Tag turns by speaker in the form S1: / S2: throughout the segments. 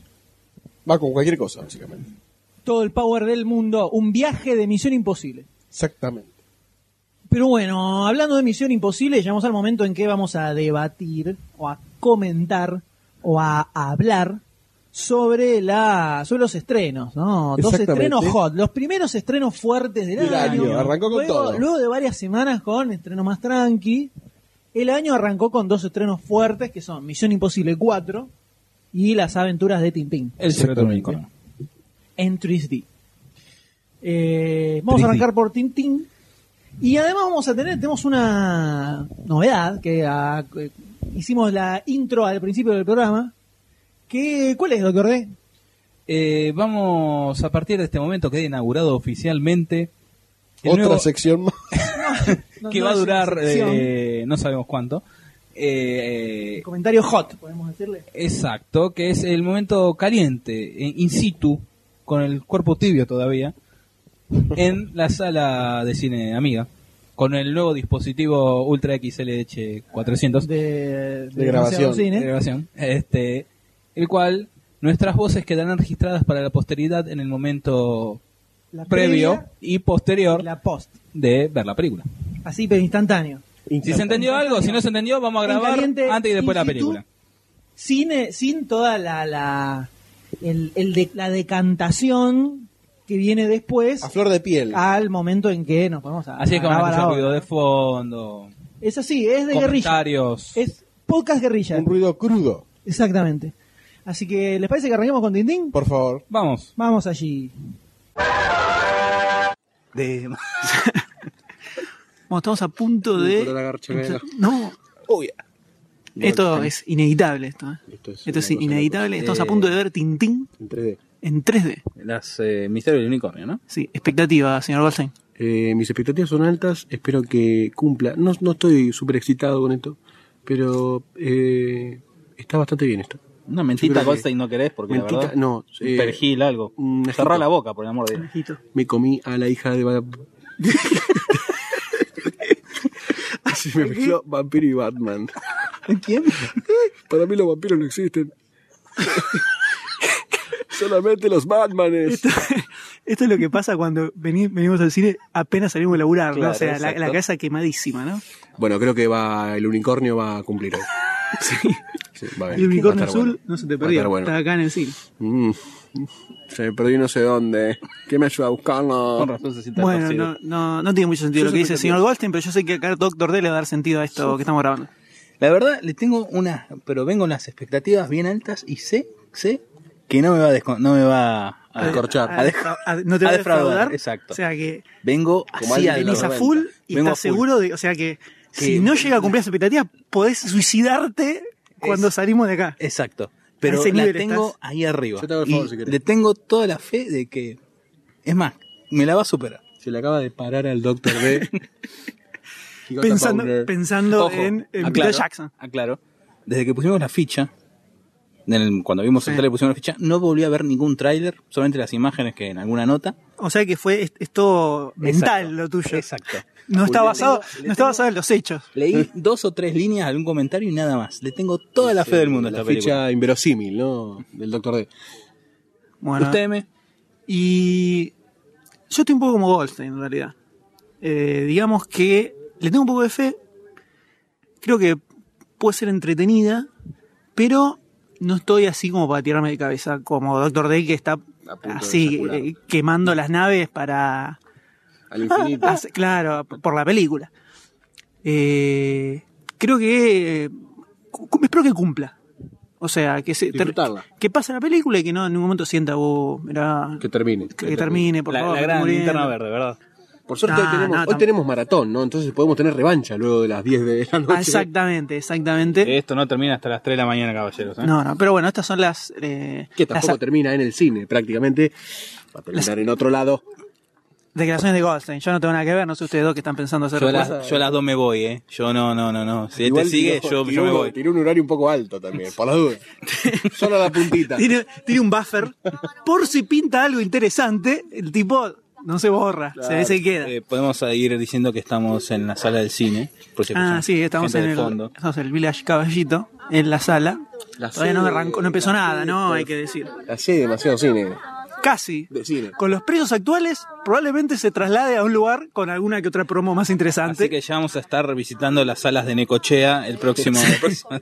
S1: Va con cualquier cosa, básicamente.
S2: Todo el power del mundo. Un viaje de Misión Imposible.
S1: Exactamente.
S2: Pero bueno, hablando de Misión Imposible, llegamos al momento en que vamos a debatir o a comentar o a hablar sobre la sobre los estrenos, ¿no? Dos
S1: Exactamente.
S2: estrenos hot, los primeros estrenos fuertes del
S1: Del
S2: año.
S1: año, arrancó con
S2: luego,
S1: todo.
S2: Luego de varias semanas con estrenos más tranqui, el año arrancó con dos estrenos fuertes que son Misión Imposible 4 y Las aventuras de Tintín
S3: El secreto del
S1: Exactamente.
S3: unicornio.
S2: en 3D. Eh, vamos a
S3: 3D.
S2: arrancar por Tintín. Y además vamos a tener, tenemos una novedad que ah, eh, hicimos la intro al principio del programa. Que, ¿Cuál es, doctor D?
S3: Eh, vamos a partir de este momento que he inaugurado oficialmente el
S1: Otra
S3: nuevo-
S1: sección más.
S2: No,
S3: que
S2: no
S3: va a
S2: es
S3: durar
S2: una sección.
S3: eh, no sabemos cuánto. Eh, eh,
S2: Comentario hot, podemos decirle.
S3: exacto, que es el momento caliente, eh, in situ, con el cuerpo tibio todavía, en la sala de cine amiga, con el nuevo dispositivo Ultra XLH 400 de
S2: De, de
S1: grabación.
S2: Demasiado Cine.
S3: grabación, eh, este, el cual nuestras voces quedarán registradas para la posteridad en el momento
S2: La
S3: previo y
S2: previa y
S3: posterior
S2: La post.
S3: de ver la película.
S2: Así, pero instantáneo.
S3: Si se entendió algo, si no se entendió, vamos a
S2: En
S3: grabar
S2: caliente,
S3: antes y después de la
S2: in situ.
S3: película.
S2: Sin, eh, sin toda la, la, el- el de- la decantación que viene después.
S1: A flor de piel.
S3: Ah,
S2: al momento en que nos vamos a
S3: Así es
S2: a
S3: que van a
S2: grabar
S3: escuchar
S2: ahora.
S3: ruido de fondo,
S2: Es así, es de guerrilla.
S3: comentarios.
S2: Es podcast guerrilla.
S1: Un ruido crudo,
S2: Exactamente. Así que, ¿les parece que arranquemos con Tintín?
S1: por favor.
S3: Vamos.
S2: Vamos allí.
S4: Bueno, estamos a punto de. No,
S1: Uy,
S4: esto es inevitable. Esto, ¿eh?
S1: Esto es
S4: Esto es
S1: una cosa
S4: inevitable. Estamos a punto de ver Tintín
S1: en 3D.
S4: en 3D.
S3: Las misterios del unicornio, ¿no?
S4: Sí, expectativa, señor Goldstein.
S5: Eh, mis expectativas son altas, espero que cumpla. No, no estoy súper excitado con esto, pero eh, está bastante bien esto.
S3: Una
S4: Yo
S3: mentita
S4: creo que-
S3: Goldstein no querés porque
S4: Mentita,
S3: la verdad.
S4: no,
S3: un
S4: eh,
S3: perejil, algo.
S4: un
S3: Cerrá
S4: ajito.
S3: la boca, por el amor de Dios.
S2: Hijito.
S4: Me comí a la hija de. Bat- Así me mezcló vampiro y Batman.
S2: ¿Quién?
S4: Para mí los vampiros no existen. Solamente los Batmanes.
S2: Esto es lo que pasa cuando veni- venimos al cine apenas salimos de laburar, ¿no?
S3: Claro,
S2: O sea, la,
S3: exacto.
S2: la cabeza quemadísima, ¿no?
S4: Bueno, creo que va el unicornio va a cumplir hoy. Sí. va bien.
S2: El unicornio
S4: Va a estar
S2: azul
S4: bueno.
S2: no se
S4: Va
S2: te
S4: a
S2: perdió.
S4: estar bueno.
S2: Está acá en el cine.
S4: Mm. Se me perdí no sé dónde. ¿Quién me ayuda a
S3: Con
S4: buscarlo?
S3: razón se siente
S2: Bueno,
S3: torcido.
S2: no, no, no tiene mucho
S4: Yo
S2: sentido lo que
S4: soy
S2: dice el señor Goldstein, pero yo sé que acá Doctor D le va a dar sentido a esto que estamos grabando.
S3: La verdad, le tengo unas, pero vengo con las expectativas bien altas y sé, sé que no me va a, descon- no me va a,
S4: A descorchar.
S2: A defra- a- no te
S3: a
S2: va a
S3: defraudar,
S2: defraudar.
S3: exacto.
S2: O sea que
S3: Vengo
S4: Ah,
S5: Como
S3: así
S5: alguien de
S3: al-
S2: venís
S5: los
S2: a
S5: 90.
S2: full y
S3: Vengo
S2: estás
S3: a full.
S2: seguro de, o sea que si
S3: Que-
S2: no llega a cumplir las expectativas, podés suicidarte cuando
S3: Es-
S2: salimos de acá.
S3: Exacto. Pero
S2: ese
S3: la
S2: nivel
S3: tengo
S2: estás.
S3: ahí arriba.
S4: Yo te hago el favor,
S3: Y
S4: si querés.
S3: le tengo toda la fe de que, es más, me la va a superar.
S4: Se le acaba de parar al Doctor D. Gigatta
S2: Pensando,
S4: Powder.
S2: pensando
S3: Ojo,
S2: en, en
S3: aclaro,
S2: Peter Jackson.
S3: Aclaro. Desde que pusimos la ficha, en el- cuando vimos el
S2: Sí.
S3: trailer pusimos la ficha, no volví a ver ningún tráiler, solamente las imágenes que en alguna nota.
S2: O sea que fue es, es todo mental
S3: Exacto.
S2: lo tuyo.
S3: Exacto.
S2: No está
S3: Le
S2: basado,
S3: tengo- le
S2: no está
S3: tengo-
S2: basado en los hechos.
S3: Leí dos o tres líneas, algún comentario y nada más. Le tengo toda la fe del mundo a
S4: La
S3: esta
S4: ficha
S3: película.
S4: inverosímil, ¿no? Del Doctor D.
S2: Bueno.
S3: Usted me...
S2: Y yo estoy un poco como Goldstein, en realidad. Eh, digamos que le tengo un poco de fe. Creo que puede ser entretenida, pero no estoy así como para tirarme de cabeza, como Doctor Day que está
S5: A punto de
S2: así
S5: eyacular.
S2: eh, quemando las naves para... Ah,
S5: Al infinito.
S2: hace- claro, por la película. Eh, creo que... cu- Espero que cumpla. O sea, que, se, ter-
S5: Disfrutarla.
S2: que pase la película y que no en ningún momento sienta, oh, mirá,
S5: Que termine.
S2: que, que termine, eh, por
S3: La,
S2: favor.
S3: la
S2: me
S3: gran
S2: estoy
S3: linterna
S2: muriendo.
S3: verde, ¿verdad?
S5: Por suerte
S2: Nah,
S5: hoy, tenemos,
S2: nah,
S5: hoy
S2: tam-
S5: tenemos maratón, ¿no? Entonces podemos tener revancha luego de las 10 de la noche.
S2: Ah, exactamente, exactamente.
S3: Esto no termina hasta las 3 de la mañana, caballeros. ¿eh?
S2: No, no, pero bueno, estas son las. eh,
S5: Que
S2: las
S5: tampoco termina en el cine, prácticamente. Va a terminar en otro lado.
S2: declaraciones de Goldstein. Yo no tengo nada que ver, no sé ustedes dos que están pensando hacer
S3: Yo a,
S2: cosas.
S3: las, yo a las dos me voy, ¿eh? Yo no, no, no, no. Si este sigue, yo,
S5: tiró-
S3: yo
S5: tiró
S3: me
S5: un-
S3: voy.
S5: tiró un horario un poco alto también, por la duda. Solo la puntita.
S2: Tiene, tiene un buffer. Por si pinta algo interesante, el tipo no se borra, se, se queda.
S3: Eh, podemos seguir diciendo que estamos en la sala del cine. por si
S2: ah,
S3: escuchan
S2: sí, estamos
S3: gente
S2: en
S3: de
S2: el,
S3: fondo.
S2: estamos en el Village Caballito, en la sala. Todavía no, arrancó, no empezó nada, ¿no? Hay que decir.
S5: Así demasiado cine.
S2: Casi.
S5: De cine.
S2: Con los precios actuales, probablemente se traslade a un lugar con alguna que otra promo más interesante.
S3: Así que ya vamos a estar visitando las salas de Necochea el próximo. A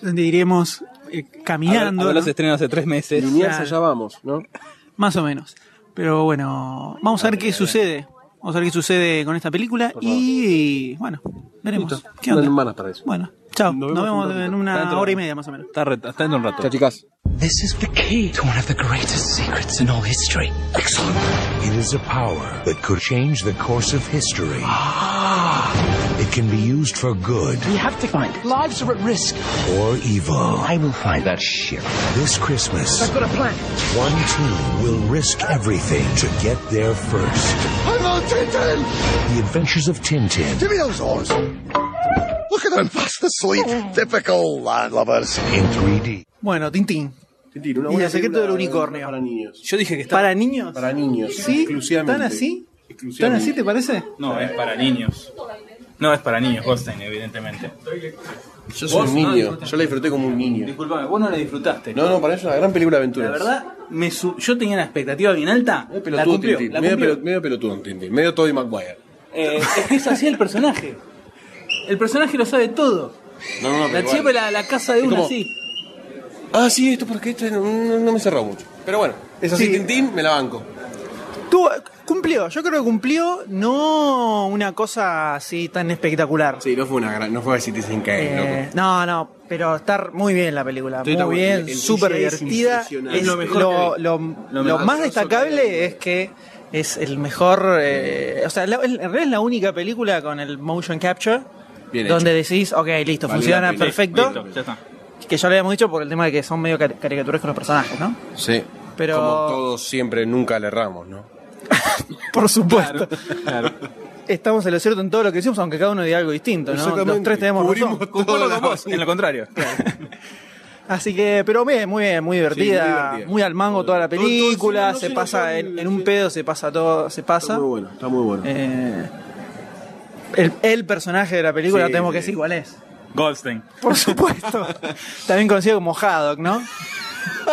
S2: donde iremos eh,
S3: ver- a
S2: caminando.
S3: ver los
S2: ¿no?
S3: estrenos hace tres meses.
S5: Liniers,
S2: Claro.
S5: allá vamos, ¿no?
S2: Más o menos. Pero bueno, vamos a ver qué sucede. Vamos a ver qué sucede con esta película y bueno, veremos. ¿Qué
S5: Unas
S2: onda?
S5: hermanas para eso.
S2: Bueno, chao.
S4: Nos
S2: Nos
S4: vemos
S2: vemos,
S4: en un ratito.
S2: en
S3: Hasta
S2: una
S3: dentro.
S2: hora y media más o menos.
S3: Está, re- está en un rato.
S5: Chao, chicas.
S6: This is the key to one of the greatest secrets in all history.
S7: It is a power that could change the course of history. It can be used for good
S6: Ah. We have to find it. Lives are at risk.
S7: or evil.
S6: I will find that shit.
S7: This Christmas,
S6: I've got a plan.
S7: one team will risk everything to get there first.
S8: I'm on Tintin!
S7: The Adventures of Tintin
S8: Give me those oars! Look at them fast asleep.
S6: Mm.
S8: Typical landlubbers.
S7: in 3D.
S2: Bueno, Tintín.
S5: Tintín, una
S2: Y
S5: buena
S2: el secreto
S5: película
S2: del unicornio.
S5: Para niños.
S3: Yo dije que está.
S2: ¿Para niños?
S5: Para niños.
S2: ¿Sí?
S5: Exclusivamente.
S2: ¿Tan así? ¿Tan
S5: Exclusivamente.
S2: así te parece?
S3: No, es para niños. No es para niños, Goldstein, evidentemente.
S5: Yo soy un niño. Yo la disfruté como un niño.
S3: Disculpame, vos no la disfrutaste.
S5: No, no, para mí es una gran película de aventuras.
S3: La verdad, me su- yo tenía una expectativa bien alta.
S5: Medio
S3: La
S5: pelotudo,
S3: cumplió.
S5: Tintín.
S3: la
S5: Medio,
S3: cumplió.
S5: pelo- medio pelotudo, Tintín. Medio Tobey Maguire.
S3: Eh, es que es así el personaje. El personaje lo sabe todo.
S5: No, no, no, pero
S3: La
S5: igual.
S3: chiva la, la casa de
S5: Es
S3: una
S5: como-
S3: así.
S5: Ah, sí, esto porque esto no, no- no me cerró mucho. Pero bueno, es así,
S2: Sí.
S5: Tintín, me la banco.
S2: Tuvo- eh, cumplió, yo creo que cumplió, no una cosa así tan espectacular.
S5: Sí, no fue una gran, no fue así Citizen Kane,
S2: Eh, no, no, pero está muy bien la película,
S5: Estoy de
S2: muy
S5: acuerdo,
S2: bien,
S5: el- el
S2: súper
S5: CGI es
S2: divertida.
S5: impresionante.
S2: Es
S5: Es
S2: lo,
S5: lo mejor
S2: lo,
S5: que vi.
S2: lo
S5: mejor
S2: más
S5: que
S2: destacable es que es el mejor, eh, o sea, la- en realidad es la única película con el motion capture
S5: Bien
S2: donde decís, ok, listo,
S5: Vale la
S2: funciona
S5: pena,
S2: perfecto,
S5: listo.
S3: Ya está.
S2: que ya lo habíamos dicho por el tema de que son medio cari- caricaturescos los personajes, ¿no?
S5: loco. Sí.
S2: Pero-
S5: Como todos siempre nunca le erramos, ¿no?
S2: Por supuesto.
S3: Claro.
S2: Estamos en lo cierto en todo lo que decimos, aunque cada uno diga algo distinto, ¿no? Los
S5: Exactamente.
S2: tres tenemos
S5: Cubrimos
S2: razón.
S5: todo
S3: Concuerdo
S5: la-
S3: con vos, en lo contrario.
S4: Así que, pero bien, muy bien, muy divertida,
S5: muy
S4: muy,
S5: divertida.
S4: al mango toda la
S5: Todo- todo el cine,
S4: película,
S5: no
S4: se
S5: sé,
S4: pasa
S5: no sé,
S4: en,
S5: no
S4: en un
S5: sé.
S4: pedo, se pasa todo, se
S5: Está
S4: pasa.
S5: muy bueno, está muy bueno.
S4: Eh, el, el personaje de la película
S5: Sí,
S4: tenemos que
S5: sí.
S4: decir cuál es.
S3: Goldstein.
S4: Por supuesto. También conocido como Haddock, ¿no?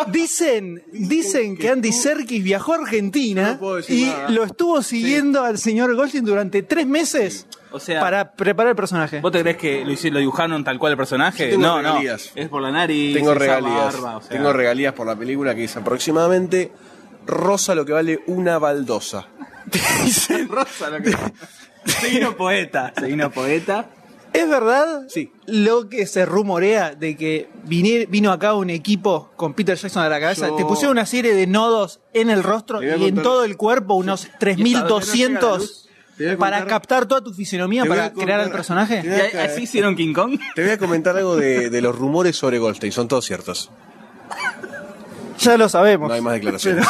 S4: Dicen, dicen que Andy Serkis viajó a Argentina
S5: No puedo decir
S4: y
S5: nada.
S4: lo estuvo siguiendo
S5: Ah.
S4: al señor Goldstein durante tres meses
S3: O sea,
S4: para preparar el personaje.
S3: ¿vos te crees que lo, hici- lo dibujaron tal cual el personaje?
S5: Yo tengo
S3: no,
S5: regalías.
S3: no. Es por la nariz.
S5: tengo
S3: esa
S5: regalías.
S3: barba, o sea.
S5: Tengo regalías por la película que es aproximadamente rosa lo que vale una baldosa. rosa lo que vale.
S3: Seguino poeta. Seguino poeta.
S4: ¿Es verdad
S5: Sí.
S4: lo que se rumorea de que vini- vino acá un equipo con Peter Jackson a la cabeza?
S5: Yo-
S4: Te pusieron una serie de nodos en el rostro
S5: Le voy a
S4: y en
S5: contar-
S4: todo el cuerpo, unos
S5: llega la
S4: 3.200
S5: luz, te voy a
S4: para
S5: contar-
S4: captar toda tu fisionomía,
S5: Te voy a
S4: para crear
S5: contar-
S4: al personaje.
S5: te
S3: ¿Y
S5: voy a
S3: a- así hicieron King Kong?
S5: Te voy a comentar algo de, de los rumores sobre Goldstein, son todos ciertos.
S4: Ya lo sabemos.
S5: No hay más declaraciones.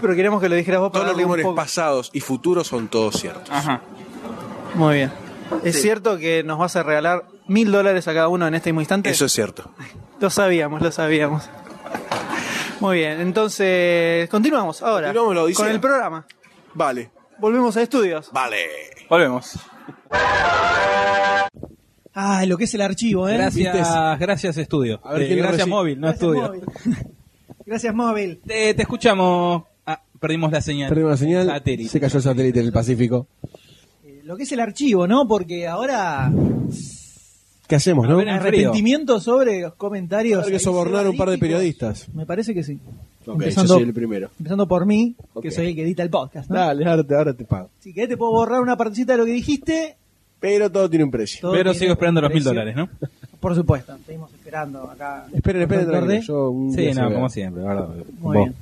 S4: Pero queremos que lo dijeras vos para
S5: Todos los
S4: darle un
S5: rumores
S4: poco.
S5: pasados y futuros son todos ciertos.
S3: Ajá.
S4: Muy bien. Es cierto que nos vas a regalar mil dólares a cada uno en este mismo instante.
S5: Eso es cierto.
S4: Lo sabíamos, lo sabíamos. Muy bien, entonces continuamos ahora
S5: Continuamos la odisea.
S4: con el programa.
S5: Vale,
S4: Volvemos a estudios.
S5: vale.
S3: Volvemos.
S2: Ah, lo que es el archivo, ¿eh?
S3: Gracias, gracias estudio.
S5: A ver
S3: Eh,
S5: quién lo
S3: gracias
S5: reci-
S3: móvil, no estudio. Eh,
S2: móvil. Gracias, móvil.
S3: Te, te escuchamos. Ah, perdimos la señal.
S9: Perdimos la señal,
S3: Satélite.
S9: se cayó el satélite en el Pacífico.
S2: Eh, Lo que es el archivo, ¿no? Porque ahora
S9: ¿Qué hacemos, no?
S3: A ver,
S9: Hay
S2: arrepentimiento sobre los comentarios.
S9: que
S2: ahí
S9: sobornar a un par de
S2: periodistas.
S9: periodistas.
S2: Me parece que sí.
S9: Ok,
S2: Empezando-
S9: yo soy el primero.
S2: Empezando por mí,
S9: Ok.
S2: que soy el que edita el podcast. ¿no?
S9: Dale, ahora te, ahora te pago.
S2: Si querés te puedo borrar una partecita de lo que dijiste.
S9: Pero todo tiene un precio.
S2: Todo
S3: Pero
S2: tiene
S3: sigo esperando los mil
S2: precio.
S3: dólares, ¿no?
S2: Por supuesto, seguimos esperando acá.
S9: Esperen, esperen,
S2: Doctor
S9: tranquilo,
S2: D.
S9: yo un
S3: Sí,
S9: día se
S3: no,
S9: vea.
S3: como siempre, verdad.
S2: Muy bien.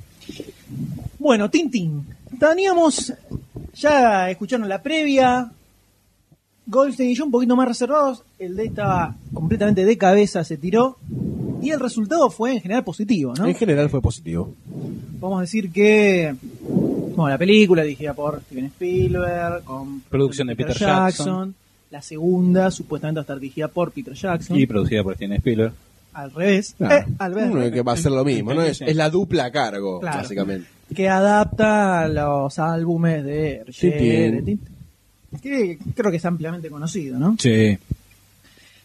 S2: Bueno, Tintín. Teníamos, ya escucharon la previa. Goldstein y yo un poquito más reservados. El D estaba completamente de cabeza, se tiró. Y el resultado fue en general positivo, ¿no?
S9: En general fue positivo.
S2: Vamos a decir que. Bueno, la película dirigida por Steven Spielberg, con
S3: Producción de Peter Jackson.
S2: La segunda, supuestamente, va a estar dirigida por Peter Jackson.
S3: Y producida por Steven Spielberg.
S2: al revés.
S9: Claro.
S2: Eh, al revés.
S9: Ah, Uno que va a ser lo mismo, ¿no? Es,
S3: Sí.
S9: es la dupla a cargo,
S2: Claro.
S9: básicamente.
S2: que adapta los álbumes de Hergé,
S9: Tintín.
S2: de Tintín, que creo que es ampliamente conocido, ¿no?
S3: Sí.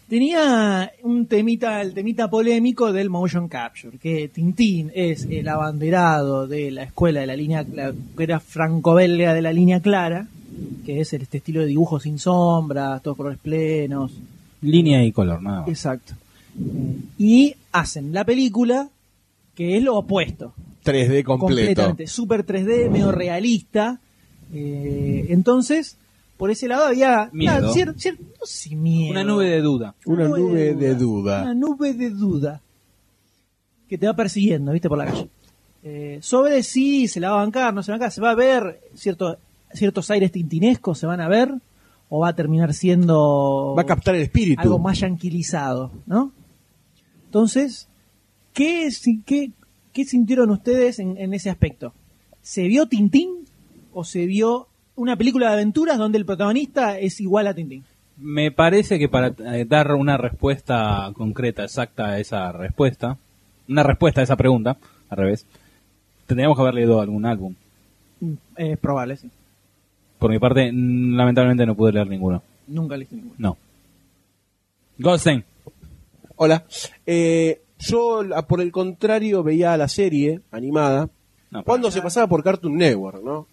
S2: Tenía un temita, el temita polémico del motion capture, que Tintín es el abanderado de la escuela de la línea, la, que era franco-belga de la línea clara, que es este estilo de dibujo sin sombras, todos colores plenos,
S3: Línea y color, nada más.
S2: exacto. Y hacen la película que es lo opuesto,
S9: 3D completo.
S2: completamente, super 3D, medio realista. Eh, entonces, por ese lado había claro,
S3: Miedo.
S2: cier- cier- no sé, miedo.
S3: Una nube de duda.
S9: Una nube de
S2: Una
S9: duda.
S2: nube de duda que te va persiguiendo, viste, por la calle. Eh, sobre si se la va a bancar, no se va a bancar, se va a ver cierto, ciertos aires tintinescos, se van a ver, o va a terminar siendo
S9: Va a captar el espíritu.
S2: algo más yanquilizado, ¿no? Entonces, ¿qué, si- qué, qué sintieron ustedes en, en ese aspecto? ¿Se vio Tintín o se vio una película de aventuras donde el protagonista es igual a Tintín?
S3: Me parece que para eh, dar una respuesta concreta, exacta a esa respuesta, una respuesta a esa pregunta, al revés, tendríamos que haber leído algún álbum.
S2: Mm, Es probable, sí.
S3: Por mi parte, mm, lamentablemente no pude leer ninguno.
S2: Nunca leíste ninguno.
S3: No. Goldstein.
S9: Hola. Eh, yo, a- por el contrario, veía la serie animada
S3: No,
S9: cuando se pasaba por Cartoon Network, ¿no? O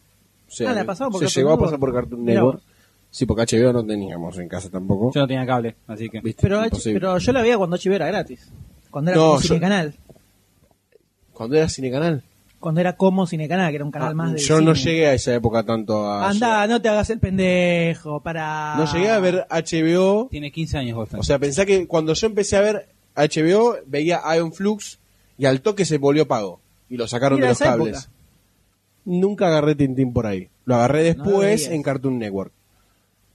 S9: sea,
S2: Ah, la pasaba por
S9: se
S2: Cartoon
S9: llegó a
S2: Network.
S9: pasar por Cartoon
S2: Mirá
S9: Network.
S2: vos.
S9: Sí, porque HBO no teníamos en casa tampoco.
S3: Yo no tenía cable, así que.
S9: ¿Viste?
S2: Pero,
S9: Imposible.
S2: pero yo la veía cuando Chivo era gratis. Cuando era
S9: No,
S2: como
S9: yo-
S2: Cinecanal.
S9: Cuando era Cinecanal.
S2: Cuando era como Cinecanal, que era un canal
S9: Ah,
S2: más de.
S9: yo no
S2: cine.
S9: llegué a esa época tanto a...
S2: Anda, no te hagas el pendejo, para.
S9: No llegué a ver HBO.
S3: Tiene 15 años, Goldstein.
S9: O sea, pensá que cuando yo empecé a ver HBO, veía Ion Flux y al toque se volvió pago. Y lo sacaron
S2: Mira
S9: de los
S2: esa
S9: cables.
S2: época.
S9: Nunca agarré Tintín por ahí. Lo agarré
S2: lo
S9: después
S2: veías.
S9: en Cartoon Network.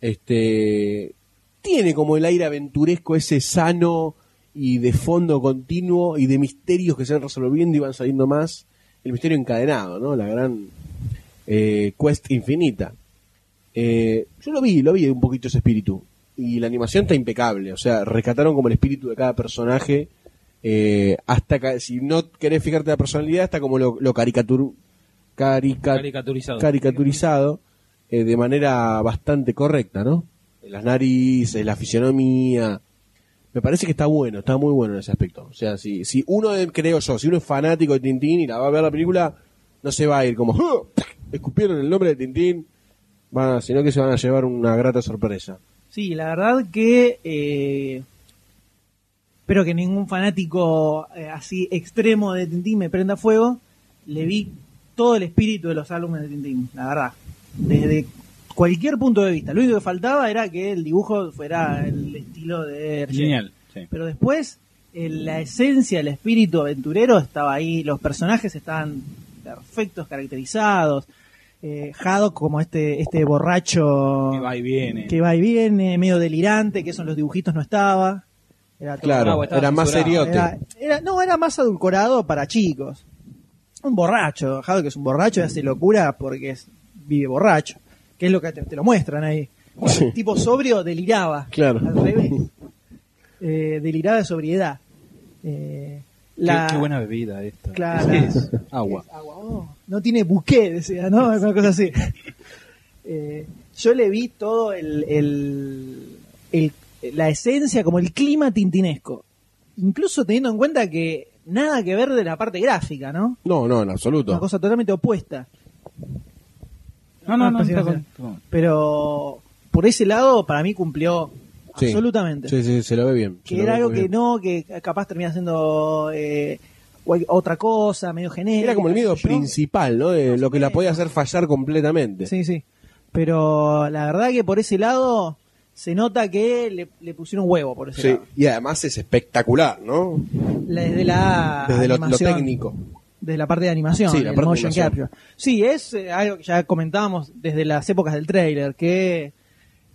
S9: Este. Tiene como el aire aventuresco, ese sano y de fondo continuo y de misterios que se van resolviendo y van saliendo más. El misterio encadenado, ¿no? La gran eh, quest infinita. Eh, yo lo vi, lo vi un poquito ese espíritu. Y la animación está impecable, o sea, rescataron como el espíritu de cada personaje eh, hasta ca- si no querés fijarte la personalidad, está como lo, lo caricatur- carica-
S3: Caricaturizado.
S9: caricaturizado, eh, de manera bastante correcta, ¿no? Las narices, la fisionomía. Me parece que está bueno, está muy bueno en ese aspecto. O sea, si, si uno, es- creo yo, si uno es fanático de Tintín y la va a ver la película, no se va a ir como, "¡Ah! escupieron el nombre de Tintín, van a- sino que se van a llevar una grata sorpresa.
S2: Sí, la verdad que eh, espero que ningún fanático eh, así extremo de Tintín me prenda fuego. Le vi todo el espíritu de los álbumes de Tintín, la verdad. Desde cualquier punto de vista. Lo único que faltaba era que el dibujo fuera el estilo de Hergé.
S3: Genial. sí.
S2: Pero después, eh, la esencia, el espíritu aventurero estaba ahí. Los personajes estaban perfectos, caracterizados. Eh, Haddock como este, este borracho
S3: Que va y viene.
S2: que va y viene, medio delirante, que eso en los dibujitos no estaba. Era todo-
S9: Claro,
S3: estaba
S9: era más
S3: censurado.
S9: seriote.
S2: era- era- no, era más adulcorado para chicos. Un borracho, Jado que es un borracho y hace locura porque es- vive borracho, que es lo que te, te lo muestran ahí.
S9: Sí.
S2: El tipo sobrio deliraba.
S9: Claro.
S2: Al revés. Eh, deliraba de sobriedad. Eh,
S3: Qué-
S2: la-
S3: Qué, buena bebida esta.
S2: Claro.
S3: ¿Qué es? Agua.
S2: Agua, oh, no tiene buque, decía, ¿no? Una cosa así. Eh, yo le vi todo el, el- el- la esencia, como el clima tintinesco. Incluso teniendo en cuenta que nada que ver de la parte gráfica, ¿no?
S9: No, no, en absoluto.
S2: Una cosa totalmente opuesta.
S3: No, no, no.
S2: Ah, sí,
S3: está
S2: sí.
S3: con- con-
S2: Pero por ese lado, para mí cumplió
S9: Sí.
S2: absolutamente.
S9: Sí, sí, se lo ve bien. se
S2: Que
S9: lo
S2: era
S9: ve
S2: algo
S9: muy
S2: que
S9: bien.
S2: no, que capaz termina siendo eh, cual- otra cosa, medio genérica.
S9: Era como el miedo
S2: qué sé yo.
S9: principal, ¿no? De lo que la podía hacer fallar completamente.
S2: Sí, sí. Pero la verdad que por ese lado se nota que le, le pusieron huevo por ese
S9: Sí,
S2: lado.
S9: Y además es espectacular, ¿no?
S2: La- Desde la
S9: Desde lo, lo
S2: animación,
S9: técnico.
S2: Desde la parte de animación,
S9: Sí, la
S2: el
S9: parte de
S2: motion
S9: animación.
S2: capture. Sí, es eh, algo que ya comentábamos desde las épocas del trailer, que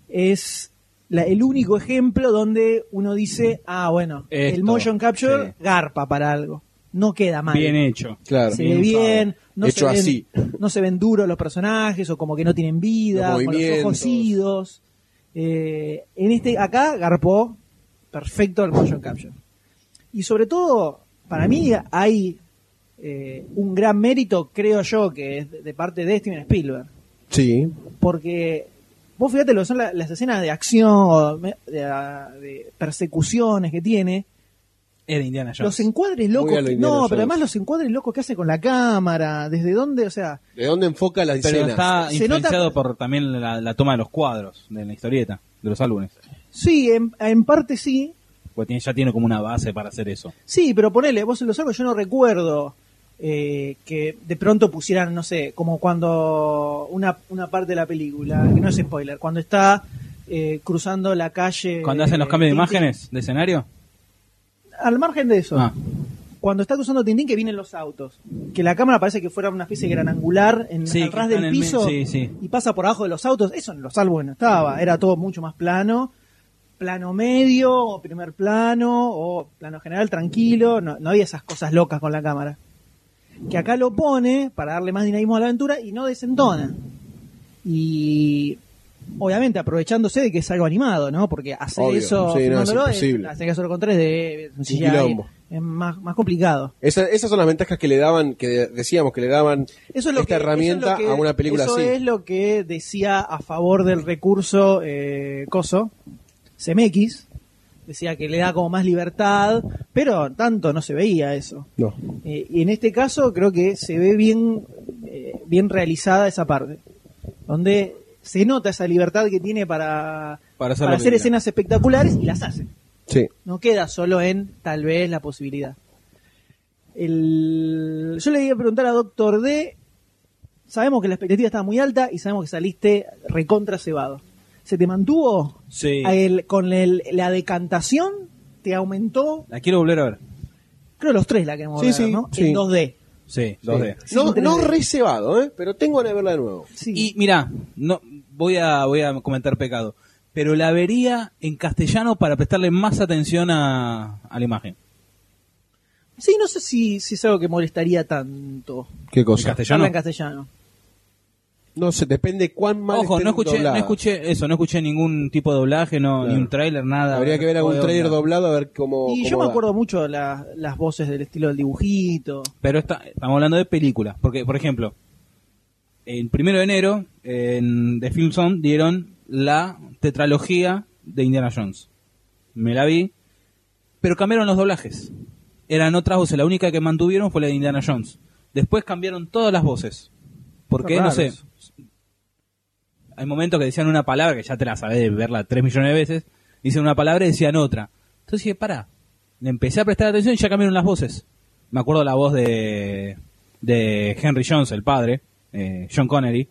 S2: es la- el único ejemplo donde uno dice, ah, bueno, el
S3: Esto,
S2: motion capture
S3: sí.
S2: garpa para algo. No queda mal.
S3: Bien hecho.
S9: Claro.
S2: se ve bien, no
S9: Hecho
S2: se ven,
S9: así.
S2: no se ven duros los personajes o como que no tienen vida,
S9: Los
S2: con los
S9: movimientos.
S2: ojos idos. Eh, en este acá garpó perfecto el motion capture. Y sobre todo, para mí hay eh, un gran mérito, creo yo, que es de- de parte de Steven Spielberg
S9: Sí.
S2: porque vos fíjate lo que son la- las escenas de acción o me- de, de persecuciones que tiene
S3: Es de Indiana
S2: los
S3: Jones.
S2: encuadres locos
S9: Muy a lo
S2: que-
S9: Indiana
S2: no
S9: Jones.
S2: pero además los encuadres locos que hace con la cámara desde dónde o sea
S9: ¿De dónde enfoca la
S3: Pero
S9: escena?
S3: está
S2: Se
S3: influenciado
S2: nota-
S3: por también la, la toma de los cuadros de la historieta, de los álbumes.
S2: sí en, en parte sí
S3: Porque tiene- ya tiene como una base para hacer eso.
S2: sí pero ponele vos en los árboles yo no recuerdo eh, que de pronto pusieran no sé como cuando una, una parte de la película que no es spoiler cuando está eh, cruzando la calle
S3: Cuando hacen los
S2: eh,
S3: cambios de
S2: Tintín.
S3: imágenes, de escenario.
S2: al margen de eso
S3: Ah,
S2: cuando está cruzando Tintín que vienen los autos. Que la cámara parece que fuera una especie de gran angular en
S3: Sí,
S2: al ras
S3: que están
S2: del
S3: en el
S2: piso
S3: me- sí, sí.
S2: y pasa por abajo de los autos. Eso en los álbumes no estaba. Era todo mucho más plano. Plano medio, o primer plano, o plano general tranquilo. No, no había esas cosas locas con la cámara. Que acá lo pone para darle más dinamismo a la aventura y no desentona. Y obviamente aprovechándose de que es algo animado, ¿no? Porque hacer
S9: Obvio,
S2: eso
S9: sí, no, es
S2: filmándolo
S9: imposible.
S2: hacer que hacerlo con tres de
S9: Un
S2: CGI,
S9: quilombo.
S2: es más, más complicado.
S9: Esa- esas son las ventajas que le daban, que de- decíamos que le daban
S2: Eso es lo
S9: esta
S2: que-
S9: herramienta
S2: eso es lo que-
S9: a una película
S2: eso
S9: así.
S2: es lo que decía a favor del recurso eh, Coso, Zemeckis. Decía que le da como más libertad, pero tanto no se veía eso.
S9: No.
S2: Eh, y en este caso creo que se ve bien, eh, bien realizada esa parte, donde se nota esa libertad que tiene para,
S3: Para hacer
S2: para
S3: la
S2: hacer
S3: película.
S2: escenas espectaculares y las hace.
S9: Sí.
S2: No queda solo en tal vez la posibilidad. El- Yo le iba a preguntar a Doctor D. Sabemos que la expectativa estaba muy alta y sabemos que saliste recontra cebado. ¿Se te mantuvo
S3: sí.
S2: A el- con el- la decantación? ¿Te aumentó?
S3: La quiero volver a ver.
S2: Creo los tres la queremos
S9: Sí,
S2: ver,
S9: sí,
S2: ¿no?
S9: sí.
S2: En 2D.
S3: Sí, 2D.
S2: Sí,
S9: No,
S2: tenés-
S9: no reservado, ¿eh? Pero tengo ganas de verla de nuevo.
S2: Sí.
S3: Y mira, no, voy, a, voy a comentar pecado. Pero la vería en castellano para prestarle más atención a, a la imagen.
S2: Sí, no sé si, si es algo que molestaría tanto.
S9: ¿Qué
S3: ¿En castellano?
S2: Habla en castellano.
S9: No sé, depende cuán mal este
S3: Ojo,
S9: estén
S3: no escuché, no
S9: dobladas.
S3: escuché eso, no escuché ningún tipo de doblaje, no,
S9: Claro.
S3: ni un tráiler, nada.
S9: Habría que ver algún
S3: Joder,
S9: trailer
S3: nada.
S9: doblado a ver Oh, cómo.
S2: Y yo
S9: cómo
S2: me
S9: da.
S2: acuerdo mucho de la- las voces del estilo del dibujito.
S3: Pero está, estamos hablando de películas. Porque, por ejemplo, el primero de enero, en The Film Zone, dieron la tetralogía de Indiana Jones. Me la vi. Pero cambiaron los doblajes. Eran otras voces. La única que mantuvieron fue la de Indiana Jones. Después cambiaron todas las voces. Porque,
S2: Qué
S3: no
S2: raro
S3: sé.
S2: eso.
S3: Hay momentos que decían una palabra, que ya te la sabés de verla tres millones de veces. Dicen una palabra y decían otra. Entonces dije, pará. Le empecé a prestar atención y ya cambiaron las voces. Me acuerdo la voz de, de Henry Jones, el padre, eh, John Connery.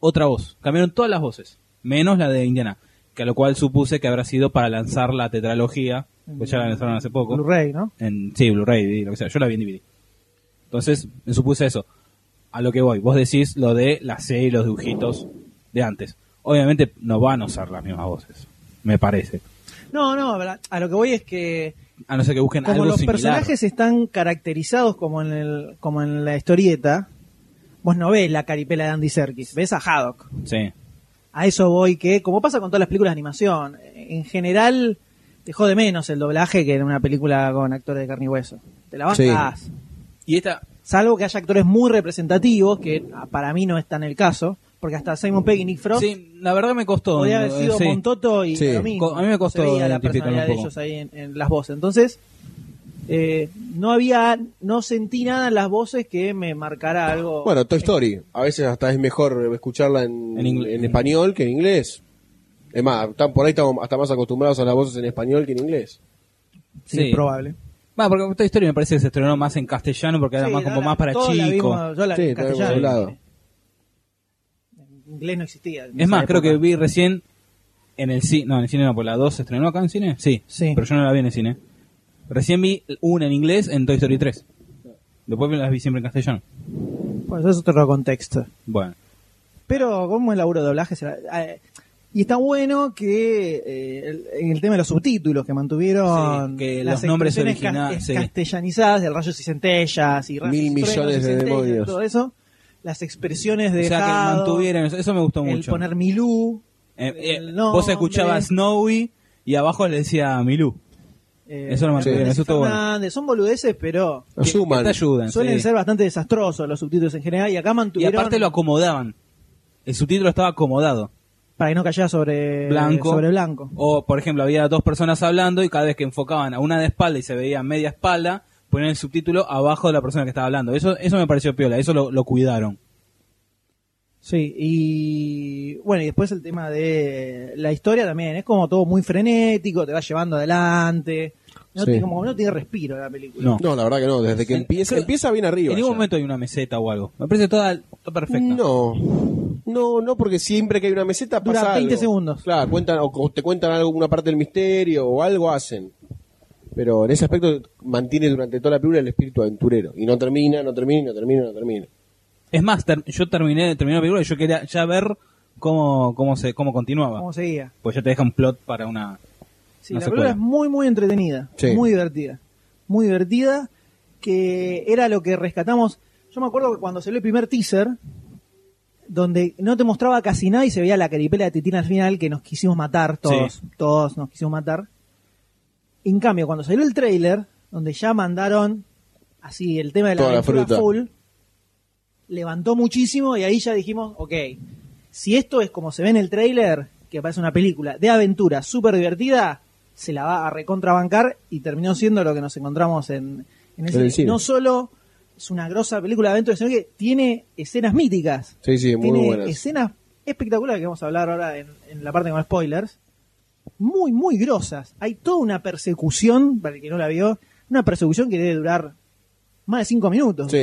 S3: Otra voz. Cambiaron todas las voces, menos la de Indiana. Que a lo cual supuse que habrá sido para lanzar la tetralogía, que ya la lanzaron hace poco.
S2: Blu-ray, ¿no?
S3: En, sí, Blu-ray, lo que sea. Yo la vi en DVD. Entonces, me supuse eso. A lo que voy. Vos decís lo de la serie y los dibujitos de antes. Obviamente no van a usar las mismas voces, me parece.
S2: No, no, a a lo que voy es que
S3: A no ser que busquen
S2: como
S3: algo
S2: los
S3: similar.
S2: personajes están caracterizados como en el, como en la historieta, vos no ves la caripela de Andy Serkis, ves a Haddock.
S3: Sí.
S2: A eso voy que, como pasa con todas las películas de animación, en general te jode menos el doblaje que en una película con actores de carne y hueso. Te la
S9: Sí.
S2: bancas.
S3: Y esta,
S2: Salvo que haya actores muy representativos, que ah, para mí no es tan el caso, porque hasta Simon Pegg y Nick Frost
S3: sí, la verdad me costó.
S2: podría haber
S3: eh,
S2: sido
S3: sí.
S2: Montoto y
S9: Sí.
S2: lo mismo.
S3: Co- a mí me costó
S2: Se veía la
S3: identificarlo
S2: personalidad
S3: un
S2: de
S3: poco.
S2: ellos ahí en, en las voces. Entonces, eh, no había, no sentí nada en las voces que me marcara algo.
S9: Bueno, Toy Story. A veces hasta es mejor escucharla en,
S3: En inglés.
S9: en español que en inglés. Es más, están, por ahí estamos hasta más acostumbrados a las voces en español que en inglés.
S2: sí,
S3: sí.
S2: probable.
S3: Va, porque Toy Story me parece que se estrenó más en castellano porque era
S2: Sí,
S3: más como
S2: la-
S3: más para
S2: todos la
S3: chicos.
S2: vimos- yo la vi
S9: Sí,
S2: en
S9: la vimos
S2: castellano.
S9: doblado.
S2: En inglés no existía. en
S3: Es
S2: esa
S3: más, creo
S2: época.
S3: que vi recién en el cine. No, en el cine no, porque la 2 se estrenó acá en cine. Sí,
S2: Sí.
S3: Pero yo no la vi en el cine. Recién vi una en inglés en Toy Story 3. Después las vi siempre en castellano.
S2: Bueno, eso es otro contexto.
S3: Bueno,
S2: Pero como el laburo de doblaje, se la- eh, y está bueno que eh, el- en el tema de los subtítulos que mantuvieron
S3: Sí, que
S2: las
S3: los nombres
S2: expresiones cas-
S3: originales,
S2: es-
S3: sí.
S2: castellanizadas, el rayos y centellas y rayos
S9: Mil
S2: y truenos
S9: millones
S2: y
S9: de
S2: centellas y
S9: demonios.
S2: todo eso, las expresiones de
S3: o sea que
S2: Jado,
S3: mantuvieran eso, eso me gustó
S2: el
S3: mucho.
S2: poner Milú,
S3: Eh, eh,
S2: el
S3: vos
S2: nombre.
S3: escuchabas Snowy y abajo le decía Milú.
S2: eh,
S3: Eso lo mantuvieron,
S2: Fernández y
S3: eso estuvo bueno.
S2: Fernández, son boludeces, pero
S9: Nos suman.
S3: Te ayudan.
S2: suelen
S3: sí.
S2: ser bastante desastrosos los subtítulos en general y acá
S3: y
S2: mantuvieron
S3: aparte lo acomodaban. El subtítulo estaba acomodado.
S2: para que no cayera sobre
S3: blanco.
S2: sobre blanco.
S3: O, por ejemplo, había dos personas hablando y cada vez que enfocaban a una de espalda y se veía media espalda, ponían el subtítulo abajo de la persona que estaba hablando. Eso, eso me pareció piola, eso lo, lo cuidaron.
S2: Sí, y bueno, y después el tema de la historia también, es como todo muy frenético, te va llevando adelante, no,
S9: Sí.
S2: tiene, como, no tiene respiro la película.
S3: No.
S9: No, la verdad que no. Desde que
S3: En-
S9: empieza,
S3: creo-
S9: empieza bien arriba.
S3: en ningún
S9: ya.
S3: momento hay una meseta o algo. Me parece toda, toda perfecta.
S9: No, no, no, porque siempre que hay una meseta
S2: Dura
S9: pasa
S2: 20
S9: algo.
S2: segundos.
S9: Claro, cuentan, o co- te cuentan algo, una parte del misterio o algo hacen. Pero en ese aspecto mantiene durante toda la película el espíritu aventurero. Y no termina, no termina, no termina, no termina.
S3: Es más, ter- yo terminé, terminé la película y yo quería ya ver cómo, cómo, se, cómo continuaba.
S2: Como seguía.
S3: Pues ya te deja un plot para una...
S2: Sí,
S3: No
S2: la
S3: se
S2: película
S3: puede.
S2: es muy, muy entretenida,
S9: Sí.
S2: muy divertida, muy divertida, que era lo que rescatamos. Yo me acuerdo que cuando salió el primer teaser, donde no te mostraba casi nada y se veía la caripela de Titina al final, que nos quisimos matar todos, todos nos quisimos matar. En cambio, cuando salió el trailer, donde ya mandaron así el tema de la,
S9: Toda la
S2: aventura
S9: fruta.
S2: full, levantó muchísimo y ahí ya dijimos, ok, si esto es como se ve en el trailer, que parece una película de aventura súper divertida, se la va a recontrabancar y terminó siendo lo que nos encontramos en, en el,
S9: En el
S2: cine.
S9: cine.
S2: No solo es una grosa película de aventura, sino que tiene escenas míticas.
S9: Sí, sí, muy
S2: tiene
S9: buenas.
S2: escenas espectaculares que vamos a hablar ahora en, en la parte con spoilers. Muy, muy grosas. Hay toda una persecución, para el que no la vio, una persecución que debe durar más de cinco minutos
S9: Sí.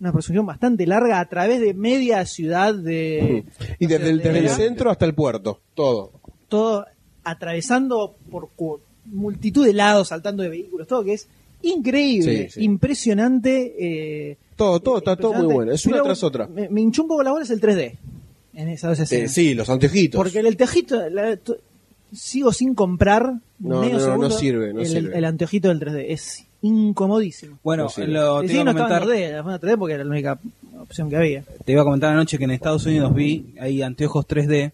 S2: una persecución bastante larga a través de media ciudad de
S9: Mm. Y
S2: no sé,
S9: desde el,
S2: de
S9: desde el
S2: Verano,
S9: centro hasta el puerto, todo.
S2: todo atravesando por cu- multitud de lados saltando de vehículos todo que es increíble
S9: Sí, sí.
S2: impresionante eh,
S9: Todo, todo, está todo muy
S2: impresionante.
S9: bueno. Es una
S2: Pero
S9: tras otra. Eh,
S2: me, me hinchó un poco la bola es el 3D en esas
S9: Sí,
S2: escenas
S9: sí, los anteojitos.
S2: porque el anteojito la- to- sigo sin comprar
S9: No,
S2: medio
S9: no, no, no
S2: segundo
S9: sirve, no
S2: el,
S9: sirve.
S2: el anteojito del 3D es incomodísimo
S3: Bueno,
S9: No sirve.
S3: lo
S2: Sí,
S3: tengo que
S2: no estaba
S3: comentar...
S2: en 2D, fue en 3D porque era la única opción opción que había.
S3: Te iba a comentar anoche que en Estados Unidos vi, hay anteojos 3D,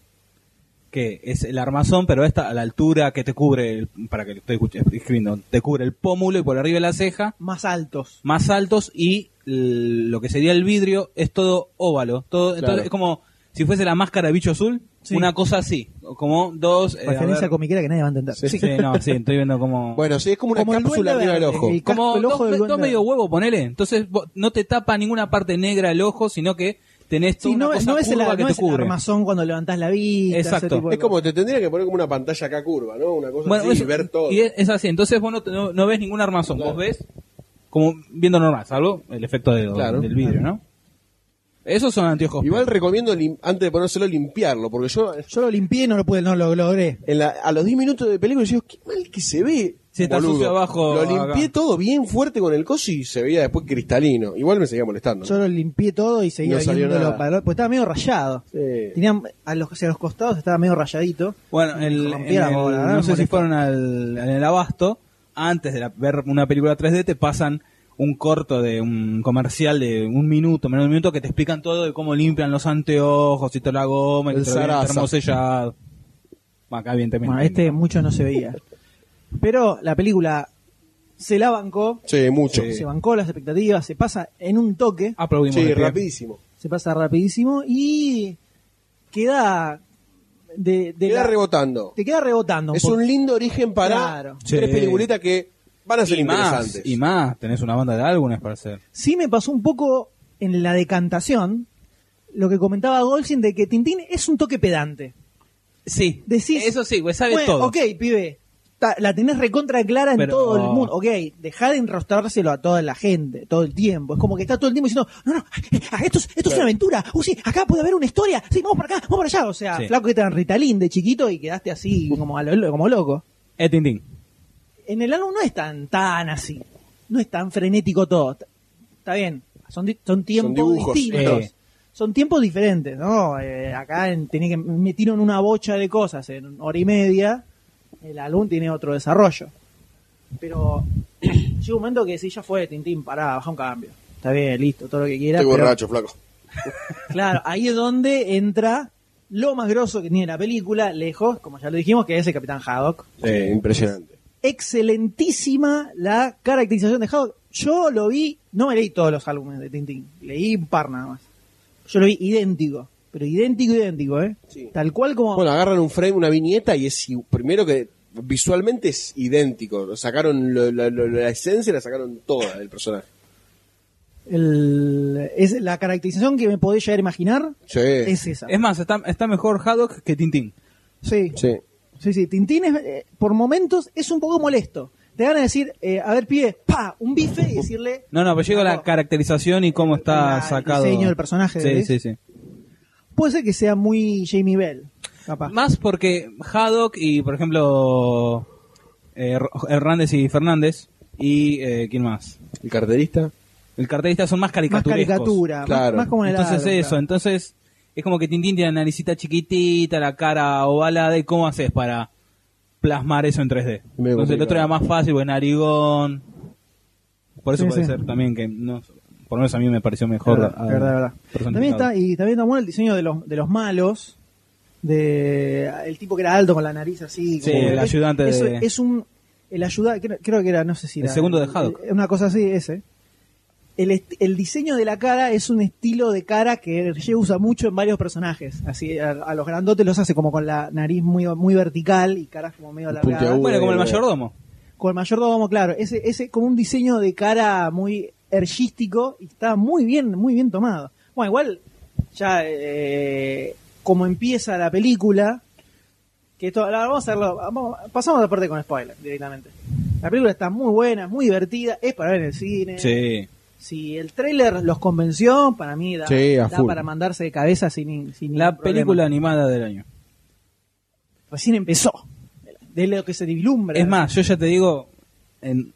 S3: que es el armazón, pero esta a la altura que te cubre, el- para que lo estoy escuch- escribiendo, te cubre el pómulo y por arriba de la ceja,
S2: Más altos.
S3: más altos y l- lo que sería el vidrio es todo óvalo. todo entonces
S9: Claro.
S3: Es como si fuese la máscara de bicho azul,
S2: Sí.
S3: una cosa así, como dos... eh, a
S2: Referencia
S3: ver.
S2: comiquera que nadie va a entender.
S3: Sí, no, sí, estoy viendo como...
S9: Bueno, sí, es como una
S2: Como el
S9: cápsula
S2: Duende
S9: arriba del
S2: Verde,
S9: ojo.
S2: el-
S3: como
S2: casco, el ojo
S3: dos,
S2: del
S3: dos
S2: duende.
S3: medio huevo, ponele. Entonces vos- no te tapa ninguna parte negra el ojo, sino que tenés toda
S2: Sí, no,
S3: una cosa
S2: no es el,
S3: curva que
S2: no
S3: te
S2: es el
S3: cubre.
S2: armazón cuando levantás la vista. ese
S3: Exacto.
S2: tipo de
S9: Es como te tendría que poner como una pantalla acá curva, ¿no? Una cosa
S3: Bueno,
S9: así
S3: eso-
S9: y ver todo.
S3: y es, es así. Entonces vos no, te- no- no ves ningún armazón.
S9: Claro.
S3: Vos ves como viendo normal, salvo el efecto de-
S9: Claro.
S3: del vidrio, ¿no? Esos son anteojos.
S9: Igual recomiendo lim- antes de ponérselo limpiarlo, porque yo
S2: cosas. Yo lo limpié y no lo pude, no lo logré.
S9: en la- a los 10 minutos de película yo digo, qué mal que se ve.
S3: Sí, está
S9: boludo".
S3: sucio abajo,
S9: Lo limpié
S3: acá.
S9: todo bien fuerte con el coso y se veía después cristalino. Igual me seguía molestando.
S2: Yo lo limpié todo y seguía
S9: No salió
S2: viéndolo
S9: nada.
S2: para porque estaba medio rayado.
S9: Sí.
S3: eh,
S2: Tenía a los, hacia los costados estaba medio rayadito.
S3: Bueno,
S2: Y
S3: el,
S2: rompía
S3: en
S2: la
S3: el-
S2: bola, ¿verdad?
S3: no sé si
S2: Molestó.
S3: fueron al, en el abasto, antes de la- ver una película 3D te pasan un corto de un comercial de un minuto, menos de un minuto, que te explican todo de cómo limpian los anteojos y toda la goma, y
S9: El
S3: que te lo vienen
S9: zaraza.
S3: termosellado. Acá bien también.
S2: Bueno, este mucho no se veía. Pero la película se la bancó,
S9: Sí, mucho.
S2: se bancó las expectativas, se pasa en un toque,
S3: Aplaudimos.
S9: Sí,
S3: de pie.
S9: rapidísimo.
S2: se pasa rapidísimo y queda de, de
S9: Queda
S2: la-
S9: rebotando.
S2: te queda rebotando. un
S9: Es un lindo origen para
S2: Claro.
S9: tres
S3: Sí.
S9: peliculitas que van a ser
S3: y más,
S9: interesantes.
S3: y más, tenés una banda de álbumes para hacer.
S2: sí me pasó un poco en la decantación lo que comentaba Goldstein de que Tintín es un toque pedante.
S3: Sí,
S2: Decís,
S3: eso sí, güey, sabe
S2: bueno,
S3: todo.
S2: Ok, pibe, ta- la tenés recontra clara en
S3: Pero-
S2: todo el mundo. Ok, dejá de enrostárselo a toda la gente todo el tiempo. Es como que está todo el tiempo diciendo, no, no, esto es, esto es una aventura. Uh, sí, acá puede haber una historia. Sí, vamos para acá, vamos para allá. O sea,
S3: Sí.
S2: flaco que te dan Ritalin de chiquito y quedaste así como, a lo- como loco.
S3: Eh, Tintín.
S2: En el álbum no es tan, tan así. No es tan frenético todo. T- Está bien. Son, di- son tiempos
S9: dibujos,
S2: distintos.
S3: eh.
S2: Son tiempos diferentes, ¿no? Eh, acá en- tenía que metieron una bocha de cosas en hora y media. El álbum tiene otro desarrollo. Pero llega un momento que si ya fue, Tintín, pará, baja un cambio. Está bien, listo, todo lo que quieras.
S10: Estoy
S2: pero-
S10: borracho, flaco.
S2: Claro, ahí es donde entra lo más grosso que tiene la película, lejos, como ya lo dijimos, que es el Capitán Haddock
S9: Sí, impresionante.
S2: excelentísima la caracterización de Haddock. Yo lo vi, no me leí todos los álbumes de Tintín, leí un par nada más. Yo lo vi idéntico, pero idéntico, idéntico, ¿eh? Tal cual como...
S9: Bueno, agarran un frame, una viñeta y es i- primero que visualmente es idéntico. Lo Sacaron lo- lo- lo- la esencia, y la sacaron toda del personaje.
S2: el- es la caracterización que me podés llegar a imaginar
S9: Sí.
S2: es esa.
S3: Es más, está, está mejor Haddock que Tintín.
S2: Sí,
S9: Sí.
S2: sí, sí. Tintín es, eh, por momentos es un poco molesto. Te van a decir, eh, a ver, pie, pa, un bife y decirle...
S3: No, no, pero llega la
S2: "Loco,
S3: caracterización y cómo está
S2: Ah, La- el
S3: sacado.
S2: diseño del personaje,
S3: Sí,
S2: ¿ves?
S3: sí, sí.
S2: Puede ser que sea muy Jamie Bell, capaz.
S3: Más porque Haddock y, por ejemplo, eh, Ro- Hernández y Fernández y, eh, ¿quién más?
S9: El carterista.
S3: El cartelista son más
S2: Más
S3: caricaturescos.
S2: caricatura, más-
S9: Claro.
S2: más, como en el
S3: Entonces
S2: álbum,
S3: eso,
S2: claro.
S3: entonces es como que Tintín tiene la naricita chiquitita, la cara ovalada y cómo haces para plasmar eso en 3D.
S9: Medio
S3: entonces el otro
S9: complicado.
S3: era más fácil, porque narigón. Por eso
S2: Sí,
S3: puede
S2: sí.
S3: ser también que no, por lo menos a mí me pareció mejor.
S2: Verdad,
S3: ah,
S2: verdad, verdad.
S3: personificado.
S2: También está, y también está bueno el diseño de los, de los malos, de el tipo que era alto con la nariz así.
S3: Sí,
S2: como-
S3: el ayudante
S2: es,
S3: de-
S2: Es un, el ayudante, creo, creo que era, no sé si
S3: El
S2: era. eh,
S3: segundo de Haddock.
S2: Una cosa así, ese. El, est- el diseño de la cara es un estilo de cara que Rye usa mucho en varios personajes. Así, a, a los grandotes los hace como con la nariz muy, muy vertical y caras como medio alargadas.
S9: puntiagudo.
S3: Bueno, como el
S9: Uy,
S3: mayordomo.
S2: Con el mayordomo, claro. Ese, ese como un diseño de cara muy ergístico y está muy bien, muy bien tomado. Bueno, igual, ya eh, como empieza la película, que esto, la- vamos a hacerlo, vamos- pasamos a la parte con spoiler directamente. La película está muy buena, es muy divertida, es para ver en el cine.
S3: Sí.
S2: Si el tráiler los convenció, para mí da,
S9: Sí, a
S2: da
S9: full.
S2: para mandarse de cabeza sin, sin
S3: La
S2: ningún problema.
S3: película animada del año.
S2: recién empezó. De lo que se vislumbra.
S3: Es más, yo ya te digo, en,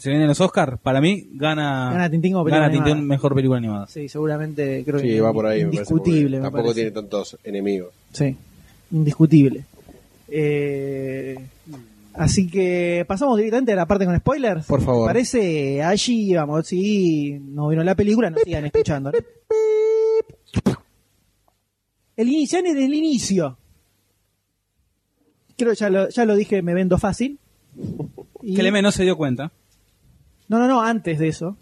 S3: se vienen los Oscars, para mí gana,
S2: Gana Tintín como película
S3: gana Tintín
S2: animada.
S3: mejor película animada.
S2: Sí, seguramente creo
S9: Sí,
S2: que
S9: va por ahí. me parece, porque
S2: indiscutible. me
S9: Tampoco
S2: parece.
S9: tiene tantos enemigos.
S2: Sí, indiscutible. Eh, así que pasamos directamente a la parte con spoilers.
S9: Por favor.
S2: ¿Te Parece allí, vamos, si no vieron la película, nos sigan escuchando. ¿no? El inicio, desde el inicio. Creo que ya lo, ya lo dije, me vendo fácil. Y-
S3: Que el M no se dio cuenta.
S2: No, no, no, antes de eso.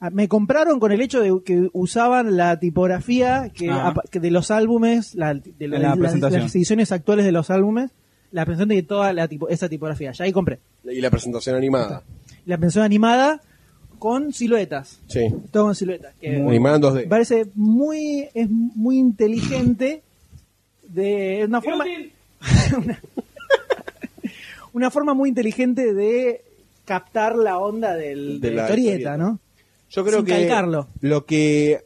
S2: Ah, Me compraron con el hecho de que usaban la tipografía que,
S3: Ah.
S2: apa- que de los álbumes, la- de
S3: En la
S2: las-
S3: presentación.
S2: las ediciones actuales de los álbumes, la presentación de toda la tipo- esa tipografía. Ya ahí compré.
S9: Y la presentación animada.
S2: La presentación animada con siluetas.
S9: Sí.
S2: Todo con siluetas. que-
S9: Animada en 2D.
S2: me parece muy es muy inteligente de una forma una, una forma muy inteligente de captar la onda del,
S9: De
S2: de,
S9: la
S2: la historieta,
S9: historieta.
S2: ¿no?
S9: Yo creo
S2: Sin
S9: que
S2: calcarlo.
S9: lo que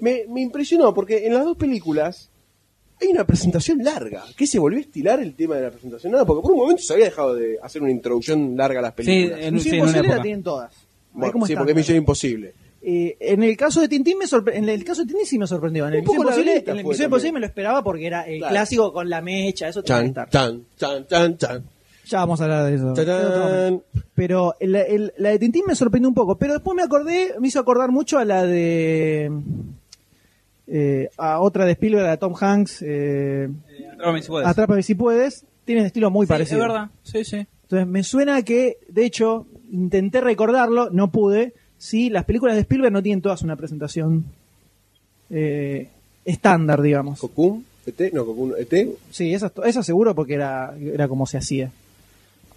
S9: me, me impresionó porque en las dos películas hay una presentación larga. ¿Qué se volvió a estilar el tema de la presentación? Nada, porque por un momento se había dejado de hacer una introducción larga a las películas.
S3: en-
S2: Misión
S3: sí, una
S2: Imposible
S3: época.
S2: la tienen todas. Ahí
S9: Bueno,
S2: como
S9: sí,
S2: están.
S9: porque es Misión Imposible.
S2: Eh, en el caso de Tintín me sorpre- en el caso de Tintín sí me sorprendió. En el
S9: Un poco
S2: Misión Imposible,
S9: lagunita
S2: en el
S9: fue
S2: Misión
S9: también.
S2: Imposible me lo esperaba porque era el
S9: Claro.
S2: clásico con la mecha, eso tiene que
S9: Chan,
S2: estar.
S9: chan, chan, chan, chan.
S2: Ya vamos a hablar de eso.
S9: Tadán.
S2: En otro momento. Pero el- el- la de Tintín me sorprendió un poco. Pero después me acordé, me hizo acordar mucho a la de. eh, a otra de Spielberg, a la de Tom Hanks. Eh,
S3: Atrápame si puedes.
S2: Atrápame si puedes. Tiene un estilo muy
S3: Sí,
S2: parecido.
S3: Es verdad, sí, sí.
S2: Entonces me suena que, de hecho, intenté recordarlo, no pude. Si las películas de Spielberg no tienen todas una presentación eh, estándar, digamos.
S9: Cocoon, ET, no, Cocoon, E ET.
S2: Sí, esa, esa seguro porque era, era como se hacía.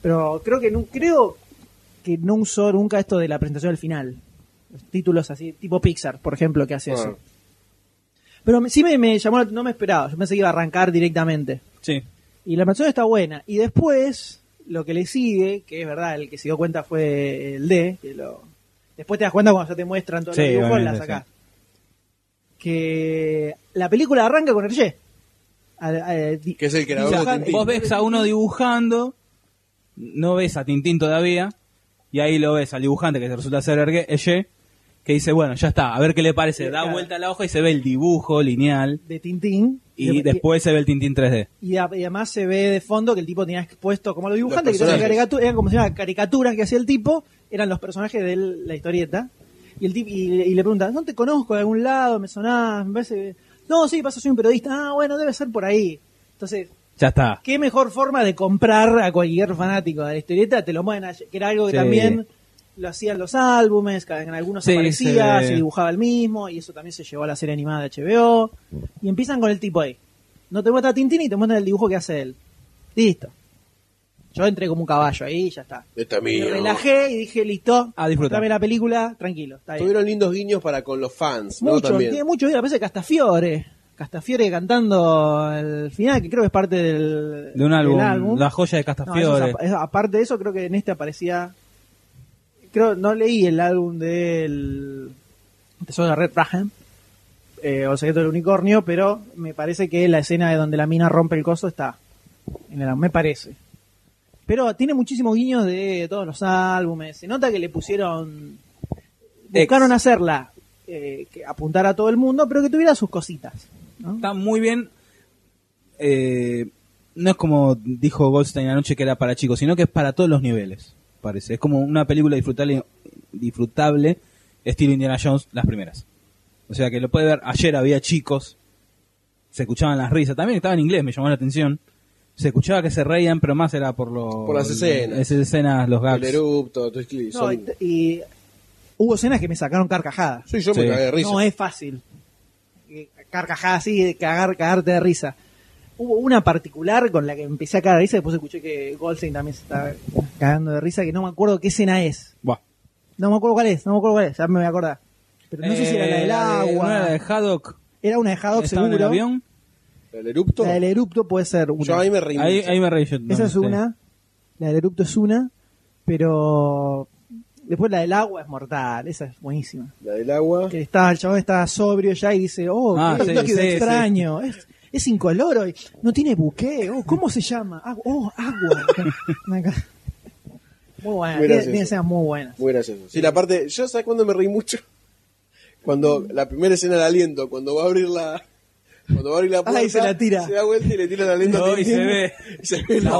S2: Pero creo que, nu- creo que no usó nunca esto de la presentación al final. Los títulos así, tipo Pixar, por ejemplo, que hace
S9: Bueno.
S2: eso. Pero me- sí me, me llamó, la- no me esperaba, yo pensé que iba a arrancar directamente.
S3: Sí.
S2: Y la presentación está buena. Y después, lo que le sigue, que es verdad, el que se dio cuenta fue el D, que lo... después te das cuenta cuando ya te muestran todos
S3: Sí,
S2: los dibujos,
S3: obviamente,
S2: la sacás. Que la película arranca con el Y. Al- al- di-
S9: Que es el
S3: O
S9: creador
S3: sea,
S9: de Tintín.
S3: vos ves a uno dibujando, no ves a Tintín todavía, y ahí lo ves al dibujante que resulta ser Ergue- Eye, que dice, bueno, ya está, a ver qué le parece. Da
S2: Claro.
S3: vuelta la hoja y se ve el dibujo lineal,
S2: de Tintín.
S3: y después se ve el Tintín 3D.
S2: Y, a- y además se ve de fondo que el tipo tenía expuesto, como los dibujantes que tenían
S9: personajes.
S2: caricatu- eran como se llama, caricaturas que hacía el tipo, eran los personajes de la historieta. Y, el tipo, y, y le preguntan, ¿no te conozco de algún lado? ¿Me sonás? Me parece... No, sí, pasa, soy un periodista. Ah, bueno, debe ser por ahí. Entonces,
S3: Ya está.
S2: ¿qué mejor forma de comprar a cualquier fanático de la historieta? Te lo mueven, a- que era algo que
S3: Sí.
S2: también lo hacían los álbumes, que en algunos
S3: Sí,
S2: aparecía,
S3: se-
S2: se dibujaba el mismo, y eso también se llevó a la serie animada de HBO. Y empiezan con el tipo ahí. No te muestra Tintín y te muestran el dibujo que hace él. Listo. Yo entré como un caballo ahí y ya está.
S9: Esta
S2: Me
S9: mía.
S2: relajé y dije, listo,
S3: A disfrutar.
S2: mostrame la película, tranquilo. Está bien.
S9: Tuvieron lindos guiños para con los fans, ¿no?
S2: Mucho,
S9: También.
S2: tiene mucho video. Parece Castafiore. Castafiore cantando al final, que creo que es parte del,
S3: De un
S2: del
S3: álbum, La joya de Castafiore.
S2: No, eso es apa- eso- aparte de eso, creo que en este aparecía. Creo, no leí el álbum del Tesoro de Red Rahem, eh, o El secreto del unicornio, pero me parece que la escena de donde la mina rompe el coso está. En el álbum, me parece. Pero tiene muchísimos guiños de todos los álbumes. Se nota que le pusieron. Buscaron hacerla eh, que apuntar a todo el mundo, pero que tuviera sus cositas. ¿no?
S3: Está muy bien. eh, no es como dijo Goldstein anoche que era para chicos, sino que es para todos los niveles, parece. Es como una película disfrutable, disfrutable estilo Indiana Jones, las primeras. O sea que lo puede ver. Ayer había chicos, se escuchaban las risas. También estaba en inglés, me llamó la atención. Se escuchaba que se reían, pero más era por, los
S9: Por las escenas.
S3: Esas escenas, los
S9: El
S3: gags.
S9: erupto, tu escli-
S2: No, este-
S9: son-
S2: y, y hubo escenas que me sacaron carcajadas.
S9: Sí, yo me
S3: Sí.
S9: cagué de risa.
S2: No es fácil. Eh, Carcajadas así, de cagar, cagarte de risa. Hubo una particular con la que empecé a cagar de risa, después escuché que Goldstein también se está cagando de risa, que no me acuerdo qué escena es.
S3: Buah.
S2: No me acuerdo cuál es, no me acuerdo cuál es, ya me voy a acordar. Pero no sé si era la
S3: Eh,
S2: del
S3: de-
S2: agua.
S3: ¿no era la de Haddock.
S2: Era una de Haddock
S3: Estaba en el
S2: seguro.
S3: avión.
S9: ¿El erupto?
S2: La del erupto puede ser una.
S9: Yo ahí me reí.
S3: Ahí,
S9: mucho.
S3: ahí me reí yo.
S2: Esa
S3: no
S2: es
S3: sé.
S2: una. La del erupto es una. Pero después la del agua es mortal. Esa es buenísima.
S9: La del agua.
S2: Que está, el chabón está sobrio ya y dice, oh,
S3: Ah,
S2: qué
S3: sí,
S2: líquido
S3: sí,
S2: extraño. Es, es incoloro. y No tiene buque. Oh, ¿Cómo se llama? Agu- oh, agua. Una ca- muy buena.
S9: Muy
S2: Tiene,
S9: gracioso.
S2: tiene escenas muy buenas.
S9: Muy gracioso. Sí, la parte. Yo, ¿sabes cuándo me reí mucho? Cuando la primera escena del aliento, cuando va a abrir la,
S5: Cuando abre la puerta,
S2: Ay, se la tira.
S5: se da vuelta y le tira la lenta.
S3: No, y se ve.
S5: se ve la
S3: La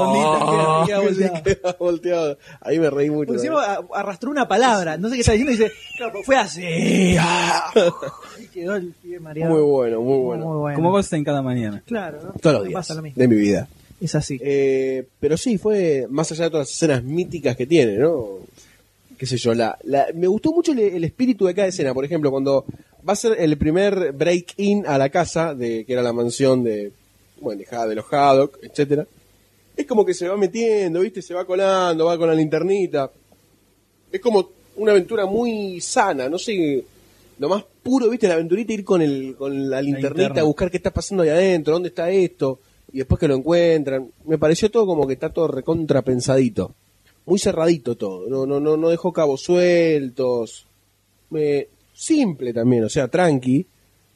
S3: ondita
S5: ondita
S2: queda volteada.
S5: que queda volteada. Ahí me reí mucho.
S2: Porque encima a- arrastró una palabra, no sé qué está diciendo, y dice, claro, pero fue así. ah. Y quedó el pie mareado.
S5: ¿eh? Muy bueno, muy bueno.
S2: Muy bueno.
S3: Como en cada mañana.
S2: Claro, ¿no?
S9: Todos los
S2: Me
S9: días
S2: pasa lo mismo.
S9: de mi vida.
S2: Es así.
S9: Eh, pero sí, fue más allá de todas las escenas míticas que tiene, ¿no? Qué sé yo, la, la- me gustó mucho el, el espíritu de cada escena. Por ejemplo, cuando va a ser el primer break-in a la casa, de que era la mansión de, bueno, de, Ha- de los Haddock, etcétera Es como que se va metiendo, ¿viste? Se va colando, va con la linternita. Es como una aventura muy sana, no sé, lo más puro, ¿viste? La aventurita ir con, el, con la linternita
S3: linterna.
S9: a buscar qué está pasando ahí adentro, dónde está esto, y después que lo encuentran. Me pareció todo como que está todo recontrapensadito. Muy cerradito todo, no, no, no, no dejó cabos sueltos. Me- simple también, o sea, tranqui.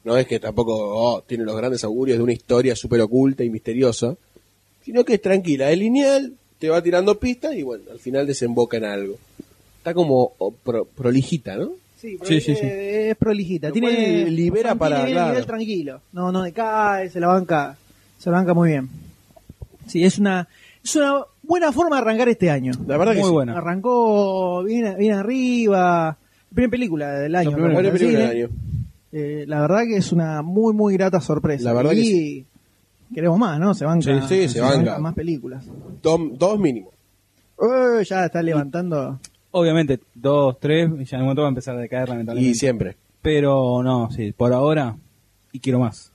S9: No es que tampoco oh, tiene los grandes augurios de una historia súper oculta y misteriosa, sino que es tranquila, es lineal, te va tirando pistas y bueno, al final desemboca en algo. Está como oh, pro- prolijita, ¿no?
S2: Sí,
S3: Sí, sí, sí.
S2: eh, es prolijita.
S9: Lo
S2: Tiene,
S9: cual libera
S2: mantiene
S9: para-
S2: bien el
S9: claro.
S2: nivel tranquilo. No, no decae, se la banca, se la banca muy bien. Sí, es una, es una buena forma de arrancar este año.
S9: La verdad que
S3: Muy
S9: sí.
S3: buena.
S2: Arrancó bien, bien arriba. Primera película del año.
S9: La primera
S2: arrancó en
S9: película del
S2: cine.
S9: año.
S2: Eh, la verdad que es una muy, muy grata sorpresa.
S9: La verdad que
S2: y queremos más, ¿no? Se banca,
S9: Sí, sí, se banca.
S2: más películas.
S9: Dom- dos mínimo.
S2: Eh, ya está levantando.
S3: Obviamente, dos, tres, y ya en un momento va a empezar a decaer lamentablemente.
S9: Y siempre.
S3: Pero no, sí, por ahora, y quiero más.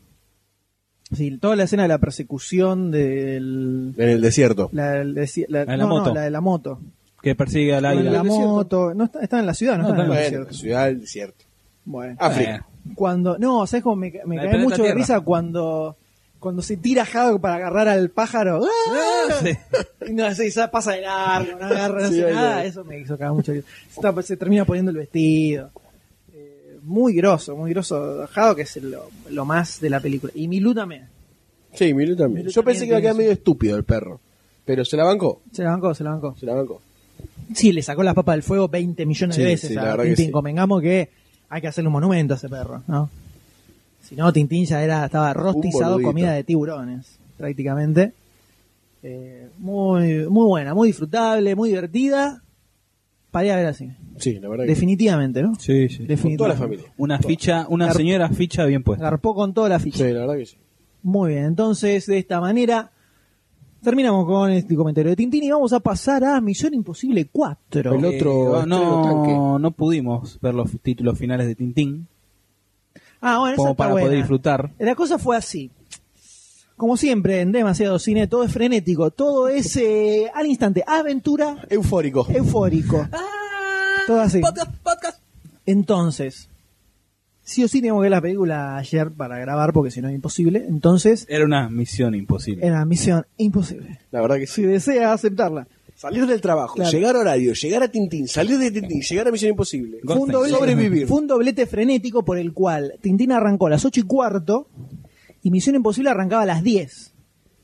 S2: Sí, toda la escena de la persecución del...
S9: En el desierto.
S2: La, del desi- la-
S3: La de la
S2: no, no,
S3: moto.
S2: la de la moto.
S3: Que persigue al
S2: La de
S3: águila.
S2: la moto. No está, está en la ciudad, no,
S3: No,
S2: está en el
S3: está
S9: Bueno,
S2: desierto.
S9: ciudad del desierto.
S2: Bueno.
S9: África.
S2: Cuando, no, ¿sabes cómo me, me
S3: La de
S2: cae mucho
S3: Planeta
S2: de
S3: Tierra.
S2: risa cuando, cuando se tira Haddock para agarrar al pájaro?
S3: Eh.
S2: ¡Ah!
S3: Sí.
S2: Y no sé, quizás pasa de largo, no agarra, no
S9: Sí,
S2: hace
S9: ahí
S2: nada.
S9: lo vi.
S2: Eso me hizo cagar mucho. Se, está- se termina poniendo el vestido. Eh, muy grosso, muy grosso. Haddock es lo, lo más de la película. Y Milú también.
S3: Eh.
S9: Sí, Milu también.
S2: Milu
S9: Yo
S2: también
S9: pensé que iba a quedar
S2: tiene
S9: medio estúpido el perro. Pero se la bancó.
S2: Se la bancó, se la bancó.
S9: Se la bancó.
S2: Sí, le sacó la papa del fuego 20 millones de
S9: Sí,
S2: veces
S9: sí, la
S2: a
S9: verdad que
S2: Tintín.
S9: sí.
S2: Convengamos que hay que hacerle un monumento a ese perro, ¿no? Si no, Tintín ya era, estaba rostizado,
S9: boludito.
S2: comida de tiburones, prácticamente. Eh, muy, muy buena, muy disfrutable, muy divertida. Para ir a ver así.
S9: Sí, la verdad que
S2: Definitivamente, ¿no?
S3: Sí, sí.
S9: Con toda la
S2: Definitivamente.
S9: familia.
S3: Una ficha, una
S2: Gar-
S3: señora ficha bien puesta.
S2: Garpó con toda la ficha.
S9: Sí, la verdad que sí.
S2: Muy bien, entonces de esta manera terminamos con este comentario de Tintín y vamos a pasar a Misión Imposible 4.
S9: El otro
S3: Eh,
S9: estreno tanque.
S3: no, no pudimos ver los títulos finales de Tintín
S2: Ah, bueno, esa
S3: como
S2: está
S3: para poder
S2: buena.
S3: disfrutar.
S2: La cosa fue así. Como siempre, en demasiado cine, todo es frenético, todo es eh, al instante, aventura,
S9: Eufórico.
S2: eufórico. todo así. Entonces, sí o sí teníamos que ver la película ayer para grabar, porque si no es imposible. Entonces,
S3: Era una misión imposible.
S2: era misión imposible.
S9: La verdad que
S2: Si
S9: sí.
S2: desea aceptarla.
S9: Salir del trabajo,
S2: Claro.
S9: llegar a horario, llegar a Tintín, salir de Tintín, llegar a Misión Imposible.
S3: Goldstein.
S2: Fue un doblete-
S9: Sobrevivir.
S2: Fue un doblete frenético por el cual Tintín arrancó a las 8 y cuarto y Misión Imposible arrancaba a las 10.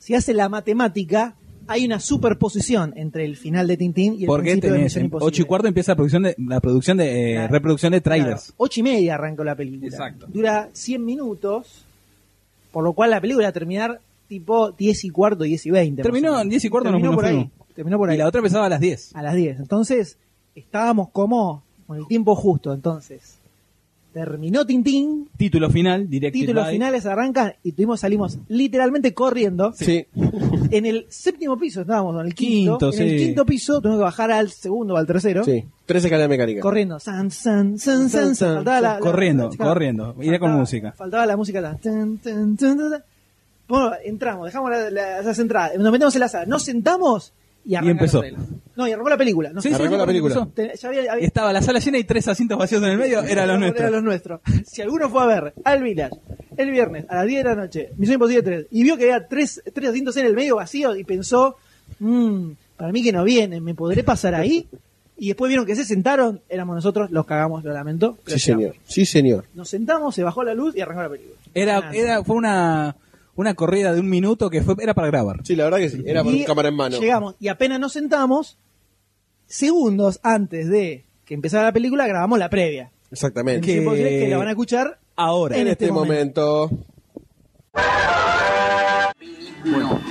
S2: Si hace la matemática, hay una superposición entre el final de Tintín y el
S3: Porque
S2: principio de
S3: tenés,
S2: Misión
S3: en
S2: Imposible.
S3: 8 y cuarto empieza la producción de, la producción de eh,
S2: Claro.
S3: reproducción de
S2: Claro,
S3: trailers.
S2: ocho y media arrancó la película.
S3: Exacto.
S2: Dura 100 minutos, por lo cual la película va a terminar tipo 10 y cuarto, 10 y 20. más o
S3: Terminó
S2: menos.
S3: en 10 y cuarto, nos-
S2: Terminó
S3: nos
S2: por ahí.
S3: fuimos.
S2: Terminó por ahí. Ah.
S3: Y la otra empezaba a las 10.
S2: a las 10. Entonces, estábamos como con el tiempo justo. Entonces, terminó Tintín,
S3: Título final, directo.
S2: títulos finales arrancan y tuvimos, salimos literalmente corriendo.
S9: Sí.
S2: En el séptimo piso estábamos, en el quinto.
S3: Quinto,
S2: en el
S3: sí.
S2: quinto piso tuvimos que bajar al segundo o al tercero.
S9: Sí. Tres escaleras mecánicas.
S2: Corriendo, san, san, san, san,
S9: San, san,
S2: faltaba la- la-
S3: corriendo,
S2: la chica-
S3: corriendo. Iré con
S2: faltaba-
S3: música.
S2: Faltaba la música. la- tan, tan, tan, tan, tan. Bueno, entramos, dejamos la- la- las entradas, nos metemos en la sala, nos sentamos y arrancó
S3: empezó.
S2: la película. No, y arrancó la película. nos
S3: Sí, sí,
S9: Arrancó la
S3: porque
S9: película.
S3: empezó.
S2: Ten- ya había- había-
S3: Estaba la sala llena y tres asientos vacíos Este, en el medio, era lo nuestro.
S2: Era los nuestros. Si alguno fue a ver al Village el viernes a las 10 de la noche, Misión Imposible 3, y vio que había tres, tres asientos en el medio vacío y pensó, "Mm, para mí que no vienen, ¿me podré pasar ahí? Y después vieron que se sentaron, éramos nosotros, los cagamos, lo lamento. pero
S9: Sí,
S2: llegamos.
S9: señor. Sí, señor.
S2: Nos sentamos, se bajó la luz y arrancó la película.
S3: Era,
S2: Ah,
S3: era, fue una, una corrida de un minuto que fue, era para grabar.
S9: Sí, la verdad que sí. Era con
S2: Y
S9: cámara en mano.
S2: Llegamos y apenas nos sentamos, segundos antes de que empezara la película, grabamos la previa.
S9: Exactamente.
S2: Misión Imposible, que la van a escuchar
S3: Ahora.
S9: En
S2: en
S9: este
S2: este
S9: momento.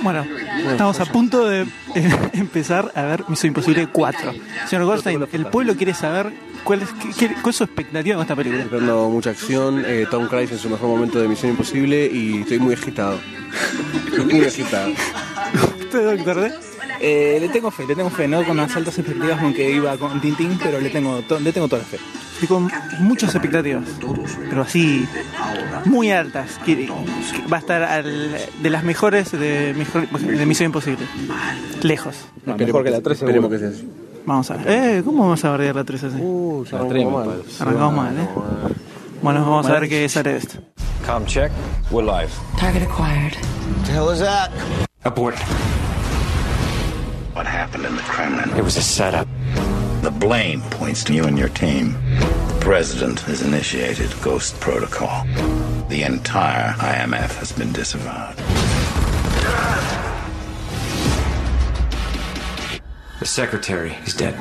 S4: Bueno, estamos a punto de eh, empezar a ver Misión Imposible 4. Señor Goldstein, el pueblo quiere saber cuál es, qué- qué- cuál es su expectativa con esta película.
S5: Esperando mucha acción, eh, Tom Cruise en su mejor momento de Misión Imposible y estoy muy agitado. Estoy muy agitado.
S4: ¿Usted, Este doctor D?
S11: Eh, le tengo fe, le tengo fe, no con las altas expectativas con que iba con Tintín, pero le tengo, to- le tengo toda la fe.
S4: Y con muchas expectativas, pero así, muy altas. Que- que va a estar al- de las mejores de, mejor- de Misión Imposible. Lejos.
S11: No, mejor que la 3
S5: Esperemos que sea así.
S4: Vamos a ver. Eh, ¿Cómo vamos a bardear la 3 así? Arrancamos mal, ¿eh? Bueno, vamos a ver qué sale de esto.
S12: Com check. We're live.
S13: Target acquired.
S10: The hell is that?
S12: Abort.
S10: What happened in the Kremlin? It was a setup. The blame points to you and your team. The president has initiated Ghost Protocol. The entire IMF has been disavowed.
S12: The secretary is dead.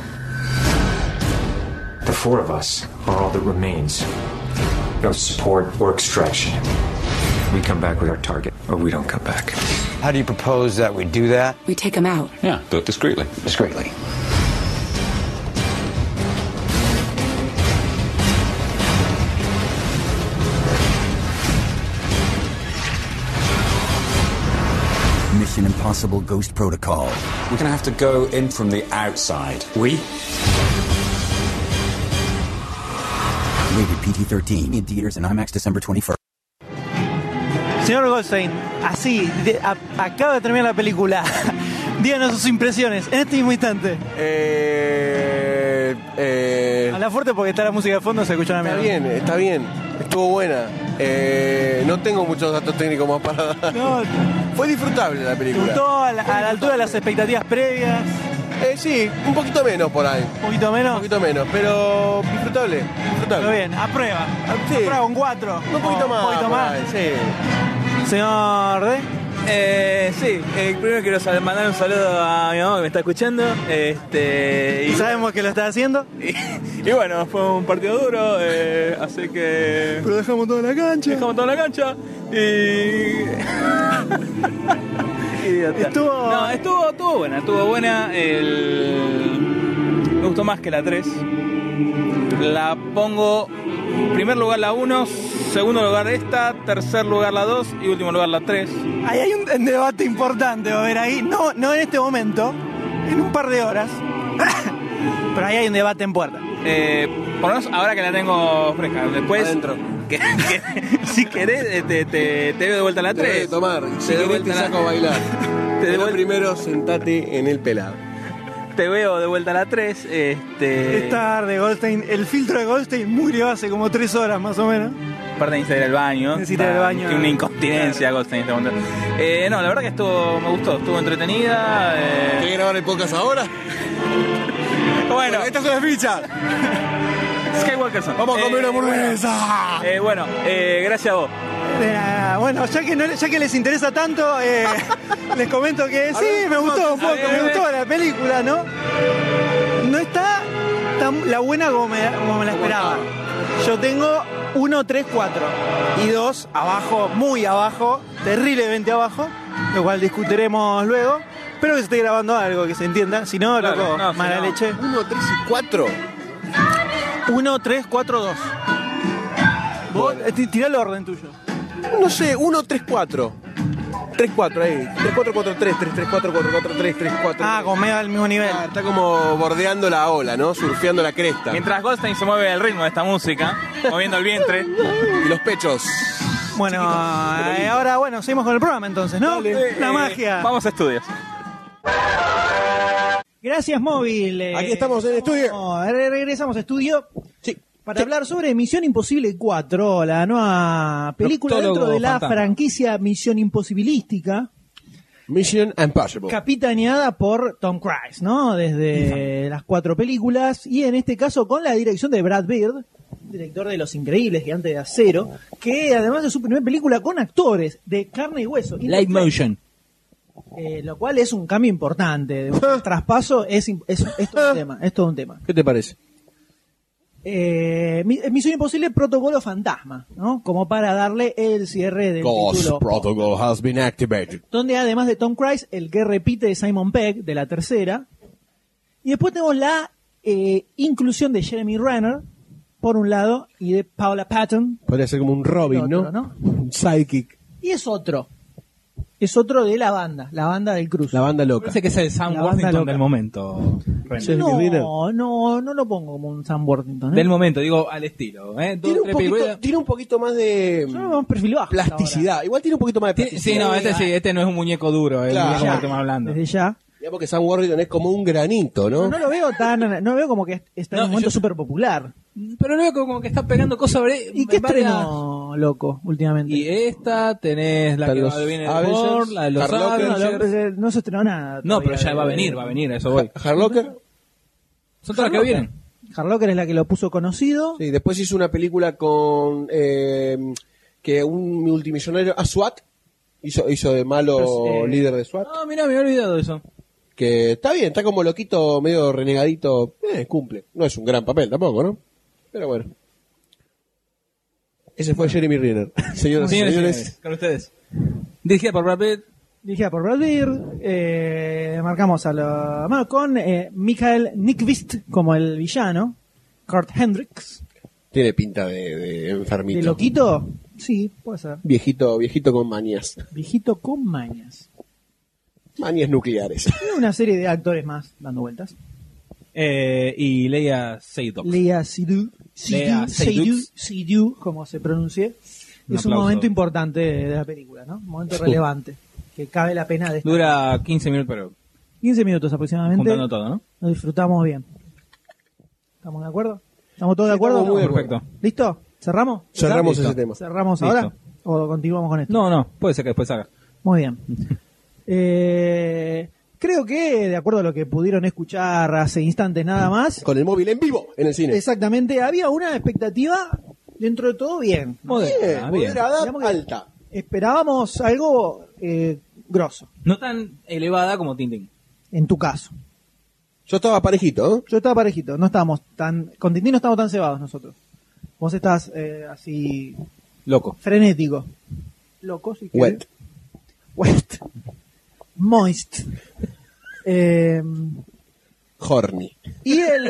S12: The four of us are all that remains. No support or extraction. We come back with our target, or we don't come back.
S14: How do you propose that we do that?
S13: We take him out.
S12: Yeah, do it discreetly.
S14: Discreetly.
S15: Mission Impossible Ghost Protocol.
S12: We're gonna have to go in from the outside. We?
S15: Rated PG 13 in theaters and IMAX December 21st.
S4: Señor Goldstein, así, de- a- acaba de terminar la película. Díganos sus impresiones en este mismo instante.
S5: Eh, eh,
S4: Habla fuerte porque está la música de fondo, se escucha una
S5: está
S4: mierda.
S5: bien, está bien. Estuvo buena. Eh, no tengo muchos datos técnicos más para dar. Fue disfrutable la
S4: ¿Te
S5: película.
S4: gustó a la, a la altura de las expectativas previas?
S5: Eh, sí, un poquito menos por ahí. ¿Un
S4: poquito menos?
S5: Un poquito menos, pero disfrutable. disfrutable.
S4: Está bien, aprueba.
S5: Ah, Sí.
S4: Aprueba con cuatro.
S5: Un poquito
S4: Oh,
S5: más.
S4: Un poquito
S5: por
S4: más.
S5: ahí, sí.
S4: Señor D.
S16: Eh, sí, eh, primero quiero sal- mandar un saludo a mi mamá que me está escuchando. Este, y,
S4: Sabemos que lo está haciendo.
S16: y bueno, fue un partido duro, eh, así que.
S4: Pero dejamos toda la cancha.
S16: Dejamos toda la cancha. Y.
S4: Estuvo.
S3: No, estuvo, estuvo buena, estuvo buena. El... Me gustó más que la 3. La pongo. Primer lugar la 1, segundo lugar esta, tercer lugar la 2 y último lugar la 3.
S4: Ahí hay un, un debate importante, va a ver ahí. No, no en este momento, en un par de horas. Pero ahí hay un debate en puerta.
S3: Eh, por lo menos ahora que la tengo fresca. Después. Pues, que- que- si querés, eh, te, te, te doy de vuelta la
S5: Te doy
S3: 3.
S5: de tomar. Si querés, te saco a bailar.
S3: te, doy
S5: Pero
S3: vuelta-
S5: primero sentate en el pelado.
S3: te veo de vuelta la 3. Este.
S4: Es tarde, Goldstein. El filtro de Goldstein murió hace como tres horas más o menos.
S3: Aparte necesita ir al baño.
S4: Necesita ir al
S3: Ah,
S4: baño.
S3: Tiene una incontinencia Goldstein en este momento. Eh, no, la verdad que estuvo, me gustó, estuvo entretenida. Eh.
S5: ¿Querés grabar el podcast ahora?
S3: bueno,
S5: esta es una ficha.
S3: Skywalkerson.
S5: Vamos a comer una
S4: hamburguesa.
S3: Eh, bueno, eh, gracias a vos.
S4: De nada. Bueno, ya que, no, ya que les interesa tanto, eh, les comento que sí, me gustó un poco, me gustó la película, ¿no? No está tan la buena como me, como me la esperaba. Yo tengo 1, 3, 4 y 2 abajo, muy abajo, terriblemente abajo, lo cual discutiremos luego. Espero que se esté grabando algo que se entienda, si no,
S5: Claro,
S4: loco,
S5: no, si
S4: mala
S5: no.
S4: leche.
S5: 1, 3 y 4.
S4: 1, 3, 4, 2. Vos, eh, ti- tirá el orden tuyo.
S5: No sé, 1, 3, 4. 3, 4, ahí. 3, 4, 4, 3, 3, 3, 4, 4, 4, 3, 3, 4.
S4: Ah, con Mega al mismo nivel.
S5: está como bordeando la ola, ¿no? Surfeando la cresta.
S3: Mientras Goldstein se mueve al ritmo de esta música, moviendo el vientre.
S5: Y los pechos.
S4: Bueno, eh, ahora bueno, seguimos con el programa entonces, ¿no? La
S3: Eh,
S4: magia.
S3: Vamos a estudios.
S2: Gracias, móvil. eh,
S9: Aquí estamos en el estudio.
S2: re- Regresamos a estudio. Para hablar sobre Misión Imposible 4, la nueva película
S9: Proctólogo
S2: dentro de la
S9: fantasma.
S2: franquicia Misión Imposibilística,
S9: Mission Impossible.
S2: capitaneada por Tom Cruise, ¿no? Desde las cuatro películas, y en este caso con la dirección de Brad Bird, director de Los Increíbles, Gigante de Acero, que además de su primera película con actores de carne y hueso. Y
S3: Light motion.
S2: eh, lo cual es un cambio importante. Un traspaso es, im- es, es todo un tema. Es todo un tema.
S9: ¿Qué te parece?
S2: eh, Mi- Misión Imposible Protocolo Fantasma, ¿no? Como para darle el cierre del título.
S9: protocol has been activated.
S2: donde además de Tom Cruise, el que repite de Simon Pegg, de la tercera. Y después tenemos la eh, inclusión de Jeremy Renner, por un lado, y de Paula Patton.
S9: Podría ser como un Robin,
S2: Otro,
S9: ¿no? Un sidekick.
S2: Y es otro. Es otro de la banda, la banda del Cruz.
S9: La banda loca.
S3: Parece que es el Sam
S2: La banda
S3: Worthington
S2: loca.
S3: del momento. Renner.
S2: No, no, no lo pongo como un Sam Worthington. ¿eh?
S3: Del momento, digo, al estilo. ¿eh? Dos,
S9: Tiene un,
S3: tres
S9: poquito,
S3: películas.
S9: tiene un poquito más de mm,
S2: Yo no, un perfil bajo. hasta
S9: plasticidad. Igual tiene un poquito más de
S3: Ti-
S9: plasticidad.
S3: Sí, no, este sí, este no es un muñeco duro, es
S9: Claro.
S3: el muñeco
S9: Ya.
S3: que estamos hablando.
S2: ahora. Desde ya.
S9: Ya porque Sam Worthington es como un granito, ¿no?
S2: No, lo veo tan. No veo como que está en
S3: No,
S2: un momento
S3: yo-
S2: súper popular.
S3: Pero no veo como que está pegando cosas. bre-
S2: ¿Y qué
S3: varias-
S2: estrenó, loco, últimamente?
S3: Y esta, tenés la
S9: Está
S3: que
S9: los
S3: va- viene de
S9: Avengers,
S3: Thor, la de los
S9: Carl Locker.
S2: No,
S3: Avengers.
S2: no, no se estrenó nada.
S3: No, pero
S2: todavía
S3: ya va a
S2: de-
S3: venir, va a venir, a eso voy.
S9: Harlocker.
S3: Son todas las que vienen.
S2: Harlocker es la que lo puso conocido.
S9: Sí, después hizo una película con eh, que un multimillonario, a SWAT, hizo, hizo de malo
S2: Pero, eh,
S9: líder de SWAT,
S3: Ah, mira, me había olvidado de eso.
S9: que está bien, está como loquito, medio renegadito, eh, cumple. No es un gran papel tampoco, ¿no? Pero bueno. Ese fue Jeremy Renner. Señoras y
S3: Señores,
S9: señores,
S3: señores, con ustedes. Dirigida por Brad Pitt.
S2: Dirigida por Brad Bird. eh, marcamos a lo. bueno, con eh, Michael Nickvist como el villano. Kurt Hendricks.
S9: tiene pinta de, de
S2: ¿De
S9: enfermito.
S2: loquito? Sí, puede ser.
S9: Viejito, viejito con manías.
S2: Viejito con mañas.
S9: Manías nucleares.
S2: Tiene una serie de actores más dando vueltas.
S3: Eh, y Leia Seydoux.
S2: Lea Seydoux.
S3: Lea
S2: Seydoux, Seydoux,
S3: Seydoux.
S2: Seydoux, como se pronuncie.
S3: Un
S2: es un
S3: aplauso.
S2: momento importante de de la película, ¿no? Un momento relevante. Que cabe la pena de
S3: Dura 15 minutos, pero
S2: 15 minutos aproximadamente.
S3: juntando todo, ¿no?
S2: Lo disfrutamos bien. ¿Estamos de acuerdo? ¿Estamos todos de acuerdo?
S9: estamos muy de acuerdo.
S3: Perfecto.
S2: ¿Listo? ¿Cerramos?
S9: Cerramos
S3: Listo.
S9: ese tema.
S2: ¿Cerramos
S3: Listo.
S2: ahora? ¿O continuamos con esto?
S3: No, no, puede ser que después haga.
S2: Muy bien. Eh, creo que, de acuerdo a lo que pudieron escuchar hace instantes nada más,
S9: Con el móvil en vivo en el cine.
S2: exactamente, había una expectativa dentro de todo Ah, bien.
S3: Moderna,
S9: Bien,
S3: bien.
S9: moderada,
S2: Digamos que-
S9: alta.
S2: Esperábamos algo eh, grosso,
S3: No tan elevada como Tintin.
S2: en tu caso.
S9: Yo estaba parejito, ¿eh?
S2: Yo estaba parejito, no estábamos tan. Con Tintín no estamos tan cebados nosotros. Vos estás eh, así.
S3: Loco.
S2: frenético. Loco, si querés.
S9: Wet.
S2: Wet. Moist. Eh,
S9: Horny.
S2: y el.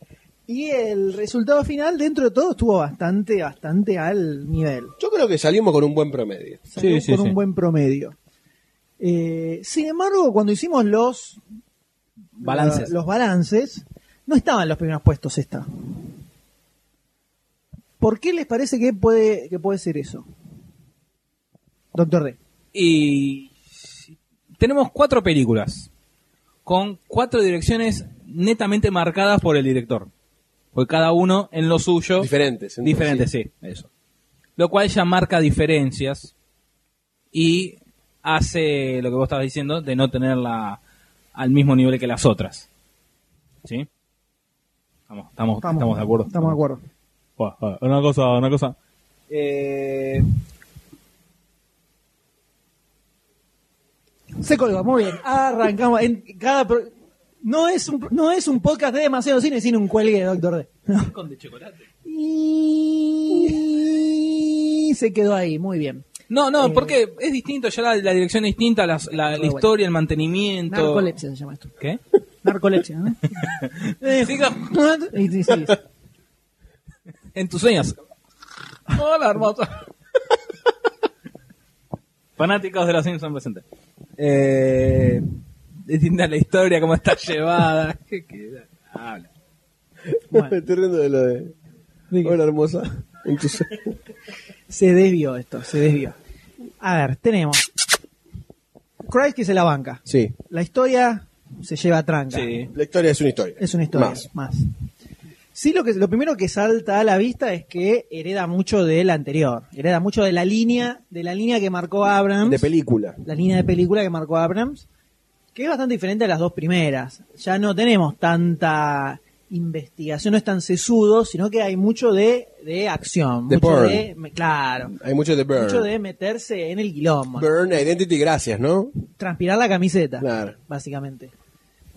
S2: Y el resultado final, dentro de todo, estuvo bastante, bastante al nivel.
S9: Yo creo que salimos con un buen promedio.
S2: Salió
S3: sí,
S2: con
S3: sí.
S2: un buen promedio. Eh, sin embargo, cuando hicimos los
S3: Balances.
S2: los balances, no estaban en los primeros puestos esta. ¿Por qué les parece que puede, que puede ser eso? Doctor D.
S3: Y tenemos cuatro películas con cuatro direcciones netamente marcadas por el director. Porque cada uno en lo suyo.
S9: Diferentes. entonces,
S3: Diferente, sí, eso. Lo cual ya marca diferencias y hace lo que vos estabas diciendo de no tenerla al mismo nivel que las otras. ¿Sí? Estamos, estamos, estamos, de acuerdo.
S2: Estamos de acuerdo.
S3: Bueno, bueno, Una cosa, una cosa. Eh,
S2: Se colgó, muy bien. Arrancamos. En cada pro- no, es un, no es un podcast de demasiado cine, sino un cuelgue de Doctor D.
S3: Con de chocolate.
S2: Y se quedó ahí, muy bien.
S3: No, no,
S2: Eh,
S3: porque es distinto, ya la, la dirección es distinta, las- la, la
S2: Muy bueno.
S3: historia, el mantenimiento.
S2: Narcolepsia se llama esto.
S3: ¿Qué?
S2: Narcolepsia, ¿no? Eh.
S3: Siga
S2: Y- y- sí.
S3: en tus sueños. Hola, hermosa. Fanáticos de los Simpsons presentes. Eh, distinta la historia, cómo está llevada. ¿Qué queda? Habla.
S2: Bueno.
S9: Me estoy riendo de lo de.
S2: Diga.
S9: Hola, hermosa. Entonces,
S2: Se desvió esto, se desvió. A ver, tenemos. Christ que se la banca.
S9: sí.
S2: La historia se lleva a tranca.
S3: Sí.
S9: La historia es una historia.
S2: Es una historia
S9: Más.
S2: más. Sí, lo, que, lo primero que salta a la vista es que hereda mucho del anterior. Hereda mucho de la línea, de la línea que marcó Abrams.
S9: De película.
S2: la línea de película que marcó Abrams, que es bastante diferente a las dos primeras. Ya no tenemos tanta investigación, no es tan sesudo, sino que hay mucho de, de acción.
S9: De
S2: mucho
S9: Burn.
S2: de- me- claro.
S9: Hay mucho de Burn.
S2: Mucho de meterse en el quilombo. ¿no?
S9: Burn Identity, gracias, ¿no?
S2: Transpirar la camiseta,
S9: Claro.
S2: básicamente.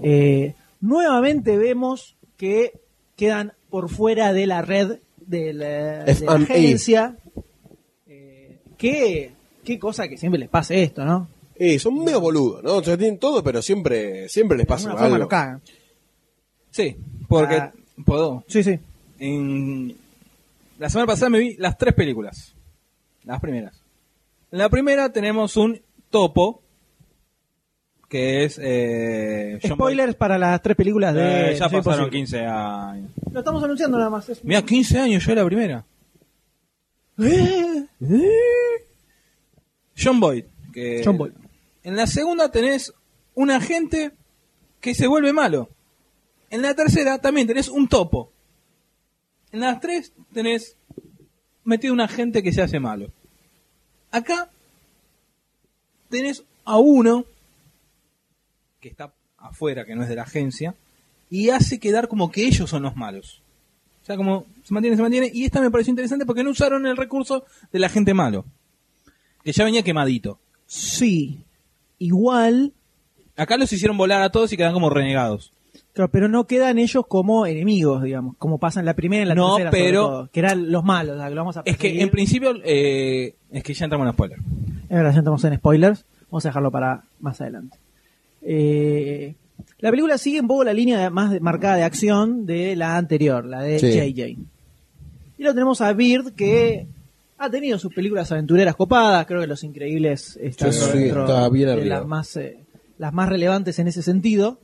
S2: Eh, nuevamente vemos que quedan por fuera de la red de la, de la
S5: FMI.
S2: agencia. Eh, qué, qué cosa que siempre les pase esto, ¿no?
S5: Eh, son medio boludos, ¿no? O sea, tienen todo, pero siempre, siempre les
S2: De
S5: pasa
S2: alguna forma
S5: algo.
S2: lo cagan.
S3: Sí, porque
S2: Ah.
S3: puedo.
S2: Sí, sí.
S3: la semana pasada me vi las tres películas. Las primeras. En la primera tenemos un topo que es eh, John Boy-
S2: Spoilers para las tres películas de.
S3: Eh, ya
S2: Misión
S3: pasaron
S2: Imposible.
S3: 15 años.
S2: Lo estamos anunciando nada más. es-
S3: Mira, 15 años yo era la primera.
S2: Eh,
S3: John Boyd. que-
S2: John Boyd.
S3: En la segunda tenés un agente que se vuelve malo. En la tercera también tenés un topo. En las tres tenés metido un agente que se hace malo. Acá tenés a uno que está afuera, que no es de la agencia, y hace quedar como que ellos son los malos. O sea, como se mantiene, se mantiene. Y esta me pareció interesante porque no usaron el recurso del agente malo. Que ya venía quemadito.
S2: Sí. Igual,
S3: Acá los hicieron volar a todos y quedan como renegados.
S2: claro, pero no quedan ellos como enemigos, digamos, como pasa en la primera y en la
S3: No,
S2: tercera. sobre
S3: pero-
S2: todo, que eran los malos, la que lo vamos a
S3: Es que en
S2: perseguir.
S3: principio, eh, es que ya entramos en spoiler.
S2: Es verdad, ya estamos en spoilers. Vamos a dejarlo para más adelante. Eh, la película sigue un poco la línea de- más de- marcada de acción de la anterior, la de
S9: Sí.
S2: JJ. Y lo tenemos a Beard que ha tenido sus películas aventureras copadas. Creo que Los Increíbles están
S5: Sí,
S2: dentro
S5: está bien
S2: de
S5: arriba.
S2: las más, eh, las más relevantes en ese sentido.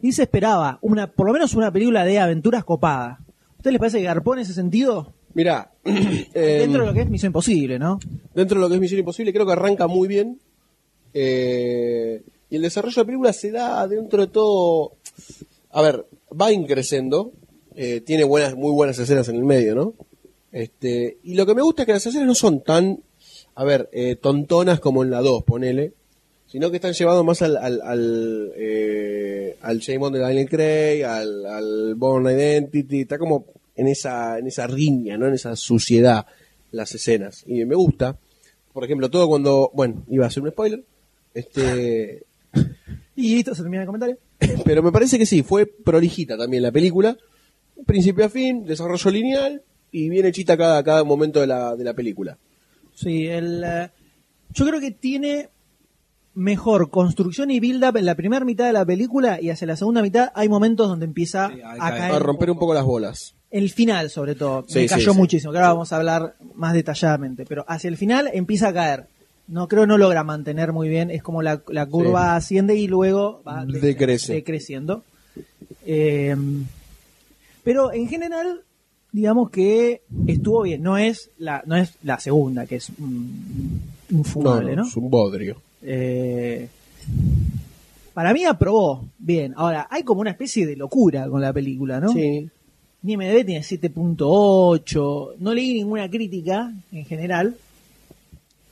S2: Y se esperaba una, por lo menos una película de aventuras copada. ¿Ustedes les parece que Garpón en ese sentido?
S5: Mirá, em,
S2: Dentro de lo que es Misión Imposible, ¿no?
S5: dentro de lo que es Misión Imposible, creo que arranca muy bien. Eh, y el desarrollo de la película se da dentro de todo. A ver, va increciendo. eh, tiene buenas, muy buenas escenas en el medio, ¿no? Este, y lo que me gusta es que las escenas no son tan, a ver, eh, tontonas como en la 2, ponele. Sino que están llevados más al, al, al, eh, al James Bond de Daniel Craig, al, al Born Identity. Está como en esa, en esa riña, ¿no? En esa suciedad las escenas. Y me gusta. Por ejemplo, todo cuando. Bueno, iba a hacer un spoiler. Este.
S2: Y listo, se termina el comentario.
S5: Pero me parece que sí, fue prolijita también la película. Principio a fin, desarrollo lineal. Y bien hechita cada, cada momento de la, de la película.
S2: Sí, el, eh, yo creo que tiene mejor construcción y build-up en la primera mitad de la película y hacia la segunda mitad hay momentos donde empieza a
S5: A
S2: caer
S5: romper un poco las bolas.
S2: el final sobre todo.
S5: Sí,
S2: Me cayó
S5: sí, sí.
S2: muchísimo, que ahora vamos a hablar más detalladamente, pero hacia el final empieza a caer. No creo no logra mantener muy bien, es como la, la curva asciende y luego va de-
S5: Decrece.
S2: decreciendo. Eh, pero en general, digamos que estuvo bien. No es la, no es la segunda, que es mm, infumable, ¿no?
S5: Es un bodrio.
S2: Eh, para mí aprobó bien. Ahora, hay como una especie de locura con la película, ¿no?
S5: Sí.
S2: Ni IMDb tiene 7.8. No leí ninguna crítica en general.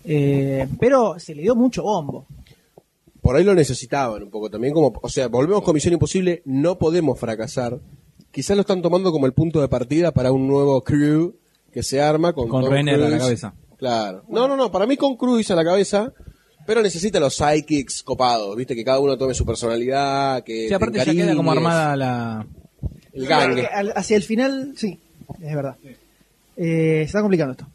S2: Eh, pero se le dio mucho bombo.
S5: Por ahí lo necesitaban un poco también. como O sea, volvemos con Misión Imposible. No podemos fracasar. Quizás lo están tomando como el punto de partida para un nuevo crew que se arma con,
S3: Con
S5: Tom
S3: Renner a la
S5: Cruise.
S3: cabeza.
S5: Claro. No, no, no. Para mí con Cruz a la cabeza, pero necesita los sidekicks copados, viste, que cada uno tome su personalidad, que.
S3: Sí,
S5: te
S3: aparte ya queda
S5: encariñes,
S3: como armada la...
S2: Porque
S5: El gang.
S2: Eh, al- hacia el final, sí, es verdad. Eh, se está complicando esto.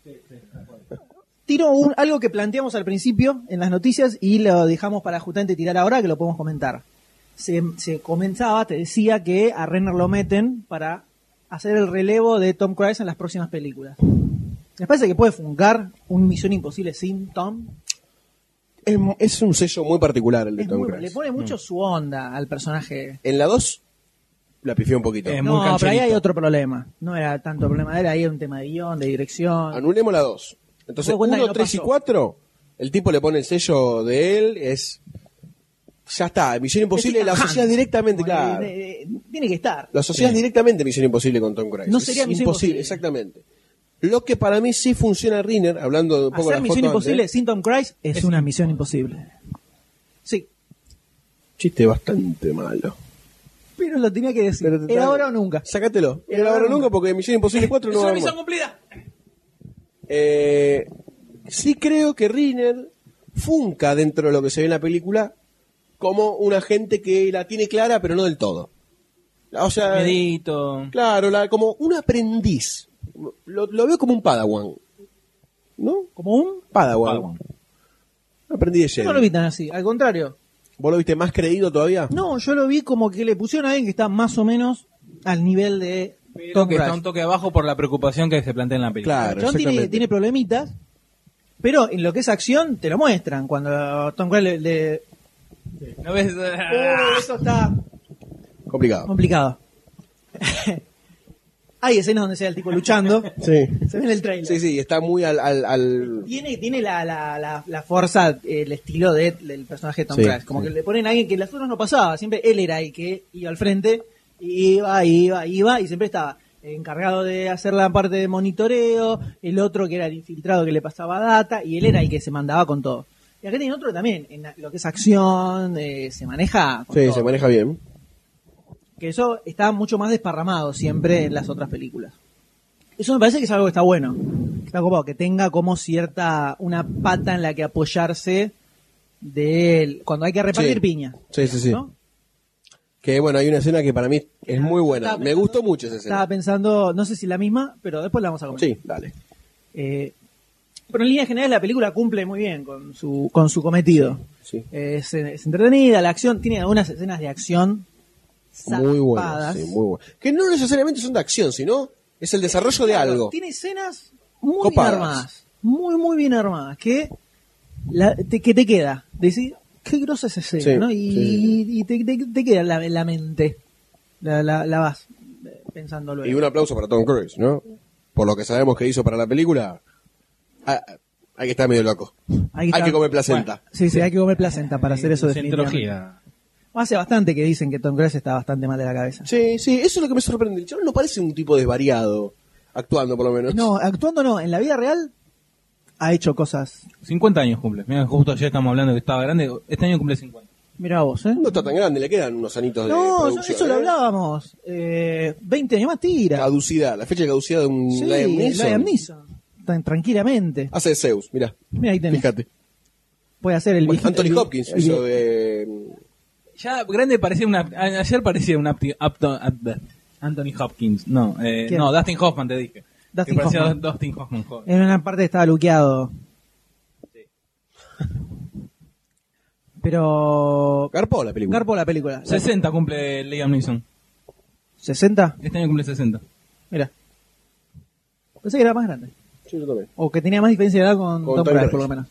S2: Tiro un- algo que planteamos al principio en las noticias y lo dejamos para justamente tirar ahora, que lo podemos comentar. Se, se comenzaba, te decía que a Renner lo meten para hacer el relevo de Tom Cruise en las próximas películas. ¿Les parece que puede fungar un Misión Imposible sin Tom?
S5: Es, es un sello muy particular el de
S2: Es
S5: Tom
S2: muy-
S5: Cruise. Mm.
S2: le pone mucho su onda al personaje.
S5: En la 2, la pifió un poquito.
S2: no, pero ahí hay otro problema. No era tanto problema de él, ahí era un tema de guión, de dirección.
S5: Anulemos la 2. Entonces,
S2: Me doy cuenta
S5: 1,
S2: que no
S5: 3 y
S2: pasó.
S5: 4, el tipo le pone el sello de él, es. Ya está, Misión Imposible,
S2: Stephen
S5: la
S2: Hunt.
S5: asocias directamente,
S2: Como que,
S5: claro.
S2: eh, tiene que estar.
S5: La asocias
S2: Sí.
S5: directamente Misión Imposible con Tom Cruise.
S2: No
S5: Es
S2: sería Misión Imposible.
S5: Exactamente. Lo que para mí sí funciona Rinner, hablando de un poco de
S2: Hacer
S5: la
S2: Misión
S5: foto antes,
S2: Imposible sin Tom Cruise es, una misión imposible. Sí,
S5: chiste bastante malo.
S2: pero lo tenía que decir.
S5: Pero te
S2: Era
S5: trae-
S2: ahora o nunca.
S5: Sácatelo. Era ahora o nunca porque Misión Imposible 4 no va a más.
S3: cumplida.
S5: Eh, sí creo que Riner funca dentro de lo que se ve en la película como una gente que la tiene clara pero no del todo.
S9: O sea,
S3: Medito.
S9: Claro, la- como un aprendiz. Lo, lo veo como un padawan. ¿No?
S2: ¿Como un?
S9: Padawan. Un aprendiz de Jedi.
S2: No lo vi tan así, al contrario.
S9: ¿Vos lo viste más creído todavía?
S2: No, yo lo vi como que le pusieron a alguien que está más o menos al nivel de Tom
S3: que está
S2: Cruise.
S3: un toque abajo por la preocupación que se plantea en la película.
S2: El chabón tiene, tiene problemitas, pero en lo que es acción te lo muestran. Cuando Tom Cruise le, le-
S3: ¿No ves? Ah.
S2: Oh, eso está
S9: Complicado.
S2: complicado. Hay escenas donde sea el tipo luchando.
S9: Sí.
S2: Se ve en el trailer.
S9: Sí, sí, está muy al. al, al-
S2: Tiene, tiene la, la, la, la fuerza, el estilo de- del personaje de Tom
S9: Sí,
S2: Cruise. Como
S9: sí.
S2: que le ponen a alguien que en las otras no pasaba. Siempre él era el que iba al frente, iba, iba, iba, y siempre estaba encargado de hacer la parte de monitoreo, el otro que era el infiltrado que le pasaba data, y él era el que se mandaba con todo. Y acá tiene otro también, en la- lo que es acción, eh, se maneja con
S9: Sí,
S2: todo.
S9: se maneja bien.
S2: Que eso está mucho más desparramado siempre en las otras películas. Eso me parece que es algo que está bueno. que Está copado, que tenga como cierta, una pata en la que apoyarse de él, cuando hay que repartir
S9: Sí.
S2: piña.
S9: Sí, sí, sí.
S2: ¿No?
S9: Que bueno, hay una escena que para mí es muy buena.
S2: estaba
S9: Me gustó mucho esa escena.
S2: Estaba pensando, no sé si la misma, pero después la vamos a comentar.
S9: Sí, dale.
S2: Eh, pero en líneas generales la película cumple muy bien con su, con su cometido.
S9: Sí.
S2: Eh, Es, es entretenida, la acción, tiene algunas escenas de acción
S9: Muy buena.
S2: zarpadas.
S9: sí, muy buena. Que no necesariamente son de acción, sino es el desarrollo de algo.
S2: Tiene escenas muy
S9: Copadas.
S2: bien armadas. Muy, muy bien armadas. Que, la- te, que te queda. Decir, qué grosa es esa escena, ¿no?
S9: Sí,
S2: Y,
S9: sí,
S2: y te, te- te queda en la, en la mente. La, la- la vas eh, pensando luego.
S9: Y un aplauso para Tom Cruise, ¿no? Por lo que sabemos que hizo para la película. ah, hay que estar medio loco.
S2: Ahí
S9: Hay
S2: está.
S9: que comer placenta.
S2: Bueno, sí, sí, hay que comer placenta para hacer eso definitivamente.
S3: Centrología.
S2: Hace bastante que dicen que Tom Cruise está bastante mal de la cabeza.
S9: Sí, sí, eso es lo que me sorprende. El chaval no parece un tipo desvariado, actuando por lo menos.
S2: No, actuando no. En la vida real ha hecho cosas.
S3: 50 años cumple. Mira, justo ayer estamos hablando que estaba grande. Este año cumple 50.
S2: Mira vos, ¿eh?
S9: No está tan grande, le quedan unos anitos de
S2: No,
S9: producción.
S2: eso lo
S9: ¿eh?
S2: hablábamos. Eh, 20 años más tira.
S9: Caducidad, la fecha de caducidad de un
S2: Sí,
S9: Liam Neeson.
S2: Liam Neeson. Tan tranquilamente.
S9: Hace de Zeus, mirá,
S2: Mira, ahí tenés.
S9: fíjate.
S2: Puede hacer el
S9: Bueno,
S2: viejito-
S9: Anthony
S2: el-
S9: Hopkins
S2: el-
S9: hizo de... mm,
S3: Ya grande parecía una. a- Ayer parecía un apti- apto- apto- Anthony Hopkins. No, eh,
S2: ¿Quién?
S3: no, Dustin Hoffman te dije.
S2: Dustin
S3: Que parecía
S2: Hoffman.
S3: Du- Dustin Hoffman, Eh, joder.
S2: En una parte estaba luqueado. Pero.
S9: Garpó la película.
S2: Garpo la película.
S3: 60 cumple Liam Neeson.
S2: ¿60?
S3: Este año cumple 60.
S2: Mira. Pensé que era más grande.
S9: Sí, yo también.
S2: O que tenía más diferencia de edad con,
S9: Con
S2: Tom,
S9: Tom
S2: Cruise,
S9: Cruise.
S2: por lo menos.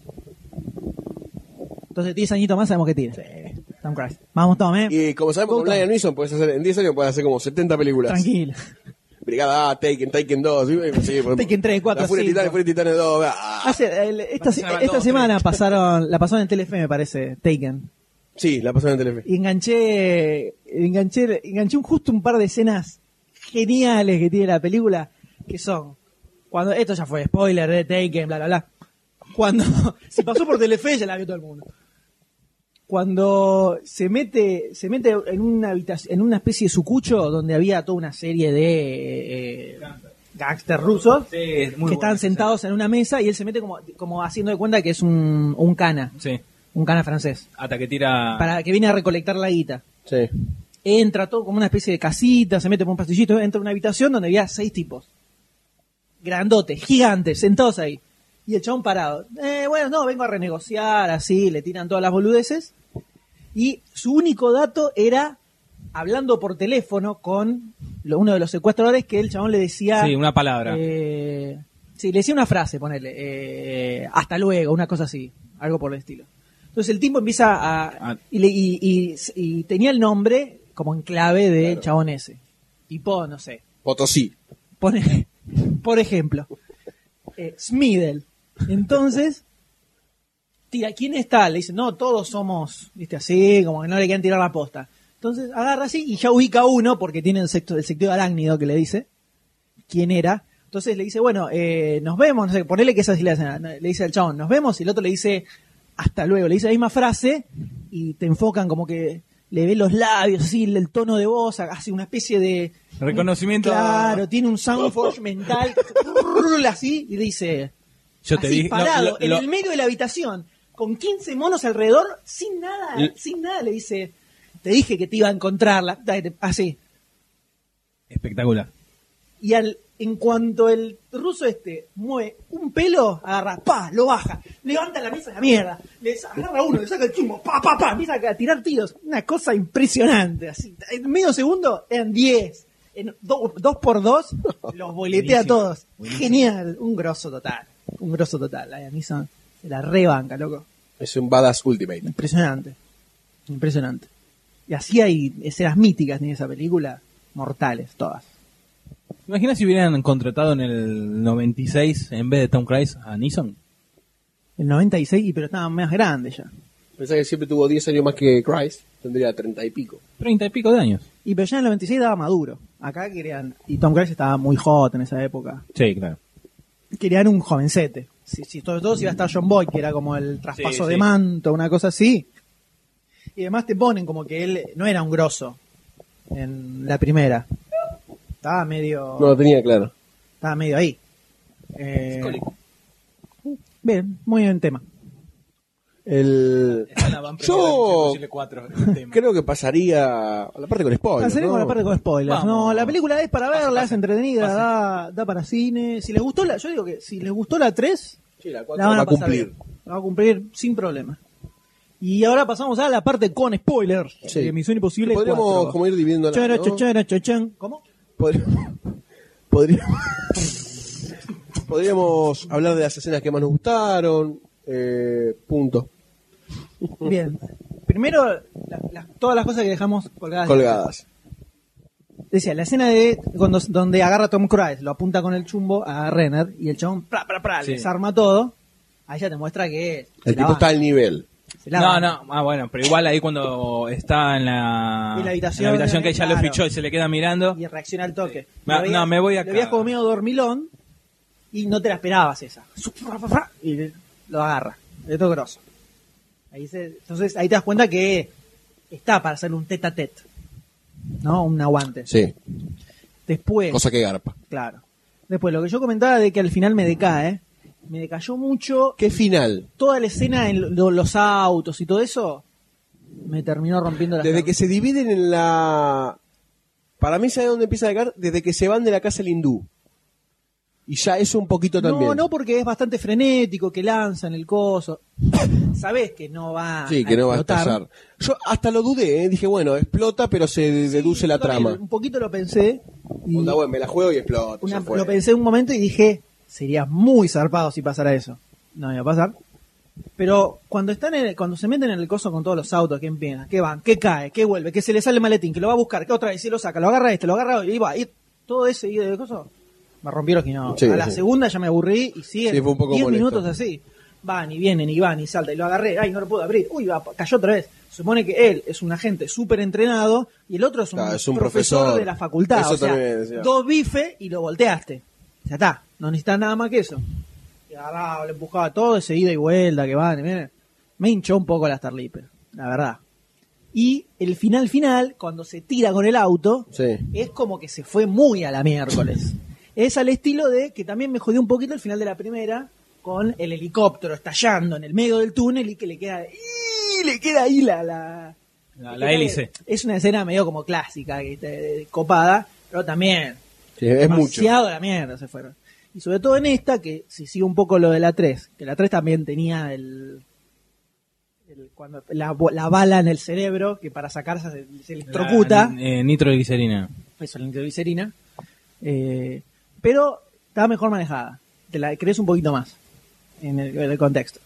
S2: Entonces, 10 añitos más sabemos que tiene. Tom Cruise. Vamos, Tom, eh.
S9: Y como sabemos, con Liam Neeson puedes hacer, en 10 años puedes hacer como 70 películas.
S2: Tranquilo.
S9: Brigada A, Taken, Taken 2. Sí, sí, por-
S2: Taken 3, 4,
S9: La Furia de
S2: 5.
S9: Titanes, Furia de Titanes 2. ah,
S2: Hace, el- esta
S9: Van a ser
S2: esta
S9: dos,
S2: semana
S9: tres.
S2: pasaron, la pasaron en Telefe, me parece, Taken.
S9: Sí, la pasaron en Telefe.
S2: Y enganché, enganché, enganché un- justo un par de escenas geniales que tiene la película, que son, cuando, esto ya fue spoiler de Taken, bla, bla, bla. Cuando, si pasó por Telefe, ya la vio todo el mundo. Cuando se mete, se mete en una habitación, en una especie de sucucho donde había toda una serie de eh, gangsters rusos
S3: Sí, es muy
S2: que
S3: bueno.
S2: están sentados en una mesa y él se mete como, como haciendo de cuenta que es un, un cana,
S3: Sí,
S2: un cana francés,
S3: hasta que tira.
S2: para que viene a recolectar la guita.
S9: Sí.
S2: Entra todo como una especie de casita, se mete por un pastillito, entra a una habitación donde había seis tipos. Grandotes, gigantes, sentados ahí. Y el chabón parado. "Eh, bueno, no, vengo a renegociar, así, le tiran todas las boludeces. Y su único dato era hablando por teléfono con lo- uno de los secuestradores que el chabón le decía...
S3: Sí, una palabra.
S2: Eh, sí, le decía una frase, ponele. eh, hasta luego, una cosa así. Algo por el estilo. Entonces el tipo empieza a.
S3: Ah.
S2: Y, le- y- y- y tenía el nombre como en clave del chabón ese. Tipo, no sé.
S9: Potosí.
S2: Pone, por ejemplo, eh, Smidel. Entonces, tira, ¿quién está? Le dice, no, todos somos, viste, así, como que no le quieren tirar la posta. Entonces agarra así y ya ubica uno, porque tiene el, sector, el sector arácnido que le dice quién era. Entonces le dice, bueno, eh, nos vemos, no sé, ponele que esa es la escena. Le dice al chabón, nos vemos, y el otro le dice, hasta luego. Le dice la misma frase y te enfocan como que le ve los labios, así, el tono de voz, hace una especie de,
S3: Reconocimiento.
S2: Claro, tiene un soundforge mental que se- así y dice,
S3: Yo te
S2: así,
S3: dije. no,
S2: parado
S3: lo- lo-
S2: en el medio de la habitación, con 15 monos alrededor, sin nada,
S3: L-
S2: sin nada, le dice, te dije que te iba a encontrar, la puta que te-". así.
S3: Espectacular.
S2: Y al, en cuanto el ruso este mueve un pelo, agarra, pa, lo baja, levanta la mesa de la mierda, le sa- agarra uno, le saca el chumbo, pa, pa, pa, empieza a tirar tiros. Una cosa impresionante, así. En medio segundo eran 10. En do- dos por dos, los boletea a
S13: Buenísimo,
S2: todos. Genial, un grosso total. Un grosso total. Ay, a mí son- se la rebanca, loco.
S9: Es un badass ultimate.
S2: Impresionante. Impresionante. Y así hay escenas míticas en esa película, mortales todas.
S3: Imagina si hubieran contratado en el 96 en vez de Tom Cruise a Neeson.
S2: El 96, y pero estaba más grande ya.
S9: Pensá que siempre tuvo 10 años más que Christ. Tendría 30 y pico.
S3: 30 y pico de años.
S2: Y pero ya en el 96 daba maduro. Acá querían. Y Tom Cruise estaba muy hot en esa época.
S3: Sí, claro.
S2: Querían un jovencete. Si, si, sobre todo si iba a estar John Boyd, que era como el traspaso
S13: Sí,
S2: de
S13: sí.
S2: manto, una cosa así. Y además te ponen como que él no era un grosso en la primera. Estaba medio.
S9: No lo tenía claro.
S2: Estaba medio ahí. Eh, bien, muy buen tema.
S9: El... Yo
S3: creo
S9: que pasaría a la parte con spoilers.
S2: Pasaré con
S9: ¿no?
S2: la parte con spoilers. No, la película es para verla, es entretenida, Da, da para cine. Si les gustó la, yo digo que si les gustó la 3,
S9: Sí, Pues la
S2: la van a, pasar bien. La va a cumplir sin problema. Y ahora pasamos a la parte con spoilers
S9: Sí.
S2: de Misión Imposible
S9: Podríamos
S2: 4.
S9: como ir dividiendo
S2: Chara, chachara, chachán. ¿Cómo?
S9: Podríamos, podríamos hablar de las escenas que más nos gustaron. eh, punto. Mm.
S2: Bien. Primero, la- la- todas las cosas que dejamos colgadas.
S9: Colgadas.
S2: Decía, la escena de cuando, donde agarra a Tom Cruise, lo apunta con el chumbo a Renner y el chabón pra, pra, pra,
S3: Sí.
S2: les arma todo. Ahí ya te muestra que se
S9: El
S2: la
S9: tipo
S2: va,
S9: está al nivel.
S2: se la
S3: No,
S2: va.
S3: no, ah, bueno, pero igual ahí cuando está en la,
S2: En la habitación,
S3: en la habitación que ella lo
S2: claro.
S3: fichó y se le queda mirando.
S2: y reacciona al toque.
S3: Me-
S2: Lo veías-
S3: no, me voy acá.
S2: Lo habías comido dormilón y no te la esperabas esa. Su- fra, fra, fra, Y le- lo agarra. Esto es grosso. Ahí se- entonces ahí te das cuenta que está para hacer un tete a tete. ¿No? Un aguante.
S9: Sí,
S2: Después.
S9: cosa que garpa.
S2: Claro. Después, lo que yo comentaba de que al final me decae. Me decayó mucho
S9: ¿Qué final?
S2: toda la escena en lo- los autos y todo eso. Me terminó rompiendo la
S9: Desde que se dividen en la. Para mí, ¿sabe dónde empieza a llegar? Desde que se van de la casa el hindú. Y ya eso un poquito también.
S2: No, no, porque es bastante frenético, que lanzan el coso. Sabes que no va
S9: Sí, que no va a
S2: explotar.
S9: estallar. Yo hasta lo dudé, ¿eh? dije, bueno, explota, pero se deduce la
S2: Yo también
S9: trama.
S2: Un poquito lo pensé,
S9: Onda, bueno, me la juego y explota.
S2: una-
S9: ya fue.
S2: lo pensé un momento y dije, sería muy zarpado si pasara eso. No iba a pasar. Pero cuando están en el- cuando se meten en el coso con todos los autos que empiezan, que van, que cae, que vuelve, que se le sale el maletín, que lo va a buscar, que otra vez se lo saca, lo agarra este, lo agarra y va, y todo ese y de coso. Me rompieron que no.
S9: Sí,
S2: a la
S9: sí.
S2: segunda ya me aburrí y siguen
S9: Sí, fue un poco
S2: 10
S9: molesto.
S2: minutos así. Van y vienen y van y salta y lo agarré, ay, no lo puedo abrir, uy, va, cayó otra vez. Supone que él es un agente súper entrenado y el otro es un,
S9: Claro, Ah, es un
S2: profesor,
S9: profesor.
S2: de la facultad.
S9: Eso
S2: o sea,
S9: también decía.
S2: dos bifes y lo volteaste. Ya está, no necesitas nada más que eso. Y agarraba, le empujaba todo, ese ida y vuelta que van y vienen. Me hinchó un poco la Starlipper, la verdad. Y el final final, cuando se tira con el auto,
S9: Sí.
S2: es como que se fue muy a la miércoles. Es al estilo de que también me jodió un poquito el final de la primera con el helicóptero estallando en el medio del túnel y que le queda y le queda ahí la la,
S3: La,
S2: le
S3: la
S2: queda-
S3: hélice.
S2: Es una escena medio como clásica, que te- copada, pero también
S9: Sí, es mucho.
S2: demasiado a la mierda se fueron. Y sobre todo en esta que si sigue un poco lo de la 3, que la 3 también tenía el, el- cuando la, bo- la bala en el cerebro que para sacarse se, se electrocuta.
S3: La, eh, nitroglicerina.
S2: Eso, la nitroglicerina. Eh, pero está mejor manejada. Te la crees un poquito más en el, en el contexto.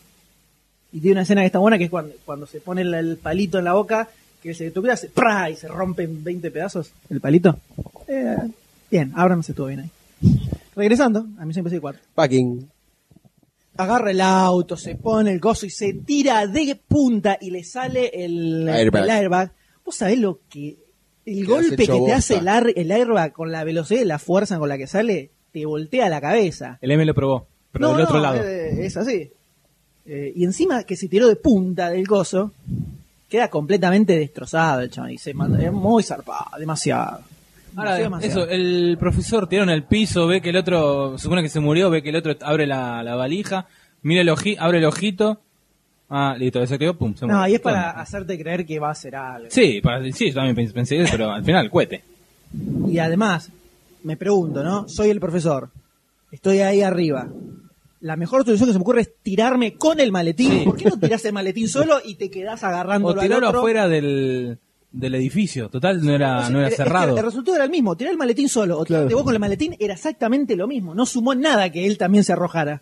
S2: Y tiene una escena que está buena, que es cuando, cuando se pone el, el palito en la boca, que se tú creas, ¡pra! y se rompen 20 pedazos. ¿El palito? Eh, bien, Abrams estuvo bien ahí. Regresando a Misión Imposible 4.
S9: Packing.
S2: Agarra el auto, se pone el gozo y se tira de punta y le sale el
S9: Airbag.
S2: el airbag. ¿Vos sabés lo que... El
S9: Que hace
S2: golpe que
S9: hecho
S2: te
S9: bosta.
S2: hace el, ar- el airbag con la velocidad y la fuerza con la que sale, te voltea la cabeza.
S3: El M lo probó, pero
S2: No,
S3: del otro
S2: no,
S3: lado.
S2: eh, Es, así. Eh, y encima que se tiró de punta del gozo, queda completamente destrozado el chaval. Y se manda- es muy zarpado, demasiado.
S3: Ahora,
S2: demasiado.
S3: eso, el profesor tiraron el piso, ve que el otro, supone que se murió, ve que el otro abre la, la valija, mira el oji, abre el ojito. Ah, listo, eso quedó, pum, se murió.
S2: No, y es para hacerte creer que va a ser algo.
S3: Sí, para, sí, yo también pens- pensé eso, pero al final, cuete.
S2: Y además, me pregunto, ¿no? Soy el profesor. Estoy ahí arriba. La mejor solución que se me ocurre es tirarme con el maletín. ¿Por qué no tirás el maletín solo y te quedás agarrando
S3: O tirarlo afuera del, del edificio. Total, no era, no era
S2: Es que
S3: cerrado.
S2: el resultado era el mismo, tirar el maletín solo o tirarte vos con el maletín era exactamente lo mismo. No sumó nada que él también se arrojara.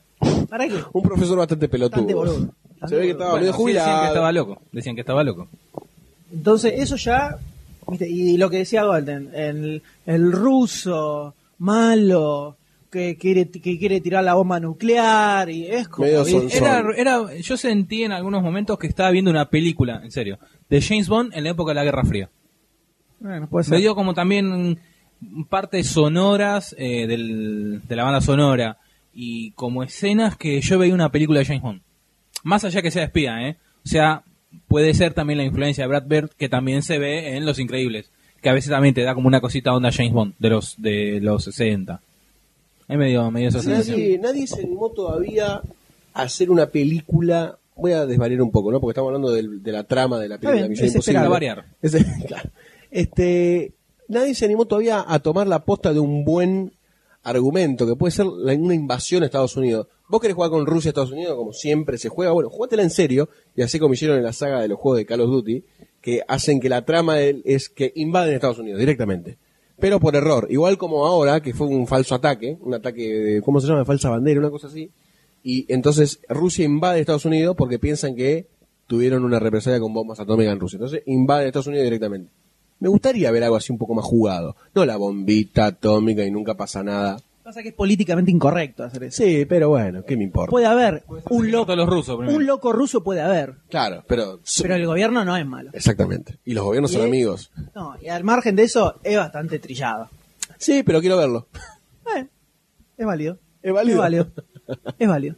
S2: ¿Para qué?
S9: Un profesor bastante
S2: Bastante
S9: pelotudo.
S2: boludo.
S9: Se ve que estaba
S3: Bueno,
S9: medio
S3: sí, decían que
S9: jubilado.
S3: estaba loco. Decían que estaba loco.
S2: Entonces, eso ya. ¿viste? Y lo que decía Golden, el, el ruso malo que quiere, que quiere tirar la bomba nuclear y es como.
S3: Era, era, yo sentí en algunos momentos que estaba viendo una película, en serio, de James Bond en la época de la Guerra Fría.
S2: Bueno, puede
S3: Me
S2: ser.
S3: dio como también partes sonoras eh, del- de la banda sonora y como escenas que yo veía una película de James Bond. Más allá que sea espía, ¿eh? O sea, puede ser también la influencia de Brad Bird que también se ve en Los Increíbles, que a veces también te da como una cosita onda James Bond de los de los 60. Ahí me dio, me dio esa sensación.
S9: Nadie, nadie se animó todavía a hacer una película. Voy a desvariar un poco, ¿no? Porque estamos hablando del- de, la trama de la
S3: Está
S9: película
S3: bien,
S9: Misión
S3: es esperable.
S9: Imposible.
S3: Variar.
S9: Es- claro. Este, nadie se animó todavía a tomar la posta de un buen argumento, que puede ser la- una invasión a Estados Unidos. Vos querés jugar con Rusia a Estados Unidos, como siempre se juega, bueno, jugátela en serio, y así como hicieron en la saga de los juegos de Call of Duty, que hacen que la trama del- es que invaden Estados Unidos directamente. Pero por error, igual como ahora, que fue un falso ataque, un ataque de, ¿cómo se llama? Falsa bandera, una cosa así. Y entonces Rusia invade Estados Unidos porque piensan que tuvieron una represalia con bombas atómicas en Rusia. Entonces invaden Estados Unidos directamente. Me gustaría ver algo así un poco más jugado. No la bombita atómica y nunca pasa nada.
S2: Pasa que es políticamente incorrecto hacer eso.
S9: Sí, pero bueno, ¿qué me importa?
S2: Puede haber,
S3: Un loco los rusos primero.
S2: un loco ruso puede haber,
S9: Claro, pero...
S2: pero el gobierno no es malo.
S9: Exactamente. Y los gobiernos son
S2: Bien.
S9: amigos.
S2: No, y al margen de eso es bastante trillado. Eh,
S9: Sí, pero quiero verlo.
S2: Es válido.
S9: Es válido.
S2: Es válido. Es válido.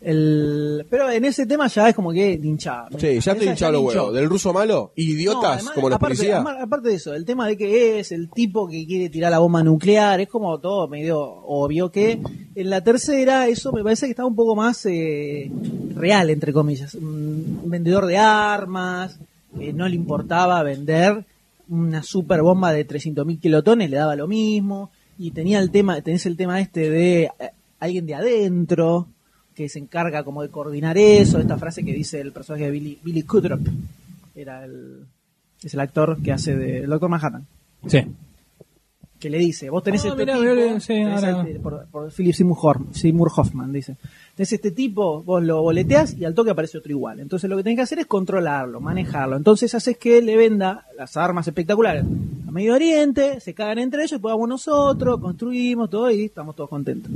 S2: El- Pero en ese tema ya es como que hinchado.
S9: Sí, ya estoy
S2: Esa
S9: hinchado los
S2: hinchó.
S9: huevos. Del ruso malo, idiotas
S2: No, además,
S9: como los
S2: aparte,
S9: policías.
S2: ama- Aparte de eso, el tema de que es, el tipo que quiere tirar la bomba nuclear, es como todo medio obvio que en la tercera eso me parece que está un poco más eh, real, entre comillas. Un un vendedor de armas, que no le importaba vender una super bomba de 300.000 kilotones, le daba lo mismo. Y tenía el tema, tenés el tema este de eh, alguien de adentro que se encarga como de coordinar eso, esta frase que dice el personaje de Billy, Billy Crudup, era el, es el actor que hace de el Doctor Manhattan.
S3: Sí.
S2: Que le dice, vos tenés
S3: Ah,
S2: este
S3: mirá,
S2: tipo,
S3: mirá, sí,
S2: tenés
S3: ahora.
S2: este- por, por Philip Seymour, Hoff- Seymour Hoffman, dice. Tenés este tipo, vos lo boleteás y al toque aparece otro igual. Entonces lo que tenés que hacer es controlarlo, manejarlo. Entonces haces que le venda las armas espectaculares a Medio Oriente, se cagan entre ellos, después vamos nosotros, construimos todo y estamos todos contentos.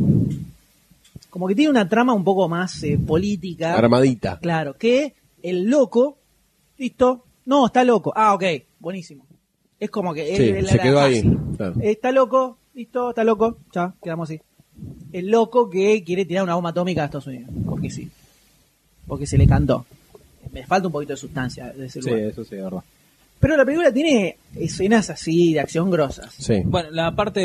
S2: Como que tiene una trama un poco más eh, política.
S9: Armadita.
S2: Claro, que el loco, listo, no, está loco. Ah, ok, buenísimo. Es como que él-
S9: Sí,
S2: él
S9: se
S2: era
S9: quedó ahí.
S2: fácil.
S9: Claro.
S2: Eh, Está loco, listo, está loco, ya, quedamos así. El loco que quiere tirar una bomba atómica a Estados Unidos, porque sí, porque se le cantó. Me falta un poquito de sustancia de ese
S3: Sí,
S2: lugar.
S3: eso sí, de verdad.
S2: Pero la película tiene escenas así de acción grosas.
S9: Sí.
S3: Bueno, la parte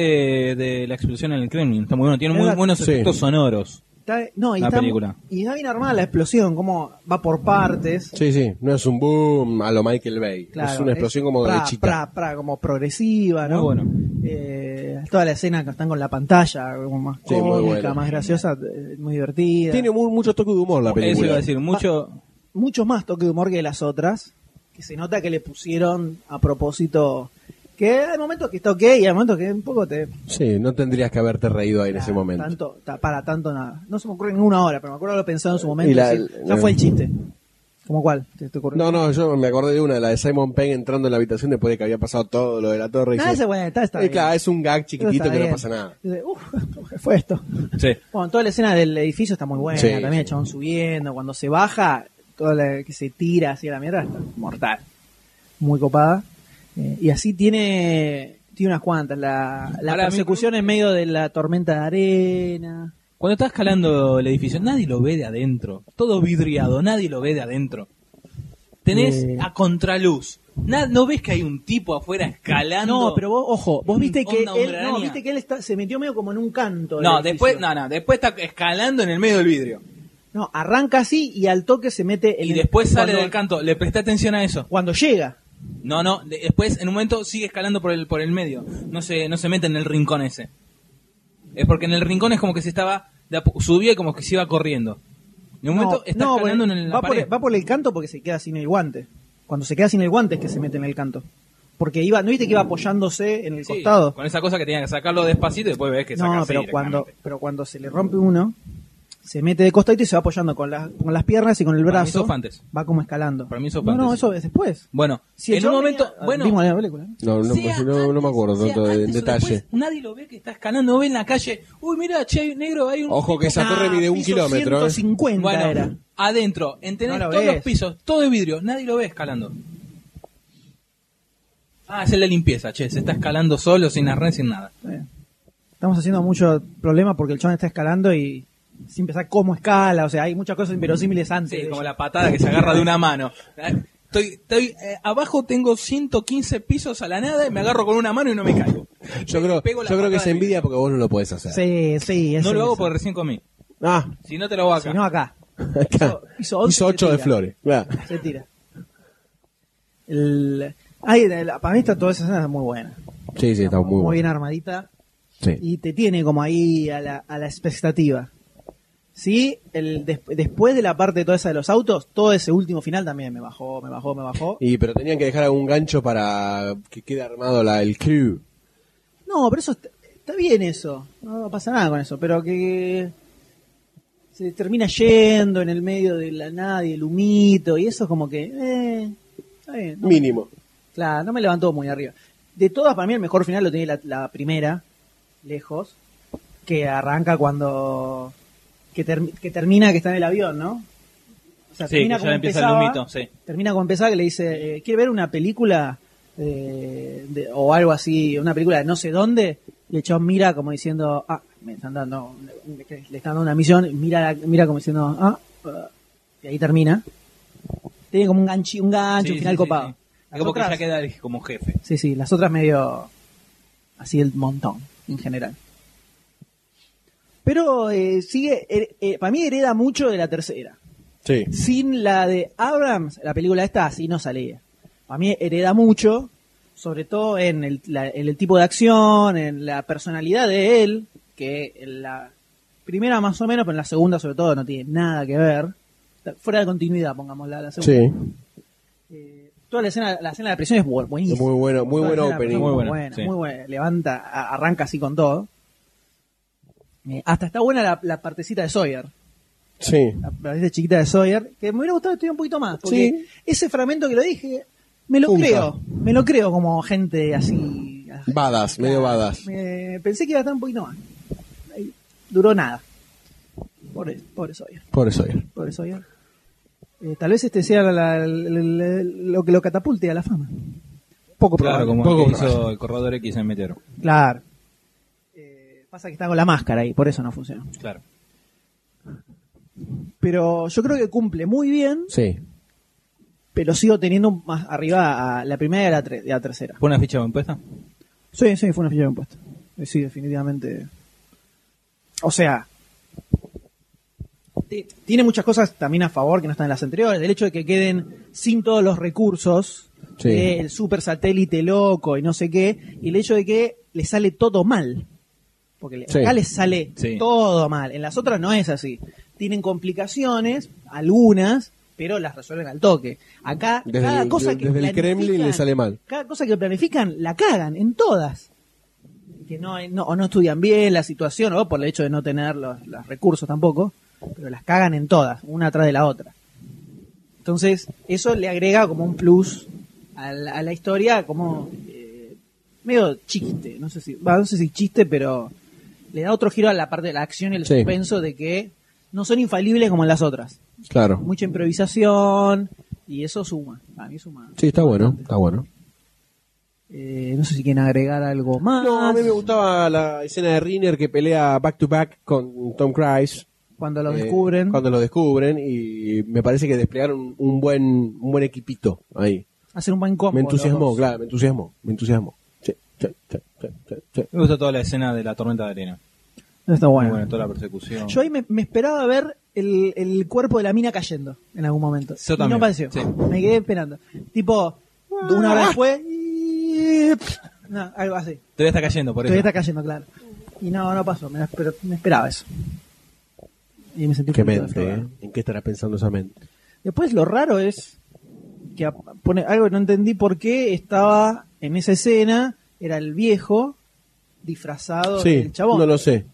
S3: de la explosión en el Kremlin está muy bueno. Tiene muy
S2: Era-
S3: buenos
S2: Sí.
S3: efectos sonoros.
S2: Está- no, y
S3: La
S2: está,
S3: película.
S2: y está bien armada la explosión, como va por partes.
S9: Sí, sí. No es un boom a lo Michael Bay.
S2: Claro,
S9: es una explosión como
S2: pra,
S9: de chita.
S2: pra, pra, como progresiva, ¿no?
S3: Muy bueno.
S2: Eh, toda la escena que están con la pantalla, como más
S9: Sí, muy
S2: cómica,
S9: bueno.
S2: más graciosa, eh, muy divertida.
S9: Tiene mu- mucho toque de humor la película.
S3: Eso iba a
S2: Ah.
S3: decir, mucho.
S2: mucho más toque de humor que las otras, que se nota que le pusieron a propósito, que hay momentos que está ok y hay momentos que un poco te...
S9: Sí, no tendrías que haberte reído ahí en ese momento.
S2: Ah, Tanto, ta- para tanto nada. No se me ocurre ninguna hora, pero me acuerdo haberlo pensado en su momento.
S9: Y la-
S2: y decir, ya
S9: la-
S2: fue el chiste. ¿Como cuál? ¿Te, te ocurrió?
S9: No, no, yo me acordé de una, la de Simon Penn entrando en la habitación después de que había pasado todo lo de la torre. y
S2: Ah,
S9: dice,
S2: ese bueno, está, está
S9: Eh,
S2: bien.
S9: claro, es un gag chiquitito
S2: Está
S9: que no
S2: bien.
S9: pasa nada.
S2: Dice, "Uf, ¿cómo que fue esto?
S3: Sí.
S2: Bueno, toda la escena del edificio está muy buena.
S9: Sí,
S2: también el chabón subiendo. Cuando se baja, toda la que se tira hacia la mierda está mortal. Muy copada. Eh, y así tiene tiene unas cuantas. La, la
S3: Ahora,
S2: persecución en medio de la tormenta de arena.
S3: Cuando está escalando el edificio, nadie lo ve de adentro. Todo vidriado, nadie lo ve de adentro. Tenés
S2: Eh.
S3: a contraluz. Na- no ves que hay un tipo afuera escalando.
S2: No, pero vos, ojo, vos viste que,
S3: Onda
S2: él,
S3: hombre
S2: no,
S3: araña.
S2: viste que él está- se metió medio como en un canto. del
S3: No,
S2: edificio.
S3: después, no, no, después está escalando en el medio del vidrio.
S2: No, arranca así y al toque se mete. en
S3: Y
S2: el-
S3: después sale
S2: cuando-
S3: del canto. Le presté atención a eso.
S2: Cuando llega.
S3: No, no, de- después en un momento sigue escalando por el, por el medio. No se, no se mete en el rincón ese. Es porque en el rincón es como que se estaba, de a po- subía y como que se iba corriendo. En un momento está
S2: no,
S3: escalando
S2: porque
S3: en la
S2: va,
S3: pared.
S2: por, va por el canto porque se queda sin el guante. Cuando se queda sin el guante es que se mete en el canto. Porque iba, ¿no viste que iba apoyándose en el
S3: Sí,
S2: costado?
S3: Con esa cosa que tenía que sacarlo despacito y después ves que saca
S2: No,
S3: así
S2: pero
S3: directamente.
S2: cuando, pero cuando se le rompe uno, se mete de costado y se va apoyando con, las con las piernas y con el
S3: Para mí
S2: brazo.
S3: eso fue antes.
S2: Va como escalando.
S3: Para mí eso fue
S2: No, no,
S3: antes.
S2: eso es después.
S3: Bueno,
S2: Si el
S3: en un
S2: chabón
S3: momento,
S2: venía-
S3: bueno,
S2: Vimos la película. ¿eh? ¿no?
S9: No, no,
S3: Sea
S9: no- no me acuerdo
S3: sea
S9: tanto de- en
S3: antes o
S9: detalle.
S3: después, nadie lo ve que está escalando, ve en la calle. Uy, mira, che, negro, hay un.
S9: Ojo que esa torre mide un
S2: piso
S9: kilómetro, ¿eh?
S2: 150
S3: Bueno,
S2: era.
S3: adentro, en tener
S2: No lo
S3: todos
S2: ves.
S3: los pisos, todo de vidrio, nadie lo ve escalando. Ah, es el de limpieza, che, se está escalando solo, sin arnés, sin nada.
S2: Estamos haciendo mucho problema porque el chabón está escalando y sin pensar cómo escala. O sea, hay muchas cosas inverosímiles antes.
S3: Sí,
S2: de
S3: como
S2: ello.
S3: la patada que se agarra de una mano. Estoy, estoy eh, abajo tengo 115 pisos a la nada y me agarro con una mano y no me caigo.
S9: Yo creo,
S3: pego la
S9: yo creo que
S3: patada
S9: es envidia porque vos no lo podés hacer.
S2: Sí, sí, es
S3: No lo hago
S2: eso.
S3: porque recién comí.
S9: Ah,
S3: Si no te lo hago acá.
S2: Si no, acá.
S9: acá.
S2: Hizo 11
S9: Hizo
S2: y se
S9: 8 de
S2: tira.
S9: flores. Claro.
S2: Se tira. El- ay, la- para mí está toda esa escena está muy buena.
S9: Sí, sí, está muy
S2: muy
S9: bueno.
S2: bien armadita.
S9: Sí.
S2: Y te tiene como ahí a la, a la expectativa. Sí, el, des- después de la parte toda esa de los autos, todo ese último final también me bajó, me bajó, me bajó.
S9: Y pero tenían que dejar algún gancho para que quede armado la, el crew.
S2: No, pero eso está, está bien eso. No pasa nada con eso, pero que se termina yendo en el medio de la nada y el humito y eso es como que eh, está bien. no me-
S9: Mínimo.
S2: claro, no me levantó muy arriba. De todas, para mí el mejor final lo tiene la, la primera, lejos, que arranca cuando que, term- que termina que está en el avión, ¿no? O sea,
S3: Sí, que
S2: como
S3: ya empieza el
S2: empezaba,
S3: humito, sí.
S2: termina con empezar que le dice, eh, ¿quiere ver una película eh, de- o algo así, una película de no sé dónde? Y el chabón mira como diciendo, ah, me están dando, le le están dando una misión, mira, la- mira como diciendo, ah, ah", y ahí termina. Tiene como un gancho, un gancho,
S3: Sí,
S2: un final
S3: sí, sí,
S2: copado.
S3: sí.
S2: Las
S3: Como
S2: otras-
S3: que ya queda el- como jefe.
S2: Sí, sí, las otras medio así el montón en general. Pero eh, sigue, eh, eh, para mí hereda mucho de la tercera.
S9: Sí.
S2: Sin la de Abrams, la película esta así no salía. Para mí hereda mucho, sobre todo en el, la- en el tipo de acción, en la personalidad de él, que en la primera más o menos, pero en la segunda sobre todo no tiene nada que ver. Fuera de continuidad, pongámosla, la segunda.
S9: Sí.
S2: Toda la escena, la escena de la prisión es bu- buenísima.
S9: Muy bueno, muy
S2: Toda
S9: buen
S2: la escena de la
S9: opening.
S2: prisión es Muy buena,
S9: Sí.
S2: muy buena. Levanta, a- arranca así con todo. Eh, hasta está buena la, la partecita de Sawyer,
S9: Sí.
S2: la partecita chiquita de Sawyer, que me hubiera gustado estudiar un poquito más, porque
S9: Sí.
S2: ese fragmento que lo dije, me lo
S9: Punta.
S2: creo, me lo creo como gente así.
S9: Badas, medio badas.
S2: Me- pensé que iba a estar un poquito más. Ahí duró nada. Pobre, pobre Sawyer.
S9: Por eso ya.
S2: Pobre Sawyer. Eh, tal vez este sea la- la- la- la- lo que lo catapulte a la fama. Poco
S3: Claro,
S2: probable.
S3: como
S9: Poco
S3: el que
S9: probable.
S3: hizo el corredor X en Meteoro.
S2: Claro. Eh, pasa que está con la máscara ahí, por eso no funciona.
S3: Claro.
S2: Pero yo creo que cumple muy bien,
S9: Sí.
S2: pero sigo teniendo más arriba a la primera y a la, tre- y a la tercera.
S3: ¿Fue una ficha bien puesta?
S2: Sí, sí, fue una ficha bien puesta. Eh, Sí, definitivamente. O sea, ti- tiene muchas cosas también a favor que no están en las anteriores. El hecho de que queden sin todos los recursos,
S9: Sí.
S2: del super satélite loco y no sé qué, y el hecho de que le sale todo mal. Porque le-
S9: Sí.
S2: acá les sale
S9: Sí.
S2: todo mal. En las otras no es así. Tienen complicaciones, algunas, pero las resuelven al toque. Acá,
S9: Desde
S2: cada
S9: el-
S2: cosa que
S9: desde el Kremlin
S2: planifican-
S9: le sale mal.
S2: cada cosa que planifican la cagan en todas. Que no, no- o no estudian bien la situación, o por el hecho de no tener los, los recursos tampoco, pero las cagan en todas, una atrás de la otra. Entonces, eso le agrega como un plus a la, a la historia, como eh, medio chiste, no sé si, va, no sé si chiste, pero le da otro giro a la parte de la acción y el
S9: Sí.
S2: suspenso de que no son infalibles como en las otras.
S9: Claro.
S2: Mucha improvisación, y eso suma, a mí suma.
S9: Sí, está bueno, está bueno.
S2: Eh, no sé si quieren agregar algo más.
S9: No, a mí me gustaba la escena de Riner que pelea back to back con Tom Cruise.
S2: Cuando lo
S9: Eh,
S2: descubren.
S9: Cuando lo descubren y me parece que desplegaron un buen, un buen equipito ahí.
S2: Hacer un buen combo.
S9: Me
S2: los
S9: entusiasmó,
S2: dos.
S9: claro, me entusiasmó, me entusiasmó. Sí, sí, sí, sí, sí, sí.
S3: Me gusta toda la escena de la tormenta de arena.
S2: Está bueno.
S3: Bueno, toda la persecución.
S2: Yo ahí me, me esperaba ver el, el cuerpo de la mina cayendo en algún momento.
S3: Yo
S2: Y
S3: también,
S2: no apareció.
S3: sí.
S2: Me quedé esperando. Tipo, Una
S9: Ah.
S2: hora después. y- no, algo así.
S3: Todavía está cayendo, por eso.
S2: Todavía está cayendo, claro. Y no, no pasó. Me, la esper- me esperaba eso. Y me sentí un
S9: Qué
S2: poquito
S9: mente,
S2: defraudado.
S9: ¿eh? ¿En qué estará pensando esa mente?
S2: Después lo raro es que ap- pone algo que no entendí por qué estaba en esa escena, era el viejo disfrazado
S9: Sí,
S2: del chabón.
S9: no lo sé.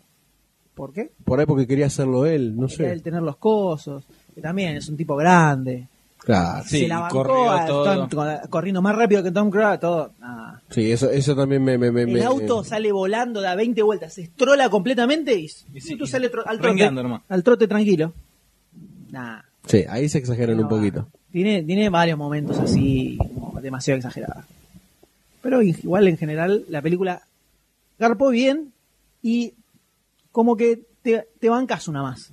S2: ¿Por qué?
S9: Por ahí porque quería hacerlo él, no
S2: Era el
S9: sé.
S2: tener los cosos. que También es un tipo grande.
S9: Claro.
S2: Se la bancó a- Tom- co- corriendo más rápido que Tom Cruise, todo. Nada.
S9: Sí, eso, eso también me... me, me-
S2: El
S9: me-
S2: auto sale volando, da 20 vueltas, se estrola completamente y, tú sales tro- al trote.
S9: rengueando nomás.
S2: Al trote tranquilo. Nah,
S9: Sí, ahí se exageran un poquito.
S2: tiene, tiene varios momentos así, como demasiado exagerados. Pero i- igual en general la película garpó bien y como que te, te bancas una más.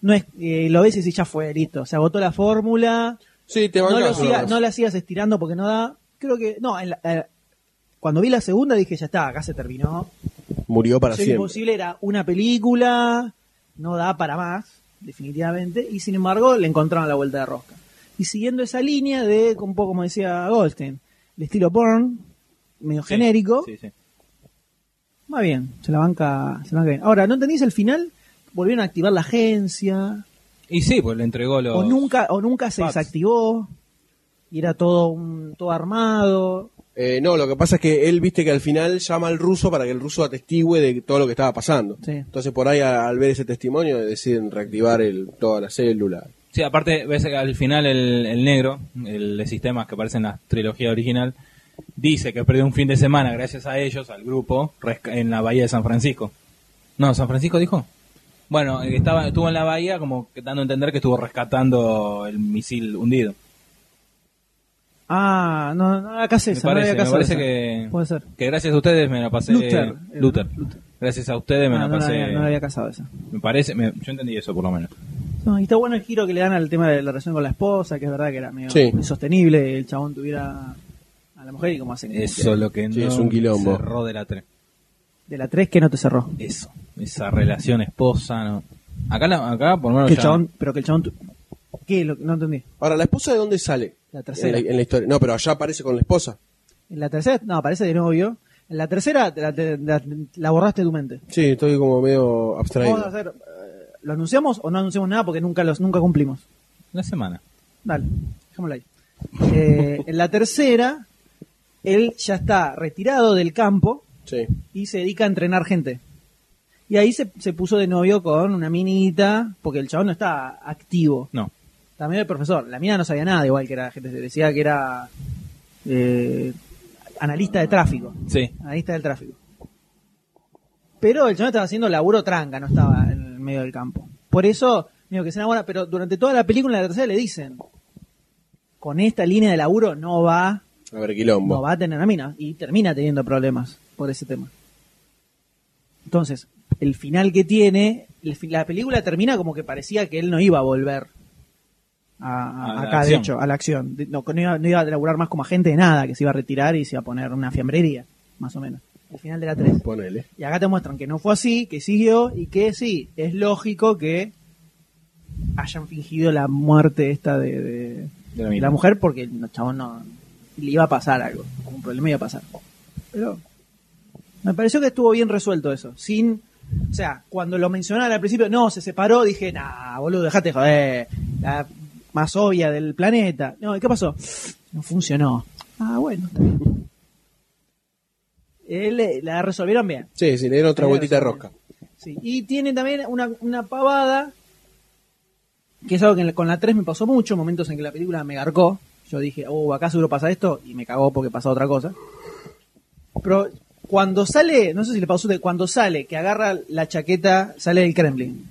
S2: No es, eh, lo ves y decís, ya fue, listo. Se agotó la fórmula.
S9: Sí, te
S2: no,
S9: bancás
S2: lo
S9: una
S2: siga-
S9: más.
S2: no la sigas estirando porque no da. Creo que. No, en la- eh, cuando vi la segunda dije, ya está, acá se terminó.
S9: Murió para
S2: Misión
S9: siempre.
S2: Imposible era una película, no da para más, definitivamente, y sin embargo le encontraron la vuelta de rosca. Y siguiendo esa línea de, un poco como decía Goldstein, el estilo porn, medio genérico, más bien, se la banca, se la banca bien. Ahora, ¿no entendís el final? Volvieron a activar la agencia,
S3: Y sí, pues le entregó los.
S2: o nunca, o nunca se
S3: Packs.
S2: desactivó, y era todo un, todo armado,
S9: Eh, no, lo que pasa es que él, viste que al final llama al ruso para que el ruso atestigue de todo lo que estaba pasando.
S2: Sí.
S9: Entonces por ahí a- al ver ese testimonio deciden reactivar el, toda la célula.
S3: Sí, aparte, ves que al final el, el negro, el de sistemas que aparece en la trilogía original, dice que perdió un fin de semana gracias a ellos, al grupo, resca- en la bahía de San Francisco. No, San Francisco dijo. Bueno, eh, estaba, estuvo en la bahía como que dando a entender que estuvo rescatando el misil hundido.
S2: Ah, no, no acá
S3: Me
S2: César, no
S3: parece,
S2: había acá
S3: me parece
S2: César.
S3: que,
S2: Puede ser.
S3: que gracias a ustedes me la pasé.
S2: Luther.
S3: Luther. Gracias a ustedes me
S2: Ah,
S3: la
S2: no la
S3: pasé.
S2: había- no la había casado esa.
S3: Me parece, me- yo entendí eso por lo menos.
S2: No, y está bueno el giro que le dan al tema de la relación con la esposa, que es verdad que era medio
S3: Sí.
S2: insostenible el chabón tuviera a la mujer y como hacen.
S3: Eso lo que
S9: Sí,
S3: no
S9: es un quilombo.
S3: cerró de la tre-
S2: De la 3 que no te cerró.
S3: Eso, esa relación esposa, no. Acá, la- acá por lo menos
S2: Que el
S3: ya-
S2: chabón, pero que el chabón. tu- ¿Qué? Lo- no entendí.
S9: Ahora, ¿la esposa de dónde sale?
S2: La
S9: En
S2: tercera.
S9: la,
S3: Eh,
S9: en la historia. No, pero allá aparece con la esposa.
S2: En la tercera, no, aparece de novio. En la tercera, la, te- la- la borraste de tu mente.
S9: Sí, estoy como medio abstraído.
S2: Vamos a hacer. eh, ¿Lo anunciamos o no anunciamos nada? Porque nunca, los, nunca cumplimos.
S3: Una semana.
S2: Dale, dejémoslo ahí. Eh, en la tercera, él ya está retirado del campo
S9: Sí.
S2: y se dedica a entrenar gente. Y ahí se, se puso de novio con una minita, porque el chabón no está activo.
S3: No.
S2: También el profesor. La mina no sabía nada, igual que era gente. Decía que era eh, analista de tráfico.
S3: Sí.
S2: Analista del tráfico. Pero el chabón estaba haciendo laburo tranca, no estaba en el medio del campo. Por eso, digo que se enamora, pero durante toda la película, en la tercera le dicen, con esta línea de laburo no va,
S9: A ver, quilombo.
S2: no va a tener a mina. Y termina teniendo problemas por ese tema. Entonces, el final que tiene, el fi- la película termina como que parecía que él no iba a volver a, a-
S3: A la
S2: acá, de
S3: acción.
S2: hecho, a la acción. De- No, no iba, no iba a laburar más como agente de nada, que se iba a retirar y se iba a poner una fiambrería, más o menos. El final de la 3.
S9: Ponele.
S2: Y acá te muestran que no fue así, que siguió y que sí, es lógico que hayan fingido la muerte esta de, de-
S3: De la
S2: de
S3: mina.
S2: la mujer porque el chabón no le iba a pasar algo, un problema iba a pasar. Pero me pareció que estuvo bien resuelto eso, sin o sea, cuando lo mencionaron al principio, no, se separó, dije, nah, boludo, dejate de joder, la más obvia del planeta. No, ¿y qué pasó? No funcionó. Ah, bueno. está bien. Él, eh, la resolvieron bien.
S9: Sí, sí, le dieron otra
S2: Tenés
S9: vueltita de
S2: razón.
S9: rosca.
S2: Sí, Y tiene también una, una pavada, que es algo que en la- con la 3 me pasó mucho, momentos en que la película me garcó. Yo dije, oh, acá seguro pasa esto, y me cagó porque pasa otra cosa. Pero cuando sale, no sé si le pasó, a usted, cuando sale, que agarra la chaqueta, sale del Kremlin,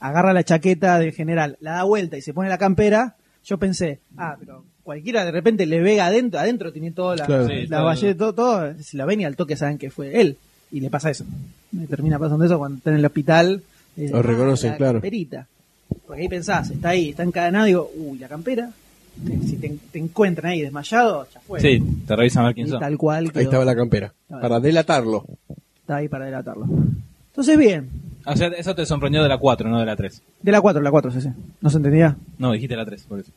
S2: agarra la chaqueta del general, la da vuelta y se pone la campera, yo pensé, ah, pero cualquiera de repente le ve adentro, adentro tiene toda la,
S9: Claro.
S2: la
S9: Sí, claro.
S2: valle- todo, todo, si la ven y al toque saben que fue él, y le pasa eso. Me termina pasando eso cuando está en el hospital. eh,
S9: Lo reconocen,
S2: la
S9: claro.
S2: Camperita. Porque ahí pensás, está ahí, está encadenado, digo, uy, la campera. Te- Si te, te encuentran ahí desmayado, ya fue.
S3: Sí, te revisan a ver quién
S2: Y
S3: son.
S2: tal cual. quedó.
S9: Ahí estaba la campera. Para delatarlo.
S2: Está ahí para delatarlo. Entonces, bien,
S3: Ah, O sea, eso te sorprendió de la 4, no de la 3.
S2: de la 4, la 4, sí, sí. ¿No se entendía?
S3: No, dijiste la 3, por eso.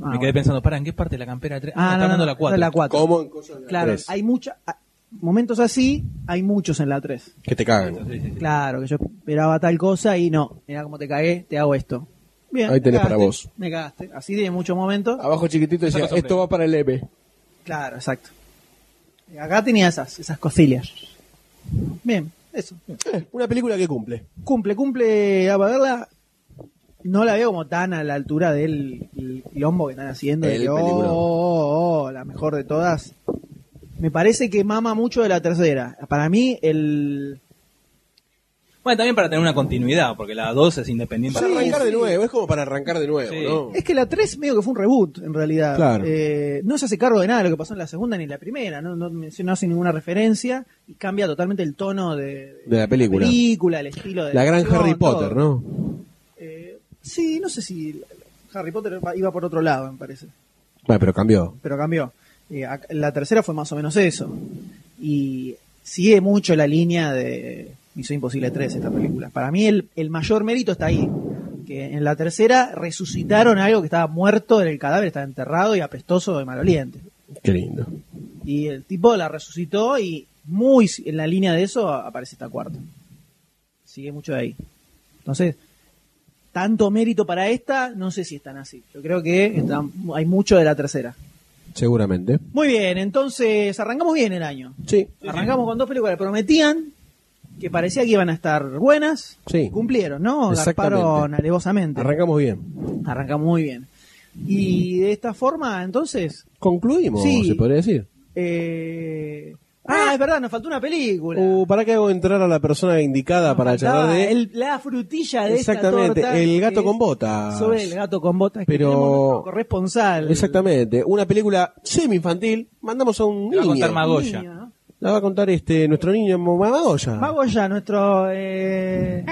S2: Ah,
S3: Me
S2: bueno.
S3: quedé pensando, para, ¿en qué parte de la campera 3? Ah,
S2: Ah,
S3: está
S2: no,
S3: hablando
S2: no,
S3: de la 4.
S2: de la 4.
S9: ¿Cómo en cosas de la
S2: Claro,
S9: tres?
S2: hay muchos momentos así, hay muchos en la 3.
S9: Que te cagan.
S2: Claro, que yo esperaba tal cosa y no. Mira cómo te cagué, te hago esto. Bien,
S9: Ahí
S2: me
S9: tenés para
S2: cagaste,
S9: vos.
S2: Me cagaste. Así de muchos momentos.
S9: Abajo chiquitito decía, esto va para el M.
S2: Claro, exacto. Y Acá tenía esas, esas cosillas. Bien, eso.
S9: Una película que cumple.
S2: Cumple, cumple, a verla. No la veo como tan a la altura del el quilombo que están haciendo. de
S9: El
S2: que, oh,
S9: peliculón.
S2: oh, oh, la mejor de todas. Me parece que mama mucho de la tercera. Para mí, el.
S3: Bueno, también para tener una continuidad, porque la 2 es independiente.
S9: Para arrancar de
S3: Sí.
S9: nuevo, es como para arrancar de nuevo,
S3: Sí.
S9: ¿no?
S2: Es que la 3 medio que fue un reboot, en realidad.
S9: Claro.
S2: Eh, no se hace cargo de nada de lo que pasó en la segunda ni en la primera. No, no, no hace ninguna referencia y cambia totalmente el tono de,
S9: De la
S2: de
S9: película.
S2: película, el estilo de.
S9: La gran
S2: acción,
S9: Harry Potter,
S2: todo.
S9: ¿no?
S2: Eh, sí, no sé si Harry Potter iba por otro lado, me parece.
S9: Bueno, pero cambió.
S2: Pero cambió. Eh, ac- la tercera fue más o menos eso. Y sigue mucho la línea de Misión Imposible 3 esta película. Para mí el, el mayor mérito está ahí. Que en la tercera resucitaron algo que estaba muerto en el cadáver, estaba enterrado y apestoso de maloliente.
S9: Qué lindo.
S2: Y el tipo la resucitó y muy si- en la línea de eso a- aparece esta cuarta. Sigue mucho de ahí. Entonces, tanto mérito para esta, no sé si están así. Yo creo que están- hay mucho de la tercera.
S9: Seguramente.
S2: Muy bien, entonces arrancamos bien el año.
S9: Sí.
S2: Arrancamos con dos películas que prometían, que parecía que iban a estar buenas.
S9: Sí.
S2: y Cumplieron, ¿no?
S9: Exactamente.
S2: Garparon alevosamente.
S9: Arrancamos bien.
S2: Arrancamos muy bien. Y de esta forma, entonces.
S9: Concluimos,
S2: Sí.
S9: se podría decir.
S2: eh, Ah, es verdad, nos faltó una película.
S9: Uh, ¿Para qué hago entrar a la persona indicada para charlar
S2: Ah,
S9: de
S2: el- la frutilla de esta
S9: Exactamente,
S2: torta
S9: el gato
S2: es
S9: con botas.
S2: Sobre el gato con botas. que
S9: Pero-
S2: tenemos nuestro corresponsal.
S9: Exactamente, una película semi-infantil, mandamos a un
S3: Te va a
S9: niño.
S3: contar Magoya.
S2: Niño, ¿no?
S9: La va a contar este nuestro niño Mo- Magoya.
S2: Magoya, nuestro. eh,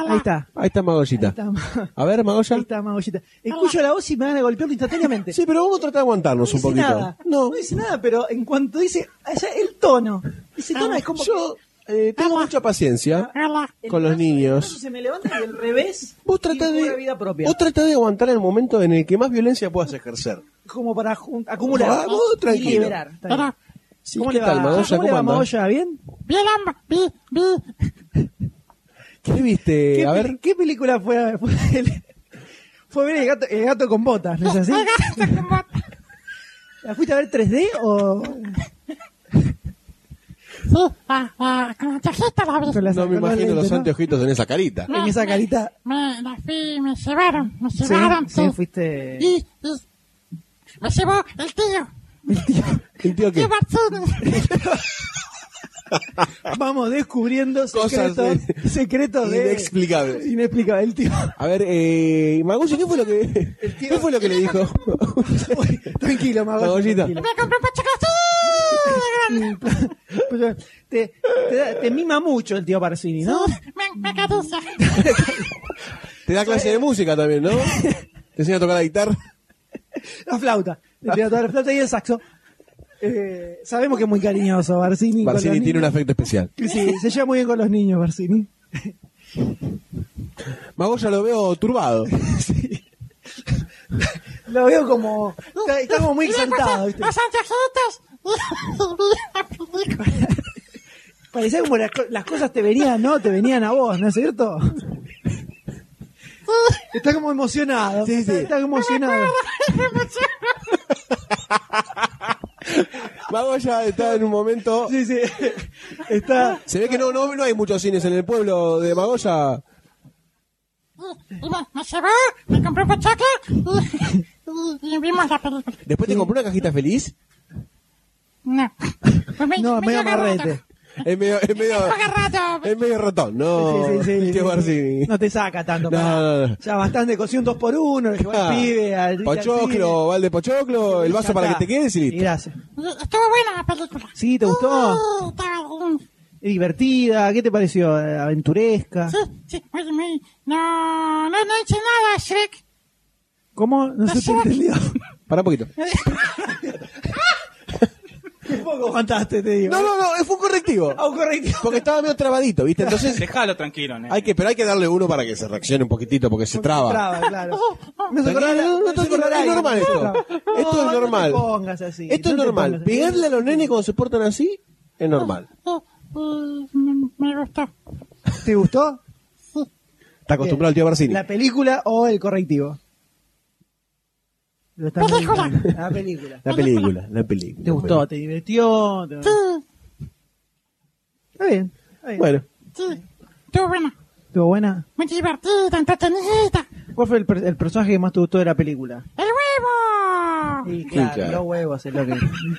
S2: Ahí está.
S9: Ahí está Magoyita.
S2: Está ma-
S9: A ver, Magoya.
S2: Ahí está, Magollita. Escucho la voz y me van a golpear instantáneamente.
S9: Sí, pero vamos a tratar de aguantarnos
S2: no
S9: un
S2: dice
S9: poquito.
S2: nada. No. dice nada, pero en cuanto dice. o sea, el tono. Ese tono
S5: Ah.
S2: es como.
S9: Yo eh, tengo mucha paciencia
S2: que el
S9: con los
S2: brazo- el brazo
S9: niños.
S2: Se me levanta y al revés.
S9: Vos
S2: y
S9: tratá
S2: cobra
S9: de-
S2: vida propia.
S9: Vos tratá de aguantar el momento en el que más violencia puedas ejercer.
S2: Como para jun- acumular.
S9: Ah, vos
S2: y
S9: tranquilo.
S2: liberar. Está bien.
S9: Sí,
S2: ¿Cómo
S9: ¿qué
S2: le va,
S9: tal, Magoya?
S2: ¿Cómo le
S9: ¿Cómo
S2: va
S9: anda?
S2: Magoya? ¿Bien? Bien,
S9: ¿Qué viste?
S2: ¿Qué,
S9: Eh, a
S2: peli-
S9: ver,
S2: ¿Qué película fue? Fue, el- fue ver el gato, el gato con botas, ¿no es así? ¿La fuiste a ver 3D o...?
S13: Sí, ah, ah, con la tarjeta la vi.
S2: Con la-
S9: no me
S2: con los
S9: imagino los
S2: lentes, ¿no?
S9: anteojitos en esa carita.
S13: Me-
S2: en esa
S13: me-
S2: carita.
S13: Me, la fui, me llevaron, me
S2: Sí,
S13: llevaron.
S2: sí, fuiste...
S13: Y, y me llevó el tío.
S9: ¿El tío qué?
S13: Tío Barzudo.
S2: Vamos descubriendo
S9: Cosas
S2: secretos, secretos de...
S9: Inexplicable.
S2: Inexplicable. El tío...
S9: A ver, eh, Magulla, ¿qué fue lo que, ¿qué fue lo que le dijo?
S2: Tranquilo, Magoya.
S9: Magollita.
S2: tranquilo.
S13: Me compré un pachacazú.
S2: Pues, Te, te da- te mima mucho el tío Parcini, ¿no?
S13: Me, me caduza.
S9: Te da clase de música también, ¿no? Te enseña a tocar la guitarra.
S2: La flauta. Te tira toda la flauta y el saxo. Eh, sabemos que es muy cariñoso Barcini. con
S9: Barcini
S2: los
S9: tiene un
S2: niños.
S9: afecto especial.
S2: Sí, se lleva muy bien con los niños, Barcini.
S9: Magoya lo veo turbado.
S2: Lo veo como. está- Está como muy
S13: Y le
S2: exaltado,
S13: puse
S2: ¿viste?
S13: Los anteojitos. Y, y vi la película.
S2: Parecía como las, co- las cosas te venían, ¿no? Te venían a vos, ¿no es cierto? Está como emocionado. Está, está como emocionado.
S9: Magoya está en un momento.
S2: Sí, sí. Está.
S9: Se ve que no, no, no hay muchos cines en el pueblo de Magoya.
S13: Y, y me, me llevó, me compré un pachaca y, y, y vimos la película.
S9: Después te compró una cajita feliz.
S13: No. Pues me,
S2: No,
S13: me
S2: medio
S13: dio garrote.
S2: amarrete.
S9: Es medio, es medio,
S13: Fue garrote.
S9: es medio ratón,
S2: Sí,
S9: ¿no?
S2: sí, sí,
S9: el tío
S2: sí.
S9: Barcini.
S2: No te saca tanto.
S9: No,
S2: pará.
S9: no, no.
S2: Ya bastante coció un 2 por 1 le llevó
S9: Ah,
S2: al pibe, al al pibe.
S9: Pochoclo, balde Pochoclo, el vaso
S2: Ya
S9: para que
S2: está.
S9: te quedes y
S2: Y
S9: listo.
S2: gracias.
S13: Y Estuvo buena la película.
S2: ¿Sí? ¿Te gustó?
S13: Sí, estaba bien.
S2: Es Divertida, ¿qué te pareció? Eh, Aventuresca.
S13: Sí, sí, muy, muy. No, no, no hice nada, Shrek.
S2: ¿Cómo? No sé si
S13: Shrek.
S2: entendió.
S9: Para un poquito.
S2: poco fantaste, te digo.
S9: No, Ah, no, no, fue un correctivo.
S2: un correctivo.
S9: Porque estaba medio trabadito, ¿viste? Entonces,
S3: Dejalo tranquilo, nene.
S9: hay que, pero hay que darle uno para que se reaccione un poquitito, porque se traba.
S2: Traba, claro. Me hizo
S9: Tranquilo,
S2: acordar a-
S9: no, no,
S2: me hizo acordar
S9: tranquilo,
S2: a
S9: es
S2: alguien.
S9: normal esto.
S2: Claro.
S9: Esto es
S2: No,
S9: normal.
S2: No te pongas así.
S9: Esto es
S2: no te
S9: normal.
S2: pongas-
S9: Pegarle a los nenes cuando se portan así es normal.
S13: me, me gustó.
S2: ¿Te gustó?
S9: Está acostumbrado el tío Barcini.
S2: ¿La película o el correctivo? Lo estás
S13: Película.
S2: meditando. La película.
S9: La película, la película.
S2: ¿Te gustó? ¿Te divirtió? Te- Está bien. está bien.
S9: Bueno,
S13: Sí, estuvo buena.
S2: ¿Estuvo buena?
S13: Muy divertida, entretenida.
S2: ¿Cuál fue el, per- el personaje que más te gustó de la película?
S13: ¡El huevo!
S2: Y claro,
S9: claro.
S2: los huevos es lo que...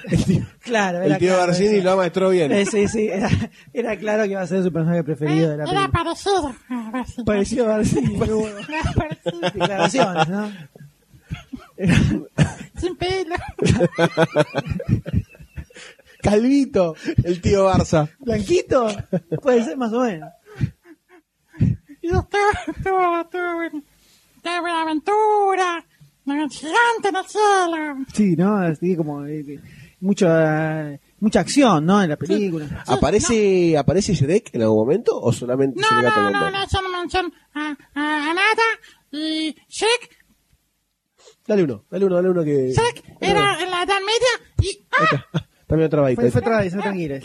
S2: claro, era
S9: el tío
S2: claro
S9: Barcini
S2: eso.
S9: lo maestró bien.
S2: Eh, sí, sí, era, era claro que iba a ser su personaje preferido de la
S13: Era
S2: película.
S13: parecido. a Barcini.
S2: Parecido a Barcini.
S13: Era parecido.
S2: Declaraciones, ¿no?
S13: Sin pelo.
S9: Calvito, el tío Barça.
S2: ¿Blanquito? Puede ser más o menos.
S13: Y estuvo, estuvo, estuvo bueno. Estaba buena aventura. Un gigante en el cielo.
S2: Sí, ¿no? Así como... eh, eh, mucha, mucha acción, ¿no? En la película.
S9: ¿Aparece, ¿Aparece Shrek en algún momento o solamente es
S13: No,
S9: el gato
S13: no,
S9: con
S13: no,
S9: botas?
S13: le hacen mención a, a, a nada. Y Shrek
S9: Dale uno, dale uno, dale uno que.
S13: Shrek era en la Edad Media y ¡ah! Pues,
S9: También otra vaina.
S2: Fue, fue otra vez, no tranquiles.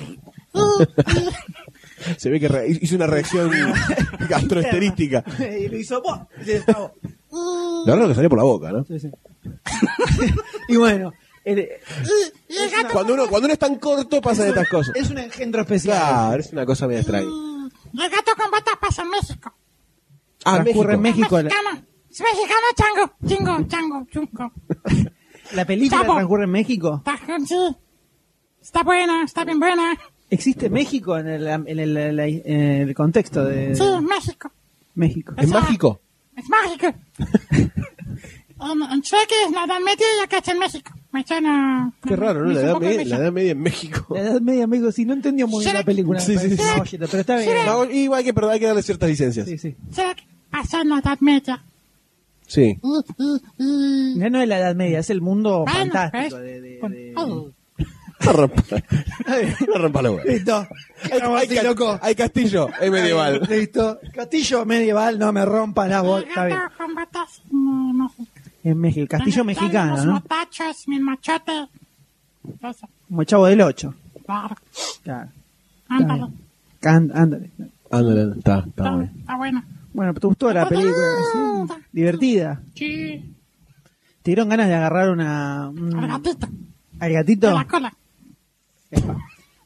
S9: Se ve que re- hizo una reacción gastroesterística.
S2: y lo hizo... ¡buah! Y se desfogó.
S9: La verdad es que salió por la boca, ¿no?
S2: Sí, sí. eh. y bueno, el- eh,
S13: y, y el gato
S9: Cuando uno, cuando uno es tan corto pasan estas cosas.
S2: es un engendro especial.
S9: Claro, es una cosa medio extraña.
S13: y el gato con botas pasa en México.
S9: Ah, México.
S2: Transcurre en México. La,
S13: Mexicano, es mexicano chango, chingo, chango, chungo.
S2: la película
S13: Chapo.
S2: transcurre en México.
S13: Está, sí, está buena, está bien buena.
S2: ¿Existe México en el, en el, en el- en el contexto de
S13: Sí, México,
S2: México?
S9: ¿En
S13: Esa-
S9: México?
S13: es mágico. en, en Shrek es la Edad Media y acá es en México. Me suena...
S9: Qué raro, ¿no?
S13: me
S9: La
S13: hizo
S9: edad,
S13: un poco
S9: media, la
S13: ilusión.
S9: edad media en México.
S2: La Edad Media México, sí, no entendió muy bien la
S13: Shrek.
S2: película. me
S9: Sí, sí,
S2: parece
S9: sí.
S2: una bolleta, pero está bien.
S9: Vamos, Igual hay que, pero hay que darle ciertas licencias.
S2: Sí, sí.
S13: Shrek pasó en la Edad Media.
S9: Sí.
S13: Y, y,
S9: Mm.
S13: y...
S2: Ya no es la Edad Media, es el mundo
S13: Bueno,
S2: fantástico.
S13: ¿ves?
S2: De, de-
S13: Con-
S2: de-
S13: Oh.
S9: No rompa, no rompa la hueá.
S2: Listo.
S9: Hay,
S2: Vamos
S9: hay
S2: así,
S9: ca-
S2: loco.
S9: hay castillo, es medieval.
S2: Listo. Castillo medieval, no me rompa la
S13: El
S2: bola. Está bien.
S13: gato con botas en México.
S2: En México. Castillo
S13: Tengo- tengo
S2: mexicano,
S13: unos
S2: ¿no?
S13: motachos, mi machote. Eso,
S2: Como el Chavo del Ocho.
S13: claro.
S2: Claro.
S13: Ándale.
S2: Can- Ándale.
S9: Ándale, ándale, está, está
S13: Está,
S9: bien.
S13: está bueno.
S2: Bueno, ¿te gustó la película? Sí. Divertida.
S13: Sí.
S2: ¿Te dieron ganas de agarrar una, un,
S13: Al gatito.
S2: al
S13: De
S2: gatito
S13: la cola.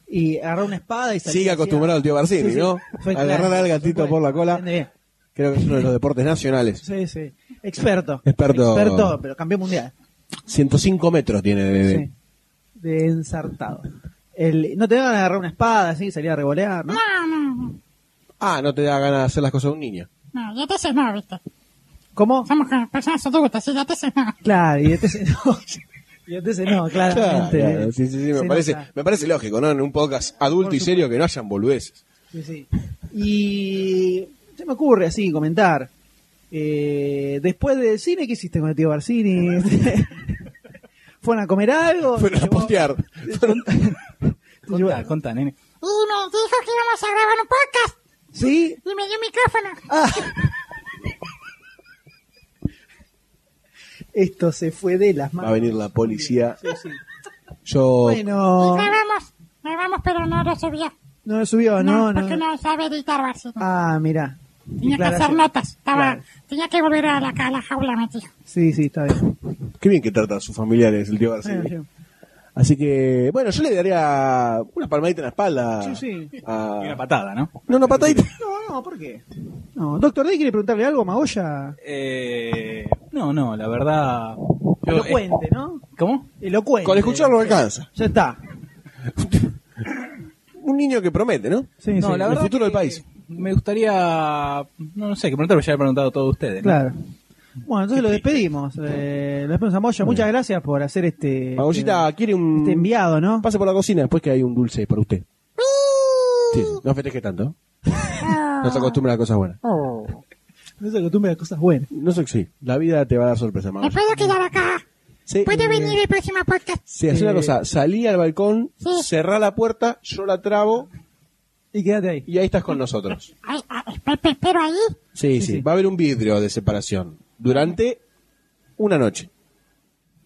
S2: y agarrar una espada y salir?
S9: Sigue acostumbrado el tío Barcini,
S2: Sí, sí.
S9: ¿no?
S2: Fue
S9: Agarrar
S2: claro.
S9: al gatito
S2: Fue
S9: por la cola.
S2: Entiende bien.
S9: Creo que es uno de los deportes nacionales.
S2: Sí, sí. Experto.
S9: Experto.
S2: Experto, pero campeón mundial.
S9: 105 metros tiene de, de-
S2: Sí. De ensartado. El, no te van a agarrar una espada, así, salir a revolear, ¿no?
S13: No, no, no.
S9: Ah, no te da ganas de hacer las cosas de un niño.
S13: No, yo te sé no, viste.
S2: ¿Cómo?
S13: Somos con personas adultas, sí, yo te sé no.
S2: Claro, y este se no. Y este se no,
S9: Claro,
S2: claramente.
S9: claro, sí, sí, sí, me
S2: Se
S9: parece,
S2: nota.
S9: me parece lógico, ¿no? En un podcast adulto
S2: Por
S9: y serio que no hayan boludeces.
S2: Sí, sí. Y se me ocurre así comentar. eh, después del cine, ¿qué hiciste con el tío Barcini? ¿Fueron a comer algo?
S9: Fueron a
S2: Llevó-
S9: postear.
S2: te llevó-
S3: Contá, contá, nene.
S13: Y me dijo que íbamos a grabar un podcast.
S2: ¿Sí?
S13: Y me dio un micrófono.
S2: Ah. Esto se fue de las
S9: Va
S2: manos.
S9: a venir la policía.
S2: Sí, sí.
S9: Yo.
S2: Bueno,
S13: Y grabamos. Grabamos, pero no lo subió.
S2: no lo subió, no, no.
S13: Porque no sabe editar, Barcino.
S2: Ah, mira.
S13: tenía que hacer notas. Estaba,
S2: Claro.
S13: Tenía que volver a la, a la jaula, me dijo.
S2: Sí, sí, está bien.
S9: Qué bien que trata a sus familiares el tío García.
S2: Bueno,
S9: Así que, bueno, yo le daría una palmadita en la
S2: Sí,
S9: espalda.
S2: sí.
S9: a-
S3: Y una patada, ¿no?
S9: No, una patadita.
S2: No, no, ¿por qué? No, Doctor D quiere preguntarle algo a Magoya.
S3: Eh, no, no, la verdad. yo-
S2: Elocuente, ¿no?
S3: eh, ¿Cómo?
S2: Elocuente.
S9: Con escucharlo eh. alcanza.
S2: Ya está.
S9: Un niño que promete, ¿no?
S2: Sí, Este,
S3: No,
S2: sí.
S3: la
S9: el
S3: verdad
S9: futuro del
S3: que
S9: país.
S3: Me gustaría. No, no sé, que preguntar, porque ya he preguntado todos ustedes. ¿no?
S2: Claro. Bueno, entonces lo despedimos. Eh, lo despedimos a Moya. Muchas gracias por hacer este,
S9: Magollita
S2: este,
S9: quiere un.
S2: este enviado, ¿no?
S9: Pase por la cocina después que hay un dulce para usted. Sí, no festeje tanto.
S13: Ah.
S9: No se acostumbra a cosas buenas.
S2: No se acostumbre a cosas buenas.
S9: No sé si. La vida te va a dar sorpresa, Magoya.
S13: Después de quedar acá.
S9: Se-
S13: ¿Puede venir el próximo podcast?
S9: Se hace una cosa, salí al balcón,
S13: Sí.
S9: cerrá la puerta, yo la trabo
S2: y quédate ahí.
S9: Y ahí estás con nosotros.
S13: Ay, ah, ay, pe- pe- pero ahí,
S9: Sí, sí, Va a haber un vidrio de separación durante una noche.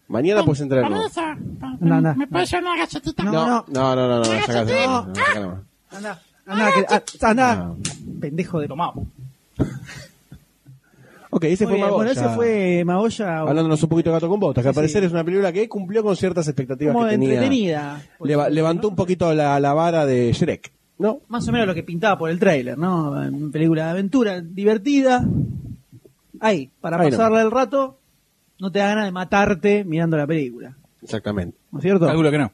S9: Mañana puedes entrar. de nuevo.
S13: permiso.
S2: No, no.
S13: Ah, ¿Me puedes llevar una galletita?
S9: No, no, no, no, no,
S13: Una
S9: sacá-
S13: galletita.
S9: no, no, sacá nomás.
S2: Ah. Anda, anda, que- ah, anda. Pendejo de tomado.
S9: Ok, ese fue Magoya.
S2: Bueno, ese fue Magoya.
S9: Hablándonos un poquito de gato con botas, que al
S2: Sí,
S9: parecer
S2: sí.
S9: es una película que cumplió con ciertas expectativas
S2: Como
S9: que tenía.
S2: entretenida. pues.
S9: Leva- levantó un poquito la, la vara de Shrek. ¿No?
S2: Más o menos lo que pintaba por el tráiler, ¿no? Una película de aventura divertida. Ahí, para
S9: Ahí
S2: pasarle el rato, no te da ganas de matarte mirando la película.
S9: Exactamente.
S2: ¿No es cierto?
S3: Calculo que no.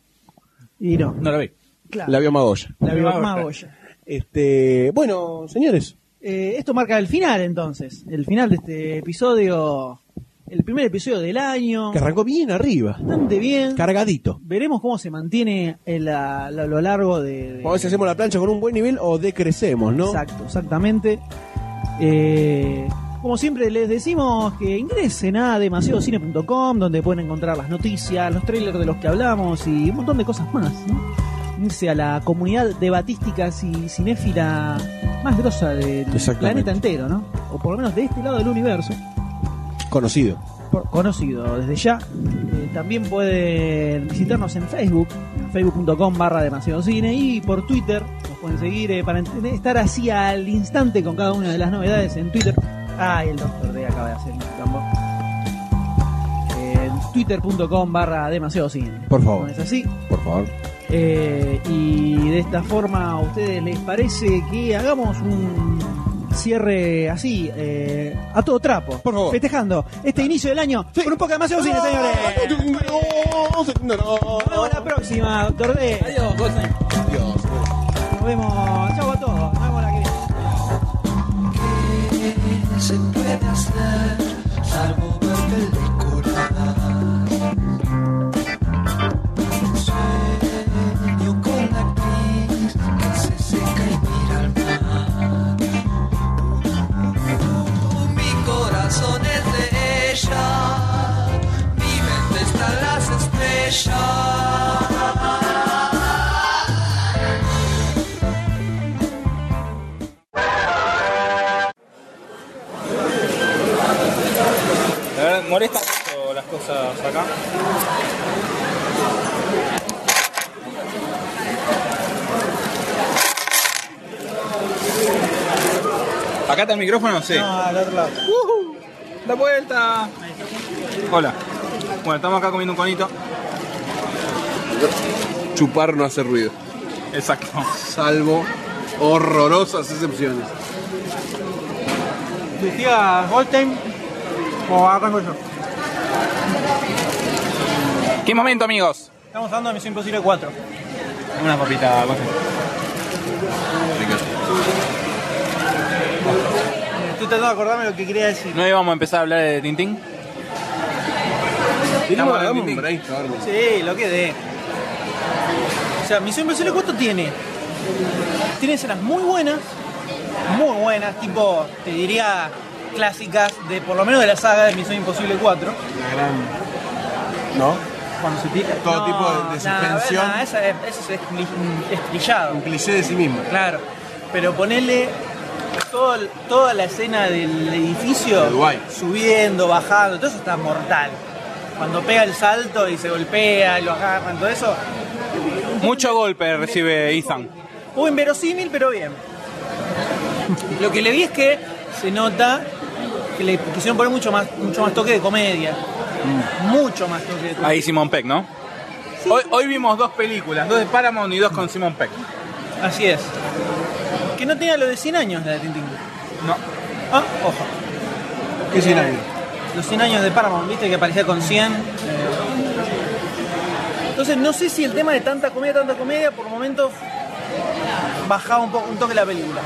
S2: Y no.
S3: No la vi.
S2: Claro.
S9: La vio Magoya.
S2: La vio Magoya.
S9: Este, bueno, señores,
S2: Eh, esto marca el final, entonces. El final de este episodio. El primer episodio del año.
S9: que arrancó bien arriba,
S2: Bastante bien.
S9: cargadito.
S2: Veremos cómo se mantiene el- la- la- lo largo de, de-
S9: A ver si hacemos la plancha con un buen nivel o decrecemos, ¿no?
S2: Exacto, exactamente. Eh, como siempre les decimos que ingresen a demasiadocine.com donde pueden encontrar las noticias, los trailers de los que hablamos y un montón de cosas más. ¿no? Unirse a la comunidad debatística y cinéfila más grosa del
S9: Exactamente.
S2: planeta entero, ¿no? O por lo menos de este lado del universo
S9: Conocido.
S2: por- conocido desde ya. Eh, también pueden visitarnos en Facebook, facebook.com barra demasiado cine y por Twitter nos pueden seguir eh, para ent- estar así al instante con cada una de las novedades en Twitter. Ah, el doctor D acaba de hacer un tambo. En twitter.com barra demasiado cine.
S9: Por
S2: ¿No
S9: favor,
S2: es así?
S9: por favor.
S2: Eh, y de esta forma, ¿a ustedes les parece que hagamos un cierre así, eh, a todo trapo?
S9: Por favor.
S2: Festejando este inicio del año con un poco de demasiado cine, señores. Nos vemos la próxima, doctor D.
S3: Adiós, Goldstein.
S9: Dios.
S2: Nos vemos. Chau a todos. Nos vemos la que viene.
S17: se puede hacer salvo ver película. Sueño con la actriz que se seca y mira al mar. Mi corazón es de ella, mi mente está en las estrellas.
S3: La verdad, molesta mucho las cosas acá. ¿Acá está el micrófono? Sí. ¡Da vuelta! Hola. Bueno, estamos acá comiendo un conito.
S5: Chupar no hace ruido.
S3: Exacto.
S5: Salvo horrorosas excepciones.
S2: ¿Decía Goldstein
S5: pues,
S2: o arranco yo?
S3: ¿Qué momento, amigos?
S2: Estamos hablando de Misión Imposible 4.
S3: Una papita, Goldstein.
S2: Estoy tratando de acordarme lo que quería decir.
S3: ¿No íbamos a empezar a hablar de Tintín?
S5: Tenemos
S3: Estamos
S5: hagamos
S3: en
S5: un
S3: Tintín.
S5: brainstorm.
S2: Sí, lo que dé. O sea, Misión Imposible, ¿cuánto tiene? Tiene escenas muy buenas, muy buenas, tipo, te diría clásicas de por lo menos de la saga de Misión Imposible 4.
S9: ¿No?
S2: Cuando se tira.
S5: Todo tipo de- de suspensión.
S2: No, esa es- eso es cli- un estrillado.
S5: Un cliché de sí mismo.
S2: Claro. Pero ponele todo el- toda la escena del edificio
S5: De Dubái.
S2: subiendo, bajando, todo eso está mortal. Cuando pega el salto y se golpea y lo agarran, todo eso.
S3: Mucho golpe recibe Ethan.
S2: Un inverosímil, pero bien. Lo que le vi es que se nota que le quisieron poner mucho más, mucho más toque de comedia.
S5: Mm.
S2: Mucho más toque de comedia.
S3: Ahí Simon Peck, ¿no? Hoy, hoy vimos dos películas, dos de Paramount y dos con Simon Peck.
S2: Así es. Que no tenía lo de 100 años la de Tintín.
S3: No.
S2: Ah, ojo.
S9: ¿Qué 100 años?
S2: Los 100 años de Paramount, viste que aparecía con 100. eh. Entonces no sé si el tema de tanta comedia, tanta comedia, por momentos bajaba un poco un toque la película.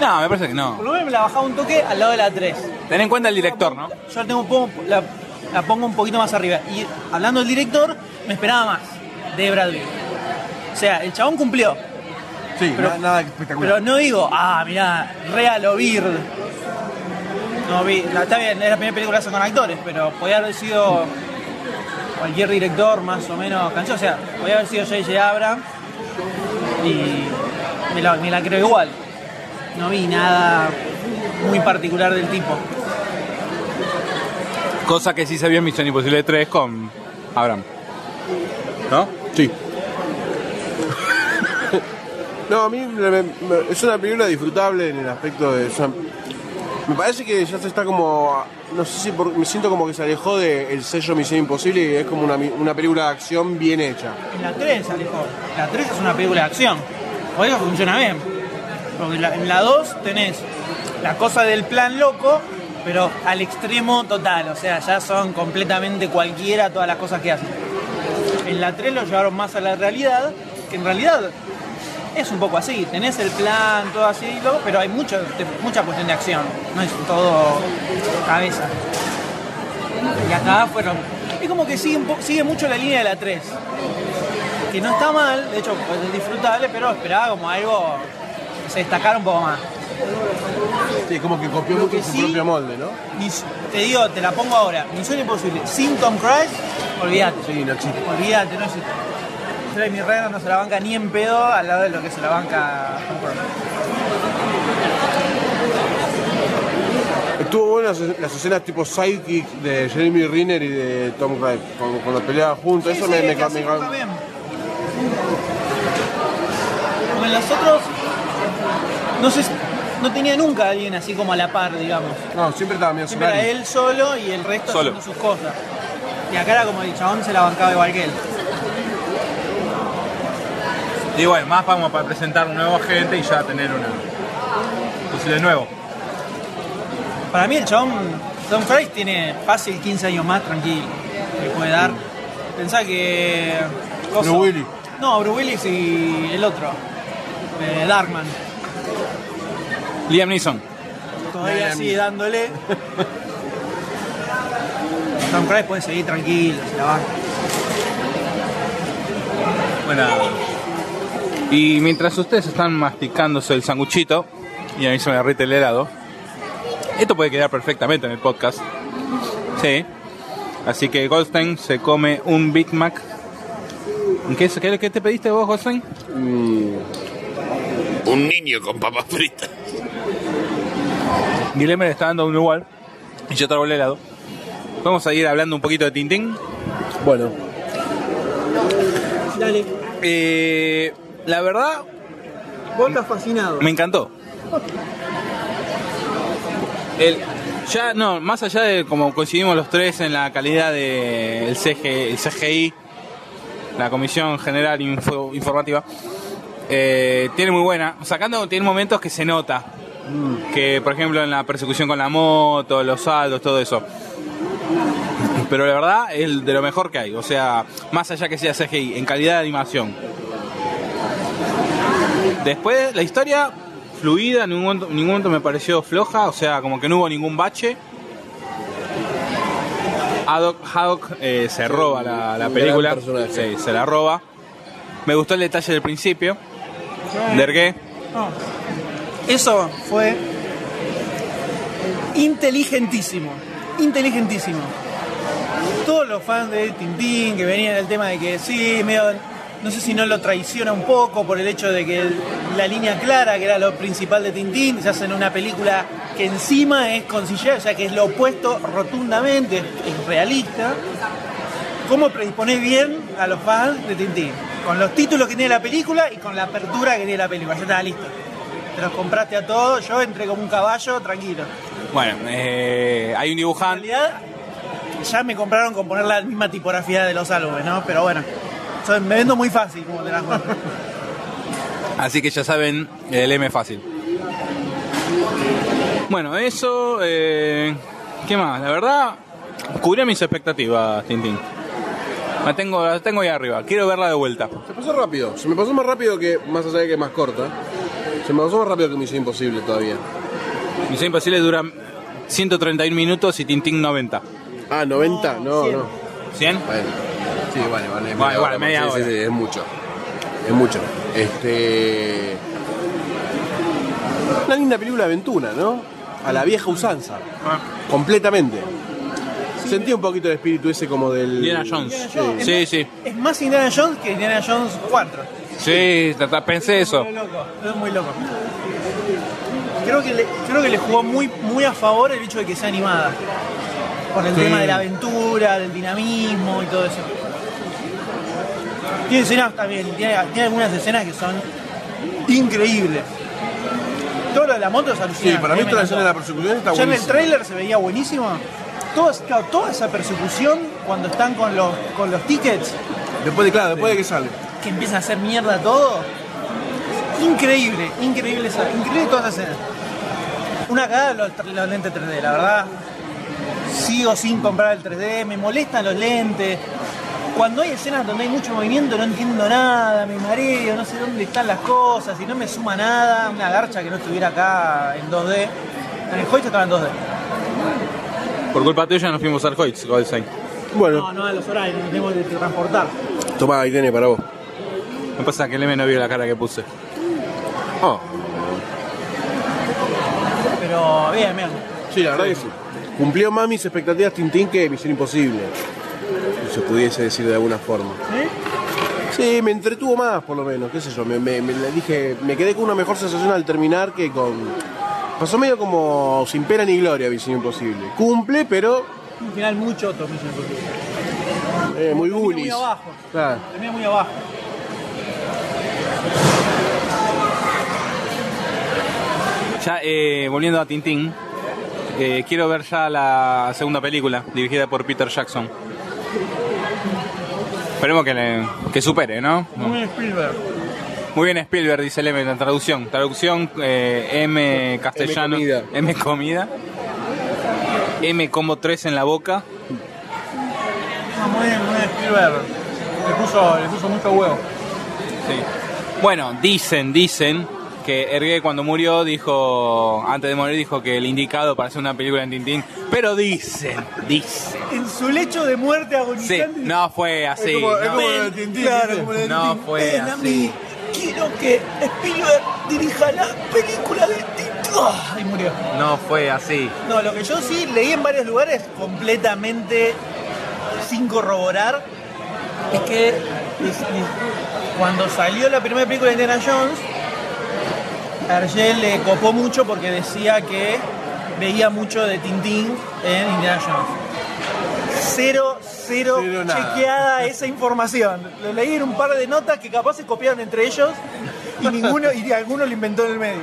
S3: No, me parece que no.
S2: Por lo menos me la bajaba un toque al lado de la 3.
S3: Ten en cuenta el director, ¿no?
S2: Yo la, tengo un poco, la, la pongo un poquito más arriba. Y hablando del director, me esperaba más de Brad Pitt. O sea, el chabón cumplió.
S5: Sí,
S2: Pero-
S5: na- nada espectacular.
S2: Pero no digo, ah, mirá, Real o Bird. No vi, la- está bien, es la primera película que hacen con actores, pero podía haber sido cualquier director más o menos cansado. O sea, voy a haber sido J.J. Abrams y me la, me la creo igual. No vi nada muy particular del tipo.
S3: Cosa que sí se vio en Misión Imposible 3 con Abraham. ¿No?
S5: Sí. No, a mí me- me- me- es una película disfrutable en el aspecto de. o sea, me parece que ya se está como. No sé si por- me siento como que se alejó del sello Misión Imposible y es como una, mi- una película de acción bien hecha.
S2: En la 3, Alejo. La 3 es una película de acción. Por eso funciona bien. Porque la- en la 2 tenés la cosa del plan loco, pero al extremo total. O sea, ya son completamente cualquiera todas las cosas que hacen. En la 3 lo llevaron más a la realidad, que en realidad es un poco así. Tenés el plan, todo así, y lo- pero hay mucho, te- mucha cuestión de acción. No es todo cabeza. Y acá fueron. Es como que sigue, un po- sigue mucho la línea de la 3 que no está mal, de hecho pues, es disfrutable, pero esperaba como algo que se destacara un poco más.
S5: Sí, como que copió
S2: Lo
S5: mucho
S2: que
S5: su
S2: sí-
S5: propio molde, ¿no?
S2: Mis- te digo, te la pongo ahora, Misión Imposible, sin Tom Cruise, olvídate.
S5: Sí, no existe.
S2: Olvídate, no existe. Jeremy Renner no se la banca ni en pedo al lado de lo que se la banca Tom
S5: Estuvo buenas las las escenas tipo sidekicks de Jeremy Renner y de Tom Cruise cuando, cuando peleaban juntos. Eso me, me, me-
S2: Como en los otros, no sé, si- no tenía nunca a alguien así como a la par, digamos.
S5: No, siempre estaba medio
S2: Siempre era
S5: solari.
S2: él solo y el resto
S5: Solo.
S2: haciendo sus cosas. Y acá era como el chabón se la bancaba igual que él.
S3: Digo, es más vamos para presentar un nuevo agente y ya tener una. Posible nuevo.
S2: Para mí el chabón, Tom Cruise tiene fácil 15 años más tranquilo. Le puede dar. Pensá que... cosa-
S5: Bruce Willis.
S2: No, Bruce Willis y el otro. eh, Darkman.
S3: Liam Neeson.
S2: Todavía sigue dándole. Tom Cruise puede seguir tranquilo, se la banca.
S3: Bueno. Y mientras ustedes están masticándose el sanguchito, y a mí se me derrite el helado, esto puede quedar perfectamente en el podcast. Sí. Así que Goldstein se come un Big Mac. ¿Qué, es- qué, qué te pediste vos, Goldstein?
S18: Mm. Un niño con papas fritas.
S3: Guillermo le está dando un igual. Y yo traigo el helado. Vamos a ir hablando un poquito de Tintín.
S5: Bueno.
S2: Dale.
S3: Eh, la verdad,
S2: Vos estás fascinado.
S3: me encantó. El, ya, no, más allá de como coincidimos los tres en la calidad del CG, el CGI, la Comisión General Info- Informativa, eh, tiene muy buena. Sacando, tiene momentos que se nota. Que, por ejemplo, en la persecución con la moto, los saldos, todo eso. Pero la verdad, es de lo mejor que hay. O sea, más allá que sea CGI, en calidad de animación. Después, la historia fluida, en ningún momento, en ningún momento me pareció floja, o sea, como que no hubo ningún bache. Haddock, Haddock, eh, se roba la, la
S5: un gran
S3: película,
S5: personaje.
S3: Sí, se la roba. Me gustó el detalle del principio, Dergué.
S2: No. Ah. Eso fue inteligentísimo, inteligentísimo. Todos los fans de Tintín que venían del tema de que sí, medio, no sé si no lo traiciona un poco por el hecho de que el- la línea clara, que era lo principal de Tintín, se hacen una película que encima es conciliar, o sea que es lo opuesto rotundamente, es realista. ¿Cómo predisponés bien a los fans de Tintín? Con los títulos que tiene la película y con la apertura que tiene la película. Ya está listo. Te los compraste a todos, yo entré como un caballo, tranquilo.
S3: Bueno, eh, hay un dibujante.
S2: En realidad, ya me compraron con poner la misma tipografía de los álbumes, ¿no? Pero bueno, soy- me vendo muy fácil, como te das cuenta.
S3: Así que ya saben, el M es fácil. Bueno, eso. eh, ¿Qué más? La verdad, cubrió mis expectativas, Tintín. La tengo, la tengo ahí arriba. Quiero verla de vuelta.
S5: Se pasó rápido. Se me pasó más rápido que, más allá de que es más corta, se me pasó más rápido que Misión Imposible todavía.
S3: Misión Imposible dura 131 minutos y Tintín 90.
S5: Ah, 90, no, no.
S3: ¿100?
S5: Sí, vale, vale.
S3: Vale,
S5: hora
S3: vale, media
S5: más. Sí,
S3: hora.
S5: sí, sí, es mucho. Es mucho. Este. Una
S3: Ah.
S5: linda película de aventura, ¿no? A la vieja usanza. Completamente.
S2: Sí,
S5: Sentí un poquito el espíritu ese como del.
S3: Indiana Jones.
S5: Sí.
S3: Sí, sí.
S2: Es más Indiana Jones que Indiana Jones 4.
S3: Sí, ta- ta- pensé eso.
S2: Muy loco, es muy loco. Creo que le, creo que le jugó muy, muy a favor el hecho de que sea animada. Con el
S3: Sí.
S2: tema de la aventura, del dinamismo y todo eso. Tiene escenas también, tiene, tiene algunas escenas que son increíbles. Todo lo de la moto es alucinante.
S5: Sí, para mí
S2: me encantó.
S5: toda la escena de la persecución
S2: Ya
S5: está
S2: en el
S5: buenísima.
S2: tráiler se veía buenísima. Toda, claro, toda esa persecución cuando están con los, con los tickets,
S5: Después de, claro, después de que sale.
S2: que empiezan a hacer mierda todo. Increíble, increíble esa, increíble toda esa escena. Una cagada los, los lentes 3D, la verdad. Sigo sin comprar el 3D, me molestan los lentes. Cuando hay escenas donde hay mucho movimiento no entiendo nada, me mareo, no sé dónde están las cosas y no me suma nada. Una garcha que no estuviera acá en 2D. En el joystick estaba en 2D.
S3: Por culpa tuya nos fuimos al Hoyts, Goldstein.
S5: Bueno,
S2: No, no a los horarios, nos tenemos que transportar.
S5: toma ahí tiene para vos.
S3: Me pasa que el M no vio la cara que puse.
S5: Oh.
S2: Pero bien, bien.
S5: Sí, la verdad que sí. Cumplió más mis expectativas Tintín que Misión Imposible. Si se pudiese decir de alguna forma. Sí, me entretuvo más por lo menos, qué sé yo. Me, me- me- le dije, me quedé con una mejor sensación al terminar que con. Pasó medio como sin pena ni gloria Misión Imposible. Cumple, pero
S2: Un final muy choto, Mission Impossible.
S5: eh, muy
S2: Termina muy
S5: gulis.
S2: abajo.
S5: Claro.
S2: Termina muy abajo.
S3: Ya, eh, volviendo a Tintín, eh, quiero ver ya la segunda película dirigida por Peter Jackson. Esperemos que, le- que supere, ¿no?
S2: Muy Spielberg.
S3: Muy bien Spielberg, dice el M en traducción. Traducción eh, M castellano. M comida. M como tres en la boca.
S2: Ah, Muy bien, muy bien Spielberg. Le puso, le puso mucho huevo.
S3: Sí. Bueno, dicen, dicen que Hergé cuando murió dijo, antes de morir dijo que el indicado para hacer una película en Tintín, pero dicen, dicen.
S2: En su lecho de muerte
S3: Sí,
S2: agonizante.
S3: no fue así.
S2: como- es
S3: no.
S2: como lo de Tintín,
S3: Claro.
S2: es como lo de
S3: No
S2: Tintín.
S3: fue
S2: Ven a
S3: así.
S2: mí, Quiero que Spielberg dirija la película de Tito. Ah, Y murió.
S3: No fue así.
S2: No, lo que yo sí leí en varios lugares completamente sin corroborar es que es- es- cuando salió la primera película de Indiana Jones, Hergé le copó mucho porque decía que veía mucho de Tintín en Indiana Jones. Cero, cero,
S5: nada.
S2: chequeada esa información. Lo leí en un par de notas que capaz se copiaron entre ellos y ninguno y alguno lo inventó en el medio.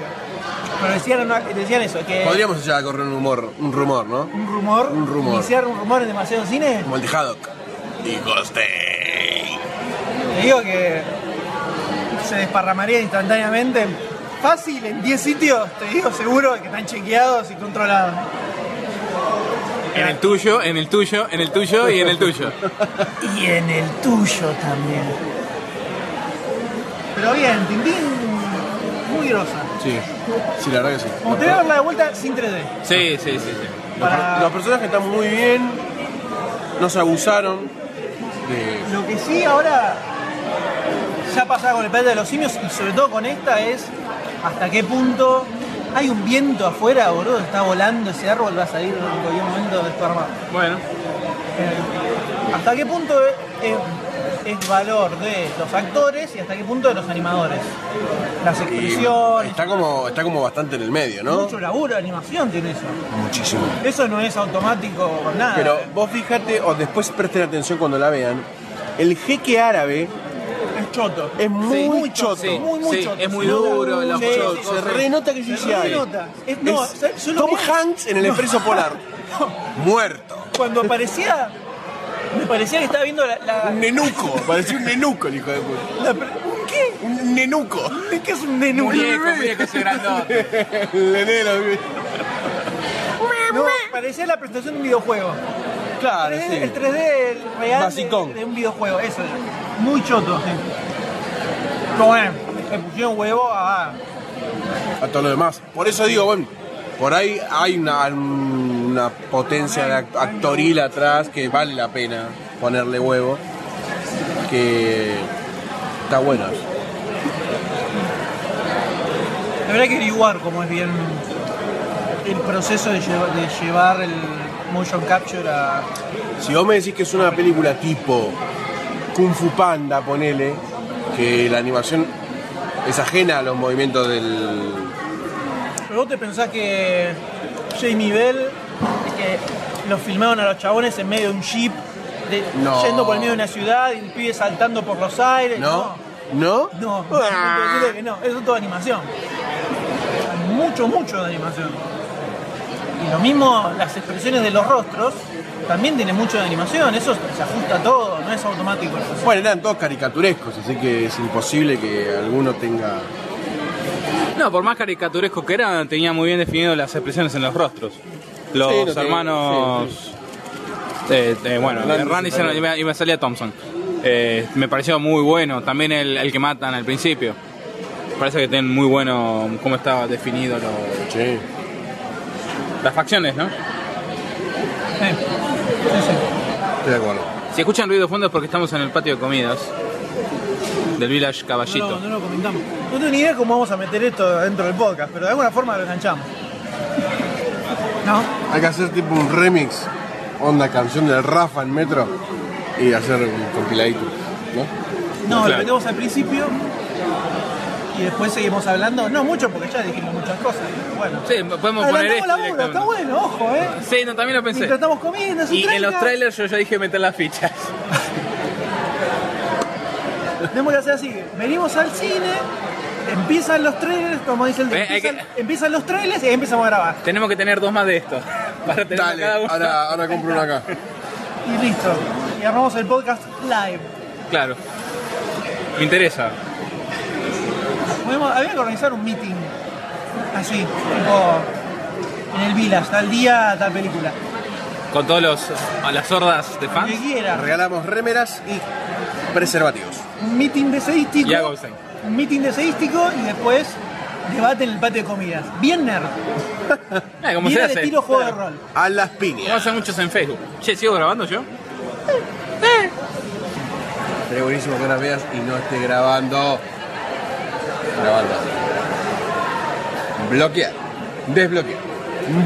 S2: Pero decían, una- decían eso, que
S5: Podríamos ya correr un rumor, un rumor, ¿no?
S2: un rumor,
S5: Un rumor.
S2: iniciar un rumor en demasiado cine,
S5: Como el de Haddock. Y Goldstein.
S2: te digo que se desparramaría instantáneamente. Fácil, en 10 sitios, te digo seguro que están chequeados y controlados.
S3: En el tuyo, en el tuyo, en el tuyo y en el tuyo.
S2: Y en el tuyo también. Pero bien, Tintín, muy grosa.
S5: Sí, sí, la verdad que sí.
S2: Como te voy a darla de vuelta sin 3D.
S3: Sí, sí, sí. sí.
S5: Los, per- los personajes están muy bien, no se abusaron. de-
S2: Lo que sí ahora ya pasaba con el planeta de los simios y sobre todo con esta es hasta qué punto hay un viento afuera, boludo, está volando ese árbol, va a salir en cualquier momento de esto armado.
S3: Bueno.
S2: ¿Hasta qué punto es, es- es valor de los actores y hasta qué punto de los animadores? Las
S5: y
S2: expresiones,
S5: está como, está como bastante en el medio, ¿no?
S2: mucho laburo, animación tiene eso.
S5: Muchísimo.
S2: Eso no es automático con nada.
S5: Pero vos fijate, o después presten atención cuando la vean, el jeque árabe
S2: es choto.
S5: Es muy,
S2: muy
S5: choto.
S2: choto, muy, muy choto.
S3: es muy
S5: No,
S3: duro, la
S5: sí,
S3: mucho-
S5: sí, Se renota que yo
S2: Se renota. Es- no, ¿sabes? Yo lo
S5: Tom
S2: vi-
S5: Hanks en el
S2: No.
S5: expreso polar. Muerto.
S2: Cuando aparecía, me parecía que estaba viendo la. la-
S5: Un nenuco. Parecía un nenuco el hijo de puta.
S2: la pre- ¿un ¿Qué?
S5: Un nenuco.
S2: ¿Qué es un nenuco?
S3: Muñeco, muñeco ese grandote.
S5: El nenero.
S2: No, parecía la presentación de un videojuego.
S5: Claro,
S2: 3D,
S5: sí.
S2: El 3D real de,
S5: Basicón.
S2: de un videojuego, eso. es. Muy choto. sí. Pero bueno, le pusieron huevo a.
S5: A todo lo demás. Por eso digo, bueno, por ahí hay una, una potencia de act- actoril atrás que vale la pena ponerle huevo. Que está buena.
S2: Habrá que averiguar cómo es bien el proceso de, lleva- de llevar el, motion capture a.
S5: Si vos me decís que es una película tipo Kung Fu Panda, ponele, que la animación es ajena a los movimientos del.
S2: Pero vos te pensás que Jamie Bell es que los filmaron a los chabones en medio de un jeep, de-
S5: No.
S2: yendo por el medio de una ciudad y el pibe saltando por los aires.
S5: ¿No? Ah. ¿No?
S2: No, no, no, decirle que no, eso es toda animación. Hay Mucho, mucho de animación. Y lo mismo, las expresiones de los rostros también tiene mucho de animación, eso se ajusta a todo, no es automático.
S5: Bueno, eran todos caricaturescos, así que es imposible que alguno tenga.
S3: No, por más caricaturesco que era, tenía muy bien definido las expresiones en los rostros. Los
S19: Sí, lo tenía,
S3: hermanos. eh, eh, bueno,
S19: Randy
S3: Randy
S19: se-
S3: se- y me- y me salía Thompson. Eh, me pareció muy bueno. También el, el que matan al principio. Parece que tienen muy bueno cómo estaba definido lo- las facciones, ¿no?
S5: Estoy de acuerdo.
S3: Si escuchan ruido de fondo es porque estamos en el patio de comidas del Village Caballito.
S2: No, no lo comentamos. No tengo ni idea cómo vamos a meter esto dentro del podcast, pero de alguna forma lo enganchamos. ¿No?
S5: Hay que hacer tipo un remix, onda canción del Rafa en Metro, y hacer un compiladito, ¿no?
S2: No, lo metemos al principio y después seguimos hablando. No mucho porque ya dijimos muchas cosas. Bueno.
S3: Sí, podemos poner
S2: Adelantamos
S3: esto
S2: laburo, está bueno, ojo, eh.
S3: Sí, no, también lo pensé.
S2: Mientras estamos comiendo, es un
S3: Y en los
S2: tranca.
S3: trailers yo ya dije meter las fichas.
S2: Tenemos que hacer así. Venimos al cine, empiezan los trailers, como dice el
S3: Eh, hay
S2: empiezan, empiezan los trailers y ahí empezamos a grabar.
S3: Tenemos que tener dos más de estos. Para tener
S2: Dale,
S3: cada uno.
S2: ahora-
S5: ahora compro una acá.
S2: Y listo. Y armamos el podcast live.
S3: Claro. Me interesa.
S2: Podemos- había que organizar un meeting. Así, tipo, en el Village, tal día, tal película.
S3: Con todos los a las hordas de fans.
S2: Que quiera.
S5: Regalamos remeras y preservativos.
S2: Un meeting de
S3: Y a
S2: sedístico.
S3: Goldstein.
S2: Un meeting de sedístico y después debate en el patio de comidas. Bien nerd.
S3: Eh, como
S2: Bien
S3: se
S2: al
S3: hace.
S2: estilo juego de rol.
S5: A las piñas.
S3: Como hacen muchos en Facebook. Che, ¿sigo grabando yo?
S5: Sería buenísimo que las veas y no esté grabando. Grabando. Bloquear. Desbloquear.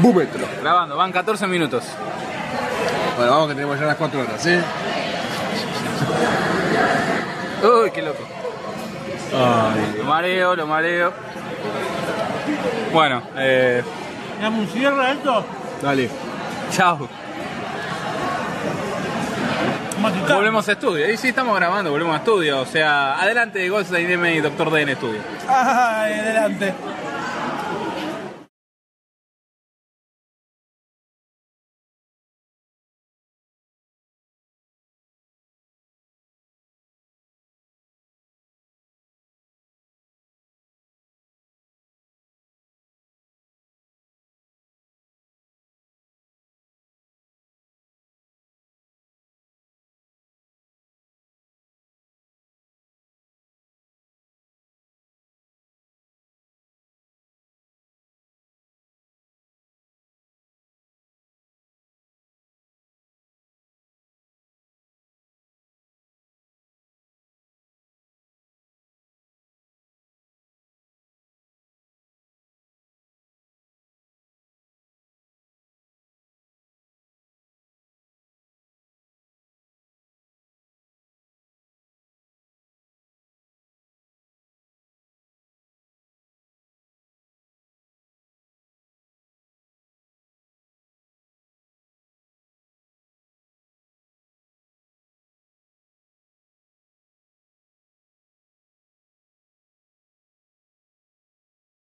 S5: Búmetro.
S3: Grabando, van 14 minutos.
S5: Bueno, vamos que tenemos ya las 4 horas, ¿eh?
S3: Uy, qué loco. Lo mareo, lo mareo. Bueno, eh.
S2: ¿La cierra esto?
S5: Dale.
S3: Chao. Volvemos a estudio. Y sí, estamos grabando, volvemos a estudio. O sea, adelante, Goldstein, dime Doctor D en estudio.
S2: Ay, Ah, adelante.